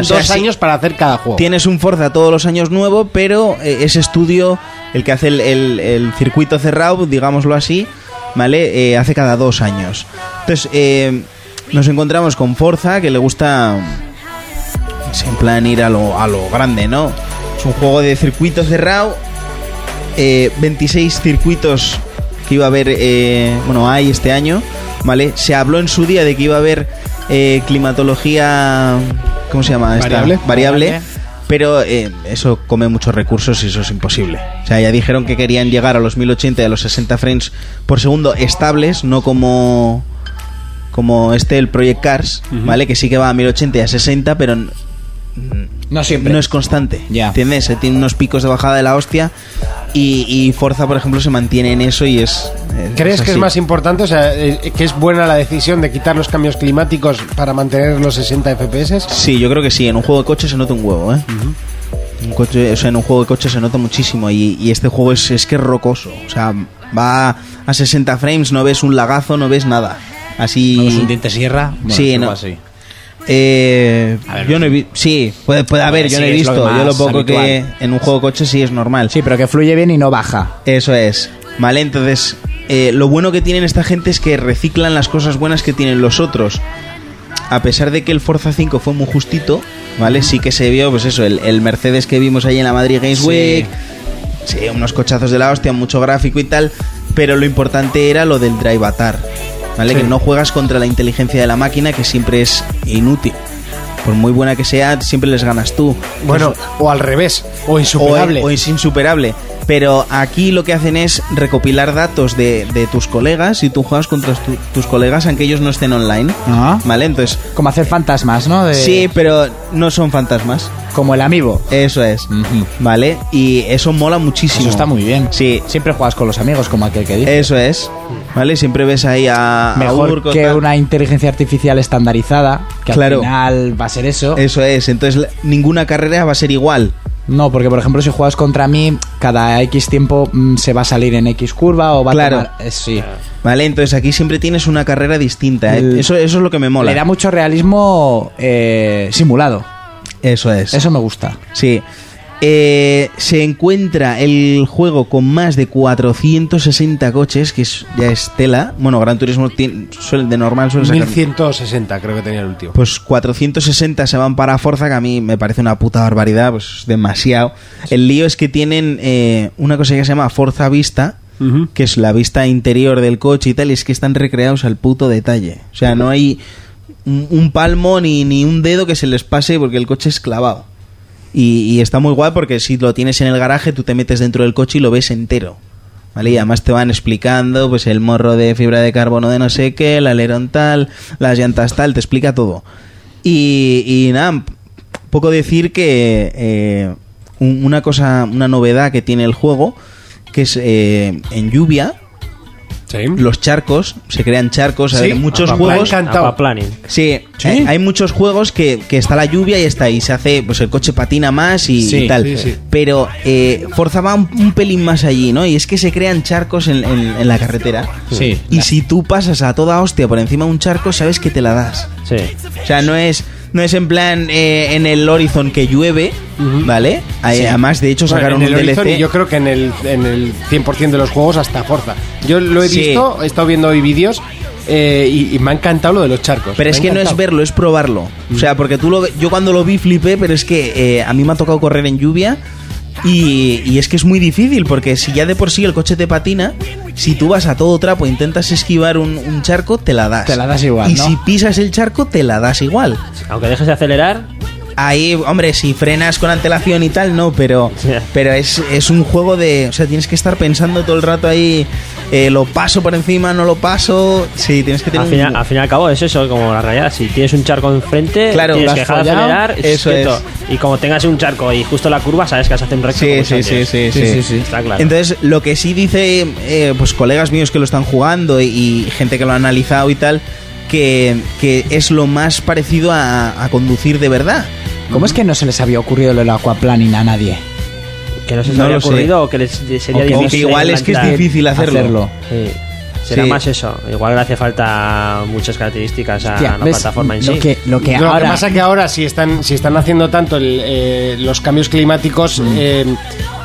S2: O sea, tienen
S5: O sea,
S2: dos
S5: sí.
S2: años para hacer cada juego.
S5: Tienes un Forza todos los años nuevo, pero eh, ese estudio, el que hace el, el- el circuito cerrado, digámoslo así, ¿vale? Eh, hace cada dos años. Entonces, eh, nos encontramos con Forza, que le gusta, es en plan, ir a lo, a lo grande, ¿no? Es un juego de circuito cerrado, eh, 26 circuitos que iba a haber, eh, bueno, hay este año, ¿vale? Se habló en su día de que iba a haber eh, climatología, ¿cómo se llama? esta?
S2: Variable.
S5: Variable. Pero eh, eso come muchos recursos y eso es imposible. O sea, ya dijeron que querían llegar a los 1080 y a los 60 frames por segundo estables, no como como este el Project Cars, ¿vale? Que sí que va a 1080 y a 60, pero n-
S4: No siempre.
S5: no es constante.
S4: Ya.
S5: ¿Entiendes? Eh, Tiene unos picos de bajada de la hostia. Y, y Forza, por ejemplo, se mantiene en eso y es. es-
S2: ¿Crees que es
S5: así.
S2: más importante, o sea, eh, que es buena la decisión de quitar los cambios climáticos para mantener los 60 FPS?
S5: Sí, yo creo que sí. En un juego de coches se nota un huevo, ¿eh? Un coche- o sea, en un juego de coches se nota muchísimo. Y, y este juego es, es que es rocoso. O sea, va a 60 frames, no ves un lagazo, no ves nada. Así.
S4: ¿No ves un diente sierra? Bueno,
S5: sí,
S4: es
S5: no.
S4: algo así.
S5: Eh,
S4: A ver,
S5: yo
S4: no
S5: no he visto. Sí, puede, puede haber,
S4: Bueno,
S5: yo no
S4: sí,
S5: he
S4: es lo
S5: visto.
S4: más
S5: yo lo poco que
S4: habitual.
S5: en un juego de coches sí es normal.
S4: Sí, pero que fluye bien y no baja.
S5: Eso es. Vale, entonces, eh, lo bueno que tienen esta gente es que reciclan las cosas buenas que tienen los otros. A pesar de que el Forza 5 fue muy justito, ¿vale? Sí que se vio, pues eso, el, el Mercedes que vimos ahí en la Madrid Games
S4: Sí.
S5: Week. Sí, unos cochazos de la hostia, mucho gráfico y tal. Pero lo importante era lo del Drive Atar, ¿vale? Que no juegas contra la inteligencia de la máquina, que siempre es inútil. Por muy buena que sea, siempre les ganas tú.
S2: Bueno, o al revés, o insuperable.
S5: O, o es insuperable. Pero aquí lo que hacen es recopilar datos de, de tus colegas y tú juegas contra tu- tus colegas aunque ellos no estén online.
S4: Ajá.
S5: ¿Vale? Entonces...
S4: Como hacer fantasmas, ¿no? De-
S5: Sí, pero no son fantasmas.
S4: Como el amigo.
S5: Eso es.
S4: Ujú.
S5: ¿Vale? Y eso mola muchísimo.
S4: Eso está muy bien.
S5: Sí,
S4: Siempre juegas con los amigos, como aquel que dice.
S5: eso es. ¿Vale? Siempre ves ahí a... a
S4: Mejor
S5: Urco,
S4: que
S5: tal.
S4: una inteligencia artificial estandarizada, que
S5: Claro.
S4: al final va a ser eso.
S5: Eso es. Entonces la- ninguna carrera va a ser igual.
S4: No, porque por ejemplo, si juegas contra mí, cada X tiempo mm, se va a salir en X curva o va
S5: Claro.
S4: a tomar. eh, sí.
S5: ¿Vale? Entonces aquí siempre tienes una carrera distinta. ¿eh?
S4: El-
S5: Eso, eso es lo que me mola.
S4: Le da mucho realismo eh, simulado.
S5: Eso es.
S4: Eso me gusta.
S5: Sí. Eh, se encuentra el juego con más de 460 coches, que es, ya es tela. Bueno, Gran Turismo tiene- suele- de normal suele sacar...
S2: 1160 creo que tenía el último.
S5: Pues 460 se van para Forza, que a mí me parece una puta barbaridad, pues demasiado. El lío es que tienen eh, una cosa que se llama Forza Vista, que es la vista interior del coche y tal, y es que están recreados al puto detalle. O sea, no hay un, un palmo ni, ni un dedo que se les pase porque el coche es clavado. Y, y está muy guay porque si lo tienes en el garaje, tú te metes dentro del coche y lo ves entero. ¿Vale? Y además te van explicando pues el morro de fibra de carbono de no sé qué, el alerón tal, las llantas tal, te explica todo. Y, y nada, poco decir que eh, un- una cosa, una novedad que tiene el juego, que es eh, en lluvia, los charcos, se crean charcos, a
S2: Sí,
S5: ver, en muchos
S2: apa-
S5: juegos...
S2: plan Encantado.
S6: Aqua Planning.
S5: Sí,
S4: ¿Sí?
S5: eh, hay muchos juegos que, que está la lluvia y está ahí, se hace, pues el coche patina más y,
S4: Sí,
S5: y tal.
S2: sí, sí.
S5: Pero eh, Forza va un, un pelín más allí, ¿no? Y es que se crean charcos en, en- en la carretera.
S4: Sí.
S5: Y si tú pasas a toda hostia por encima de un charco, sabes que te la das.
S6: Sí.
S5: O sea, no es, no es en plan eh, en el Horizon que llueve, ¿vale? Ahí, Además, de hecho,
S2: Bueno,
S5: sacaron
S2: en el
S5: un
S2: Horizon
S5: DLC.
S2: y yo creo que en el, en el 100% de los juegos hasta Forza. Yo lo he
S5: Sí.
S2: visto, he estado viendo hoy vídeos eh, y, y me ha encantado lo de los charcos.
S5: Pero es que no es verlo, es probarlo. O sea, porque tú lo, ve- yo cuando lo vi flipé, pero es que eh, a mí me ha tocado correr en lluvia y, y es que es muy difícil, porque si ya de por sí el coche te patina, si tú vas a todo trapo e intentas esquivar un, un charco, te la das.
S4: Te la das igual,
S5: Y
S4: ¿no?
S5: si pisas el charco, te la das igual.
S6: Aunque dejes de acelerar,
S5: Ahí, hombre, si frenas con antelación y tal, no, pero,
S6: Sí.
S5: pero es, es un juego de... O sea, tienes que estar pensando todo el rato ahí, eh, lo paso por encima, no lo paso. Sí, tienes que tener
S6: al,
S5: un-
S6: final, al fin y al cabo es eso, como la realidad. Si tienes un charco enfrente,
S5: Claro,
S6: tienes
S5: lo
S6: que
S5: has
S6: dejar de
S5: fallado,
S6: acelerar.
S5: eso
S6: quieto. Y como tengas un charco y justo la curva, sabes que has hecho un recto.
S5: Sí,
S6: como
S5: sí,
S6: antes.
S5: sí, sí, Sí, sí. sí, sí.
S6: Está Ah, claro.
S5: Entonces, lo que sí dice, eh, pues colegas míos que lo están jugando y, y gente que lo ha analizado y tal, que, que es lo más parecido a, a conducir de verdad.
S4: ¿Cómo es que no se les había ocurrido lo del aquaplaning a nadie?
S6: que no se les
S5: no
S6: había
S5: lo sé.
S6: ocurrido o que les sería
S5: O que- o que
S6: difícil.
S5: igual es que es
S6: implantar.
S5: difícil hacerlo.
S6: Sí. Será
S5: Sí.
S6: más eso. Igual le hace falta muchas características a
S4: Hostia,
S6: la
S4: ¿ves?
S6: Ah, plataforma en
S4: lo
S6: sí.
S4: Que, lo que
S2: Lo
S4: ahora.
S2: que pasa es que ahora si están, si están haciendo tanto el, eh, los cambios climáticos eh,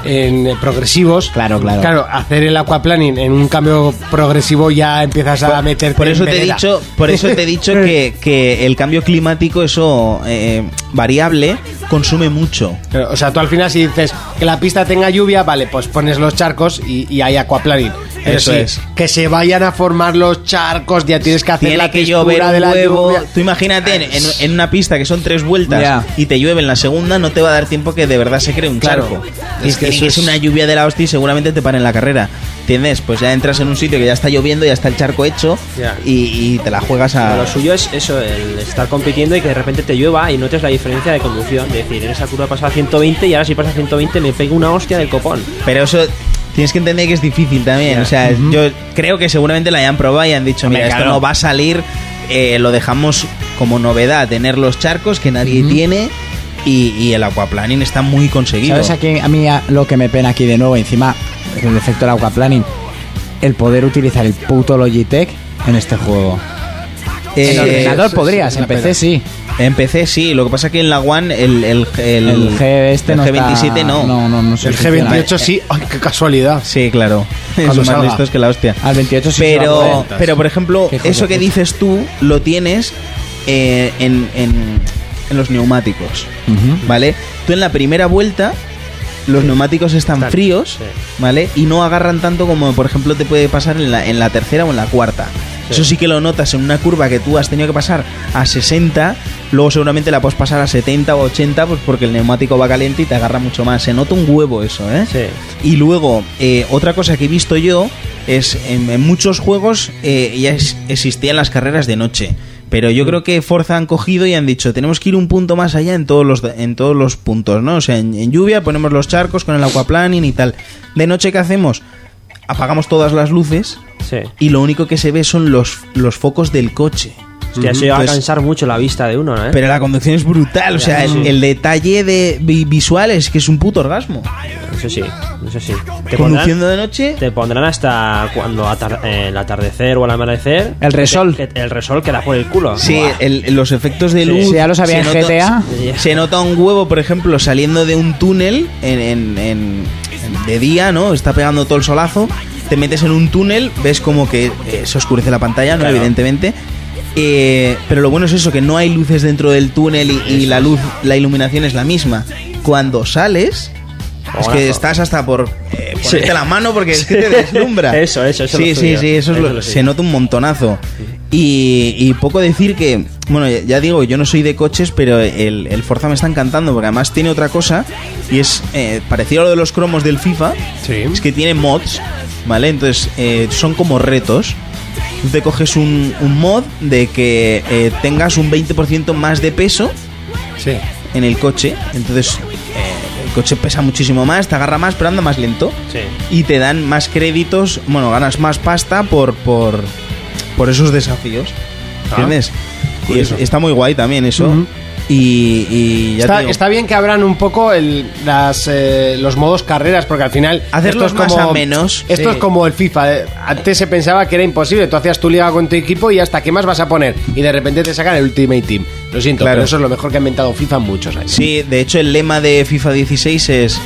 S2: en, eh, progresivos,
S4: Claro, claro.
S2: hacer el aquaplaning en un cambio progresivo ya empiezas a meter.
S5: Por eso te he dicho, por eso te he dicho que, que el cambio climático, eso eh, variable, consume mucho.
S2: Pero, o sea, tú al final si dices que la pista tenga lluvia, vale, pues pones los charcos y, y hay aquaplaning. Pero
S5: Eso
S2: sí,
S5: es.
S2: Que se vayan a formar los charcos, ya tienes que hacer
S5: Tiene
S2: la
S5: que
S2: textura
S5: llover
S2: de
S5: un
S2: la
S5: huevo.
S2: lluvia.
S5: Tú imagínate, en, en- en una pista que son tres vueltas
S4: Ya.
S5: y te llueve en la segunda, no te va a dar tiempo que de verdad se cree un
S2: Claro.
S5: charco.
S2: Es
S5: Es
S2: que
S5: que
S2: eso
S5: si es
S2: es-
S5: una lluvia de la hostia y seguramente te paren la carrera. ¿Entiendes? Pues ya entras en un sitio que ya está lloviendo, ya está el charco hecho
S6: Ya.
S5: y, y te la juegas
S6: Pero
S5: a.
S6: Lo suyo es eso, el estar compitiendo y que de repente te llueva y notes la diferencia de conducción. Es decir, en esa curva pasaba 120 y ahora si pasa 120 me pego una hostia del copón.
S5: Pero eso Tienes que entender que es difícil también. O sea, yo creo que seguramente la hayan probado y han dicho,
S4: Hombre,
S5: mira, esto
S4: claro.
S5: no va a salir, eh, lo dejamos como novedad, tener los charcos que nadie tiene y, y el aquaplaning está muy conseguido.
S4: ¿Sabes a, quién- a mí a- lo que me pena aquí de nuevo? Encima, el efecto del aquaplaning. El poder utilizar el puto Logitech en este juego.
S5: Eh,
S4: en ordenador
S2: sí,
S4: podrías,
S2: sí,
S4: en
S2: es una
S4: PC sí.
S5: En PC sí, lo que pasa que en la One el, el, el,
S4: El G este
S5: Mm. el
S4: no está-
S5: G27 no.
S4: No, no, no se
S2: El
S4: funciona.
S2: G28 sí. Ay, qué casualidad.
S5: Sí, claro. Son más
S2: salga.
S5: listos que la hostia.
S4: Al 28 sí se va a
S5: pero,
S4: poder.
S5: pero por ejemplo,
S4: Qué hijo
S5: eso
S4: de
S5: que
S4: puta.
S5: dices tú lo tienes eh, en, en- en los neumáticos, ¿vale? Tú en la primera vuelta los neumáticos están
S6: Están,
S5: fríos,
S6: sí.
S5: ¿vale? Y no agarran tanto como, por ejemplo, te puede pasar en la, en la tercera o en la cuarta. Eso sí que lo notas en una curva que tú has tenido que pasar a 60, luego seguramente la puedes pasar a 70 o 80, pues porque el neumático va caliente y te agarra mucho más. Se nota un huevo eso, ¿eh?
S6: Sí.
S5: Y luego, eh, otra cosa que he visto yo es en, en muchos juegos eh, ya es- existían las carreras de noche. Pero yo creo que Forza han cogido y han dicho, tenemos que ir un punto más allá en todos los, en todos los puntos, ¿no? O sea, en, en lluvia ponemos los charcos con el aquaplaning y tal. De noche, ¿qué hacemos? Apagamos todas las luces
S6: Sí.
S5: y lo único que se ve son los, los focos del coche.
S6: Hostia, eso iba a
S5: Pues-
S6: cansar mucho la vista de uno, ¿eh?
S5: Pero la conducción es brutal, o sea, el, el detalle de vi- visual es que es un puto orgasmo.
S6: Eso sí, eso sí. Te
S5: Conduciendo
S6: pondrán,
S5: de noche,
S6: te pondrán hasta cuando atar- eh, el atardecer o el amanecer.
S4: El resol.
S6: que- el resol queda por el culo.
S5: Sí,
S6: Buah.
S5: el- los efectos de
S6: Sí.
S5: luz.
S4: Sí, ya lo sabía
S5: se
S4: en GTA.
S5: nota- se- Se nota un huevo, por ejemplo, saliendo de un túnel en, en- en- en- de día, ¿no? Está pegando todo el solazo. Te metes en un túnel, ves como que eh, se oscurece la pantalla, ¿no?
S6: Claro.
S5: Evidentemente. Eh, pero lo bueno es eso, que no hay luces dentro del túnel y, y la luz, la iluminación es la misma. Cuando sales, es que
S6: Cojonazo.
S5: estás hasta por eh,
S6: Sí.
S5: ponerte la mano porque es que te
S6: Sí.
S5: deslumbra.
S6: Eso, eso, eso
S5: Sí, sí,
S6: lo suyo.
S5: sí, eso es
S6: Eso
S5: lo-
S6: lo
S5: se
S6: suyo.
S5: nota un montonazo. Y, y poco decir que, bueno, ya- ya digo, yo no soy de coches, pero el, el Forza me está encantando porque además tiene otra cosa y es eh, parecido a lo de los cromos del FIFA, es que tiene mods, ¿vale? Entonces eh, son como retos. Tú te coges un, un mod de que eh, tengas un 20% más de peso
S2: Sí.
S5: en el coche. Entonces, eh, el coche pesa muchísimo más, te agarra más, pero anda más lento.
S6: Sí.
S5: Y te dan más créditos, bueno, ganas más pasta por, por, por esos desafíos.
S2: Ah,
S5: ¿Entiendes? y es- está muy guay también eso. y, y ya te
S2: Está,
S5: digo,
S2: está bien que abran un poco el- las, eh, los modos carreras, porque al final.
S5: Hacerlos más amenos.
S2: Esto
S5: Sí.
S2: es como el FIFA. eh. Antes se pensaba que era imposible. Tú hacías tu liga con tu equipo y hasta qué más vas a poner. Y de repente te sacan el Ultimate Team. Lo siento,
S5: Claro.
S2: pero eso es lo mejor que ha inventado FIFA en muchos años.
S5: Sí, de hecho el lema de FIFA 16 es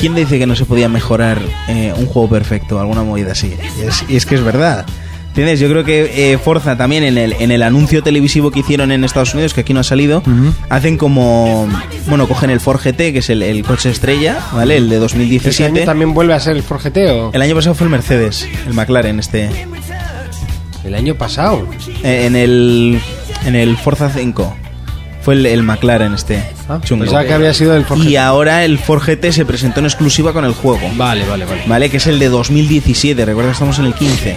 S5: ¿Quién dice que no se podía mejorar eh, un juego perfecto? Alguna movida así. Y es, y es que es verdad. ¿Entiendes? Yo creo que eh, Forza también en el, en el anuncio televisivo que hicieron en Estados Unidos, que aquí no ha salido, hacen como... Bueno, cogen el Ford GT, que es el, el coche estrella, ¿vale? El de
S2: ¿Ese
S5: 2017.
S2: Este año también vuelve a ser el forgeteo?
S5: El año pasado fue el Mercedes, el McLaren este.
S2: El año pasado.
S5: Eh, en el en el Forza 5. Fue el, el McLaren este.
S2: Ah,
S5: chungo.
S2: pensaba que había sido el forgeteo.
S5: Y ahora el Ford GT se presentó en exclusiva con el juego.
S2: Vale, vale, vale.
S5: ¿vale? Que es el de 2017, recuerda que estamos en el 15,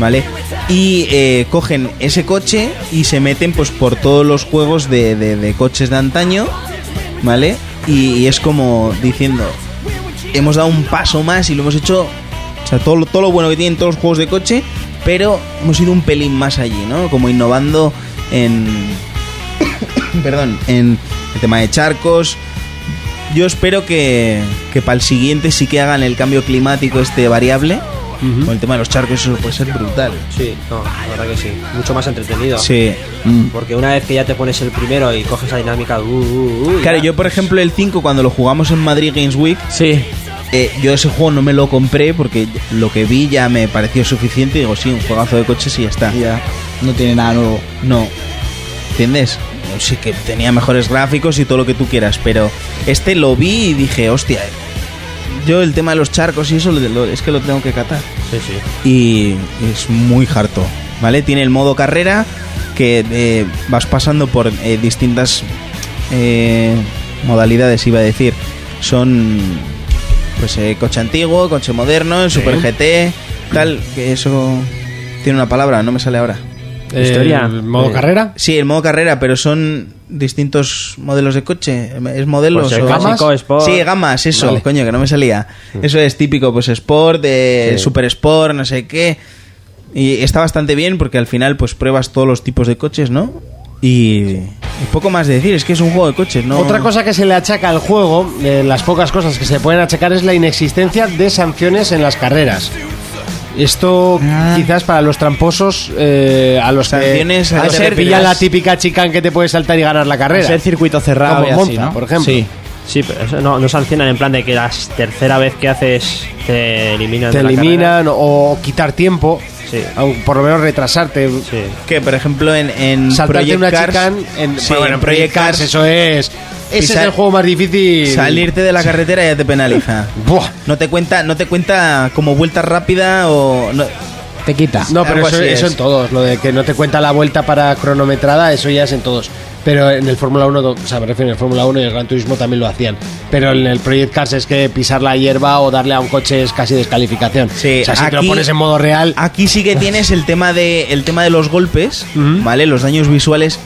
S5: ¿vale? Y eh, cogen ese coche y se meten pues por todos los juegos de, de- de coches de antaño, ¿vale? Y, y es como diciendo, hemos dado un paso más y lo hemos hecho, o sea, todo, lo- todo lo bueno que tienen todos los juegos de coche, pero hemos ido un pelín más allí, ¿no? Como innovando en... perdón, en el tema de charcos, yo espero que, que para el siguiente sí que hagan el cambio climático este variable. Con el tema de los charcos eso puede ser brutal.
S6: Sí, no, la verdad que sí. Mucho más entretenido.
S5: Sí. Mm.
S6: Porque una vez que ya te pones el primero y coges la dinámica. Uh, uh, uh,
S5: Claro,
S6: ya.
S5: yo por ejemplo el 5 cuando lo jugamos en Madrid Games Week,
S4: Sí.
S5: eh, yo ese juego no me lo compré porque lo que vi ya me pareció suficiente y digo, sí, un juegazo de coches y ya está.
S4: Ya. No tiene nada nuevo.
S5: No. ¿Entiendes? Sí que tenía mejores gráficos y todo lo que tú quieras, pero este lo vi y dije, hostia, yo el tema de los charcos y eso lo- lo- es que lo tengo que catar.
S6: Sí, sí.
S5: y es muy harto, ¿vale? Tiene el modo carrera que eh, vas pasando por eh, distintas eh, modalidades, iba a decir. Son pues eh, coche antiguo, coche moderno, el Super GT, tal, que eso tiene una palabra, no me sale ahora.
S6: Historia.
S2: ¿El modo
S6: Eh,
S2: carrera?
S5: Sí, el modo carrera, pero son distintos modelos de coche. Es modelos.
S6: Pues el
S5: o-
S6: clásico, Sport. Mm.
S5: Sí, gamas, eso,
S2: Vale.
S5: coño, que no me salía. Eso es típico, pues Sport, eh, Super Sport, no sé qué. Y está bastante bien porque al final, pues pruebas todos los tipos de coches, ¿no? Y, y poco más de decir, es que es un juego de coches, ¿no?
S2: Otra cosa que se le achaca al juego, de las pocas cosas que se pueden achacar, es la inexistencia de sanciones en las carreras. Esto quizás para los tramposos, eh, a los
S5: Sanciones,
S2: que,
S5: a
S2: a
S5: no
S2: los que
S5: ser
S2: te pilla
S5: que las-
S2: la típica chica en que te puede saltar y ganar la carrera.
S4: Ser circuito cerrado
S2: Como
S4: y así,
S2: Monza,
S4: ¿no?
S2: por ejemplo.
S4: Sí.
S6: Sí, pero eso no, no sancionan en plan de que la tercera vez que haces te eliminan.
S2: te
S6: de la carrera.
S2: eliminan o quitar tiempo,
S6: Sí.
S2: o por lo menos retrasarte.
S6: Sí.
S5: Que, por ejemplo, en, en
S2: Saltarte
S5: Project
S2: una
S5: Cars-
S2: chicane en,
S5: sí,
S2: bueno, en Project Cars, eso es. Ese es
S5: Pisar-
S2: el juego más difícil.
S5: Salirte de la carretera ya te penaliza.
S2: Buah.
S5: No te cuenta, no te cuenta como vuelta rápida o no-
S4: Te quita.
S2: No, pero
S5: Algo
S2: eso,
S5: así
S2: eso
S5: es.
S2: en todos. Lo de que no te cuenta la vuelta para cronometrada, eso ya es en todos. Pero en el Fórmula 1, o sea, me refiero en el Fórmula 1 y el Gran Turismo también lo hacían. Pero en el Project Cars es que pisar la hierba o darle a un coche es casi descalificación.
S5: Sí,
S2: o sea, si te lo
S5: aquí-
S2: pones en modo real,
S5: Aquí sí que tienes el tema de el tema de los golpes,
S2: Ujú.
S5: ¿vale? Los daños visuales.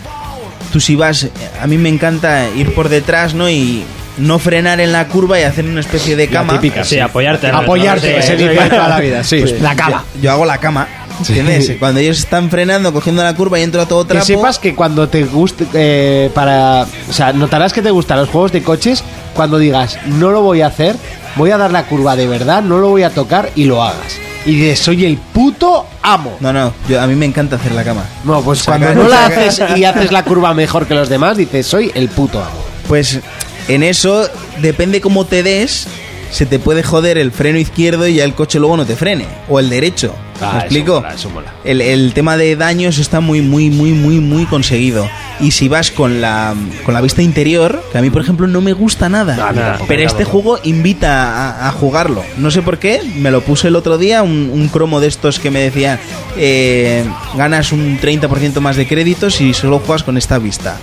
S5: Tú si vas, a mí me encanta ir por detrás, ¿no? Y no frenar en la curva y hacer una especie de cama.
S6: Sí, apoyarte. en el
S2: apoyarte, que
S6: retorno,
S2: se
S6: sí.
S2: dice toda la vida, sí.
S5: Pues
S2: la cama.
S5: Yo, yo hago la cama. ¿Entiendes? Cuando ellos están frenando, cogiendo la curva y entro a todo
S2: Que
S5: trapo.
S2: sepas que cuando te guste, eh, para. O sea, notarás que te gustan los juegos de coches cuando digas, no lo voy a hacer, voy a dar la curva de verdad, no lo voy a tocar y lo hagas. Y dices, soy el puto amo.
S5: No, no, yo- a mí me encanta hacer la cama.
S2: No, pues
S5: Sacar-
S2: cuando no la
S5: sacar-
S2: haces y haces la curva mejor que los demás, dices, soy el puto amo.
S5: Pues en eso, depende cómo te des, se te puede joder el freno izquierdo y ya el coche luego no te frene. O el derecho.
S2: Ah,
S5: ¿Me
S2: eso
S5: explico?
S2: mola, eso mola.
S5: El, el tema de daños está muy, muy, muy, muy, muy conseguido. Y si vas con la, con la vista interior, que a mí, por ejemplo, no me gusta nada.
S6: No, a mí tampoco,
S5: pero
S6: me
S5: este
S6: tampoco.
S5: juego invita a, a jugarlo. No sé por qué, me lo puse el otro día, un, un cromo de estos que me decía, eh, ganas un 30% más de créditos si solo juegas con esta vista.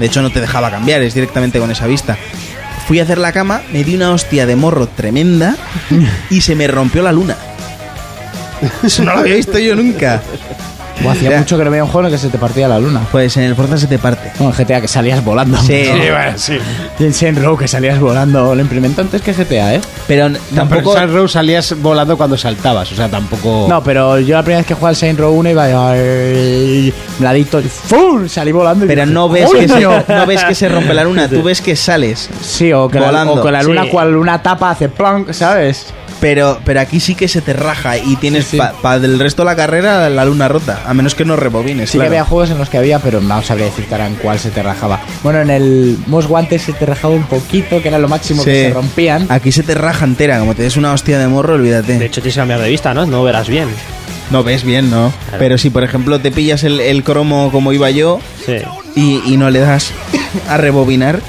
S5: De hecho, no te dejaba cambiar, es directamente con esa vista. Fui a hacer la cama, me di una hostia de morro tremenda y se me rompió la luna. Eso no lo había visto yo nunca.
S4: O hacía
S5: Mira.
S4: mucho que no veía un juego en el que se te partía la luna.
S5: Pues en el Forza se te parte.
S4: Bueno, GTA que salías volando.
S5: Sí.
S4: ¿no? Y en Shenmue que salías volando. Lo implementan antes que GTA, ¿eh?
S5: Pero n-
S2: Tampoco
S5: tampoco...
S2: en Sunrow salías volando cuando saltabas, o sea, tampoco...
S4: No, pero yo la primera vez que jugaba al Saint Row 1 iba ay, me la di todo y ¡fum! salí volando. y
S5: Pero
S4: dije,
S5: no ves, que se,
S4: "Coño".
S5: no ves que se rompe la luna, tú ves que sales.
S4: Sí, o que, la,
S5: Volando.
S4: o que la luna
S6: Sí.
S4: cual una tapa hace plank, ¿sabes?
S5: Pero, pero aquí sí que se te raja y tienes
S4: Sí, sí.
S5: para el resto de la carrera la luna rota, a menos que no rebobines.
S4: Sí
S5: claro.
S4: que había juegos en los que había, pero no sabría decirte ahora en cuál se te rajaba. Bueno, en el Most Wanted se te rajaba un poquito, que era lo máximo que
S5: Sí.
S4: se rompían.
S5: Aquí se te raja entera, como te des una hostia de morro, olvídate.
S6: De hecho, tienes que cambiar de vista, ¿no? No verás bien.
S5: no ves bien, ¿no?
S6: Claro.
S5: Pero si por ejemplo te pillas el, el cromo como iba yo
S6: Sí.
S5: y, y no le das a rebobinar,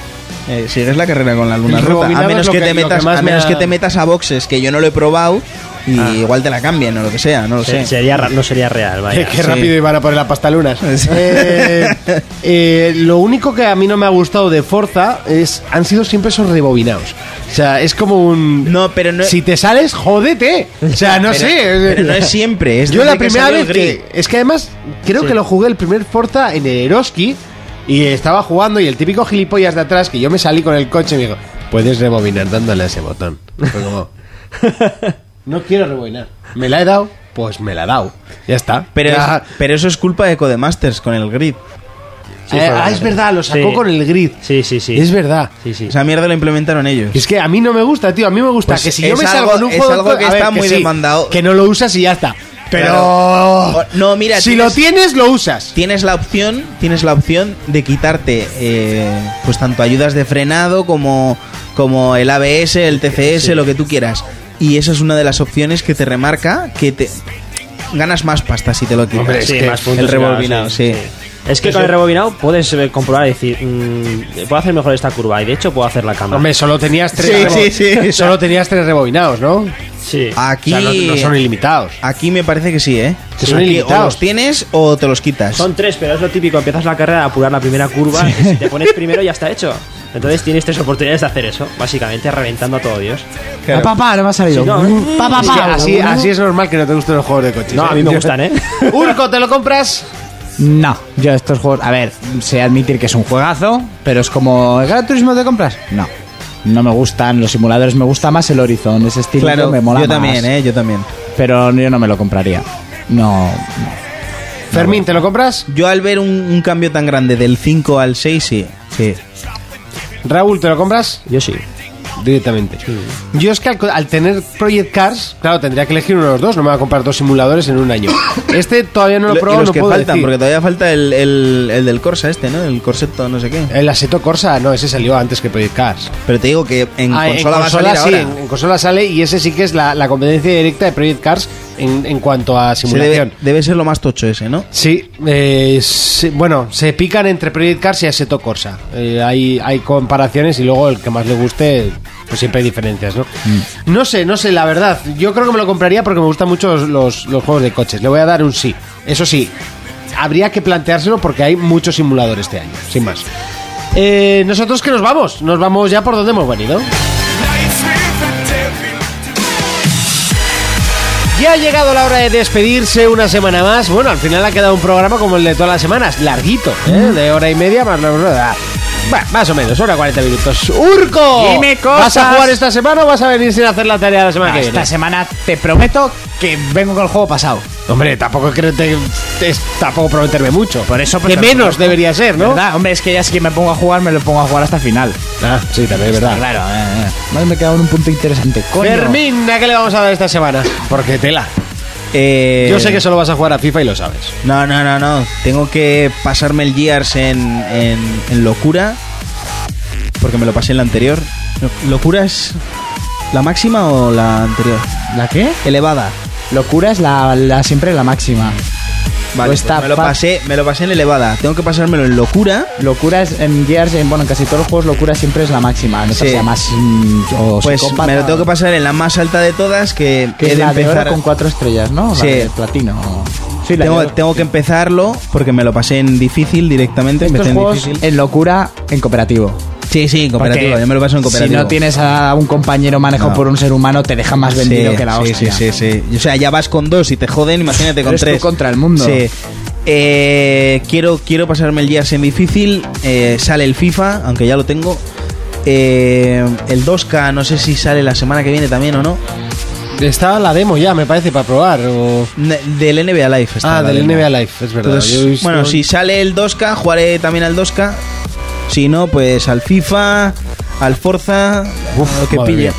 S5: eh, sigues la carrera con la luna
S2: El
S5: rota.
S2: rebobinar
S5: A
S2: es
S5: menos
S2: lo
S5: que,
S2: que-
S5: te
S2: lo que
S5: metas,
S2: más
S5: a
S2: me
S5: menos
S2: ha- Ah.
S5: que te metas a boxes que yo no lo he probado y igual te la cambian o lo que sea, no lo
S6: Se-
S5: sé.
S6: Sería, ra- no sería real, vaya.
S2: Qué rápido iban a poner la pasta lunas. Eh, eh, lo único que a mí no me ha gustado de Forza es han sido siempre esos rebobinados. O sea, es como un...
S5: No, pero no-
S2: Si te sales, jódete. O sea, no
S5: Pero-
S2: sé.
S5: pero no es siempre, es
S2: Yo
S5: desde
S2: la
S5: que
S2: primera
S5: salió
S2: vez
S5: el
S2: que... Es que además creo que lo jugué el primer Forza en el Eroski y estaba jugando y el típico gilipollas de atrás que yo me salí con el coche y me dijo, puedes rebobinar dándole a ese botón. Fue como... No quiero rebobinar. ¿Me la he dado? Pues me la he dado. Ya está.
S5: Pero,
S2: Ya. eh,
S5: es- pero eso es culpa de Codemasters con el grid.
S6: Sí,
S2: Eh,
S6: fue
S2: ah,
S6: verdad.
S2: es verdad, lo sacó
S6: Sí.
S2: con el grid.
S6: Sí, sí, sí.
S2: Es verdad.
S6: Sí, sí.
S5: Esa mierda la implementaron ellos.
S2: Es que a mí no me gusta, tío. A mí me gusta
S5: Pues
S2: que si yo
S5: es
S2: me salgo
S5: algo-
S2: en un
S5: es
S2: juego
S5: algo
S2: co-
S5: que
S2: a ver,
S5: está muy demandado.
S2: Que no lo usas y ya está. Pero.
S5: Claro. O- no, mira,
S2: Si
S5: tienes-
S2: lo tienes, lo usas.
S5: Tienes la opción, tienes la opción de quitarte eh, pues tanto ayudas de frenado como, como el ABS, el TCS, lo que tú quieras. Y esa es una de las opciones que te remarca que te ganas más pasta si te lo quitas.
S6: Hombre, sí, más puntos,
S5: el
S6: claro,
S5: rebobinado, sí.
S6: Es que con el rebobinado puedes eh, comprobar y decir, mm, puedo hacer mejor esta curva y de hecho puedo hacer la cámara.
S2: Hombre, solo tenías tres.
S5: Sí,
S2: rebo-
S5: sí, sí.
S2: Solo tenías tres rebobinados, ¿no?
S6: Sí.
S5: Aquí,
S2: O sea, no, no son ilimitados.
S5: aquí me parece que sí, ¿eh?
S2: Que son
S5: Aquí o
S2: ilimitados.
S5: los tienes o te los quitas.
S6: Son tres, pero es lo típico. Empiezas la carrera a apurar la primera curva y si te pones primero ya está hecho. Entonces tienes tres oportunidades de hacer eso, básicamente reventando a todo Dios.
S4: Ah, papá, no me ha salido. Mm,
S6: Sí, no. eh.
S4: Pa, pa,
S2: Es
S4: pa.
S2: que así, así es normal que no te gusten los juegos de coches.
S6: No,
S2: ¿eh?
S6: a mí me gustan, ¿eh?
S2: Urco, ¿te lo compras?
S4: No, yo estos juegos, a ver, sé admitir que es un juegazo, pero es como ¿el Gran Turismo de compras. No, no me gustan los simuladores, me gusta más el Horizon, ese estilo
S5: Claro,
S4: me mola
S5: yo
S4: más,
S5: también, eh, yo también.
S4: Pero yo no me lo compraría. No,
S2: Fermín, ¿te lo compras?
S5: Yo al ver un, un cambio tan grande del 5 al 6, sí.
S4: sí.
S2: Raúl, ¿te lo compras?
S6: Yo sí.
S2: Directamente. Yo es que al, al tener Project Cars, claro, tendría que elegir uno de los dos. No me voy a comprar dos simuladores en un año. Este todavía no lo
S5: Lo-
S2: he
S5: y
S2: probado,
S5: los
S2: no
S5: que
S2: puedo
S5: faltan,
S2: decir.
S5: porque todavía falta el, el- el del Corsa este, ¿no? El Corsetto no sé qué.
S2: El Aseto Corsa, no, ese salió antes que Project Cars.
S5: Pero te digo que en
S2: Ah,
S5: consola, va a
S2: sí,
S5: salir
S2: en,
S5: ahora.
S2: en consola sale y ese sí que es la, la competencia directa de Project Cars en, en cuanto a
S5: Se
S2: simulación.
S5: debe, debe ser lo más tocho ese, ¿no?
S2: Sí, eh, sí, bueno, se pican entre Project Cars y Assetto Corsa. Eh, hay, hay comparaciones y luego el que más le guste, pues siempre hay diferencias, ¿no? No sé, no sé, la verdad. Yo creo que me lo compraría porque me gustan mucho los, los- los juegos de coches. Le voy a dar un sí. Eso sí, habría que planteárselo porque hay muchos simuladores este año, sin más. Eh, Nosotros que nos vamos, nos vamos ya por donde hemos venido. Ya ha llegado la hora de despedirse una semana más. Bueno, al final ha quedado un programa como el de todas las semanas, larguito, ¿eh? de hora y media más la hora. Bueno, más o menos, hora 40 minutos. ¡Urco!
S4: Dime cosas.
S2: ¿Vas a jugar esta semana o vas a venir sin hacer la tarea la semana que viene?
S4: Esta semana te prometo que vengo con el juego pasado.
S2: Hombre, tampoco creo te, te- tampoco prometerme mucho.
S4: Por eso, pues,
S2: que
S4: te lo
S2: menos
S4: prometo.
S2: debería ser, ¿no?
S4: ¿Verdad? Hombre, es que ya si me pongo a jugar, me lo pongo a jugar hasta el final.
S2: Ah, sí, también es verdad.
S4: Claro, eh, eh. Más me queda un punto interesante. Coño.
S2: Fermín, ¿a qué le vamos a dar esta semana? Porque tela.
S5: Eh,
S2: Yo sé que solo vas a jugar a FIFA y lo sabes.
S5: No, no, no, no. Tengo que pasarme el Gears en, en, en locura. Porque me lo pasé en la anterior. Lo- ¿Locura es la máxima o la anterior?
S4: ¿La qué?
S5: Elevada.
S4: Locura es la, la- siempre la máxima.
S5: Vale,
S4: Pues
S5: pues me, lo
S4: tapa-
S5: pasé, me lo pasé en elevada. Tengo que pasármelo en locura.
S4: Locura es en Gears, en, bueno, en casi todos los juegos, locura siempre es la máxima. No
S5: Sí.
S4: sea más. mm, o
S5: Pues
S4: psicópata,
S5: me lo tengo que pasar en la más alta de todas que,
S4: Que
S5: he
S4: es
S5: de
S4: la de
S5: empezar.
S4: oro con cuatro estrellas, ¿no? La
S5: Sí.
S4: de platino. Sí, la de
S5: tengo,
S4: oro.
S5: tengo que empezarlo porque me lo pasé en difícil directamente.
S4: Estos
S5: empecé en
S4: juegos
S5: difícil. Eh,
S4: en locura, en cooperativo.
S5: Sí, sí, en cooperativo.
S4: Porque
S5: yo me lo paso en cooperativo.
S4: Si no tienes a un compañero manejado
S5: No.
S4: por un ser humano, te deja más vendido
S5: Sí,
S4: que la
S5: sí,
S4: hostia.
S5: Sí, sí, sí. O sea, ya vas con dos y te joden, imagínate con
S4: Eres tú
S5: tres.
S4: contra el mundo.
S5: Sí. Eh, quiero, quiero pasarme el Gears en difícil. eh, sale el FIFA, aunque ya lo tengo. Eh, el 2K, no sé si sale la semana que viene también o no.
S2: Está la demo ya, me parece, para probar. o-
S5: Ne- Del NBA Live. está
S2: Ah,
S5: la
S2: del
S5: demo.
S2: NBA Live, es verdad.
S5: Entonces,
S2: Yo he visto-
S5: bueno, si sale el 2K, jugaré también al 2K. Si no, pues al FIFA, al Forza, lo que
S2: madre
S5: pille.
S2: mía.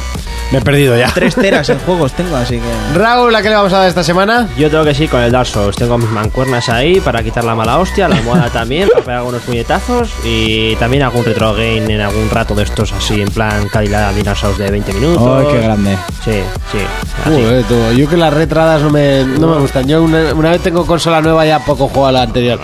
S2: Me he perdido ya.
S5: Tres teras en juegos tengo, así que.
S2: Raúl, ¿a qué le vamos a dar esta semana?
S6: Yo tengo que seguir con el Dark Souls. Tengo mis mancuernas ahí para quitar la mala hostia, la almohada también, para pegar algunos puñetazos y también algún retro game en algún rato de estos así, en plan calidad de Dark Souls de 20 minutos.
S4: Ay, qué grande.
S6: Sí, sí. así.
S2: Joder, tú, yo que las retradas no me, no me gustan. Yo una, una vez tengo consola nueva ya poco juego a la anterior.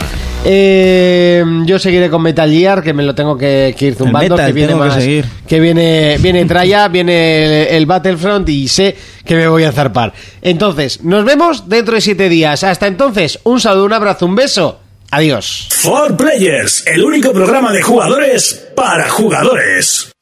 S2: Eh, yo seguiré con Metal Gear, que me lo tengo que, que ir zumbando.
S5: Metal,
S2: que viene
S5: tengo que
S2: más-
S5: seguir.
S2: que viene, viene Traya, viene el, el Battlefront y sé que me voy a zarpar. Entonces, nos vemos dentro de siete días. Hasta entonces, un saludo, un abrazo, un beso. Adiós.
S1: For Players, el único programa de jugadores para jugadores.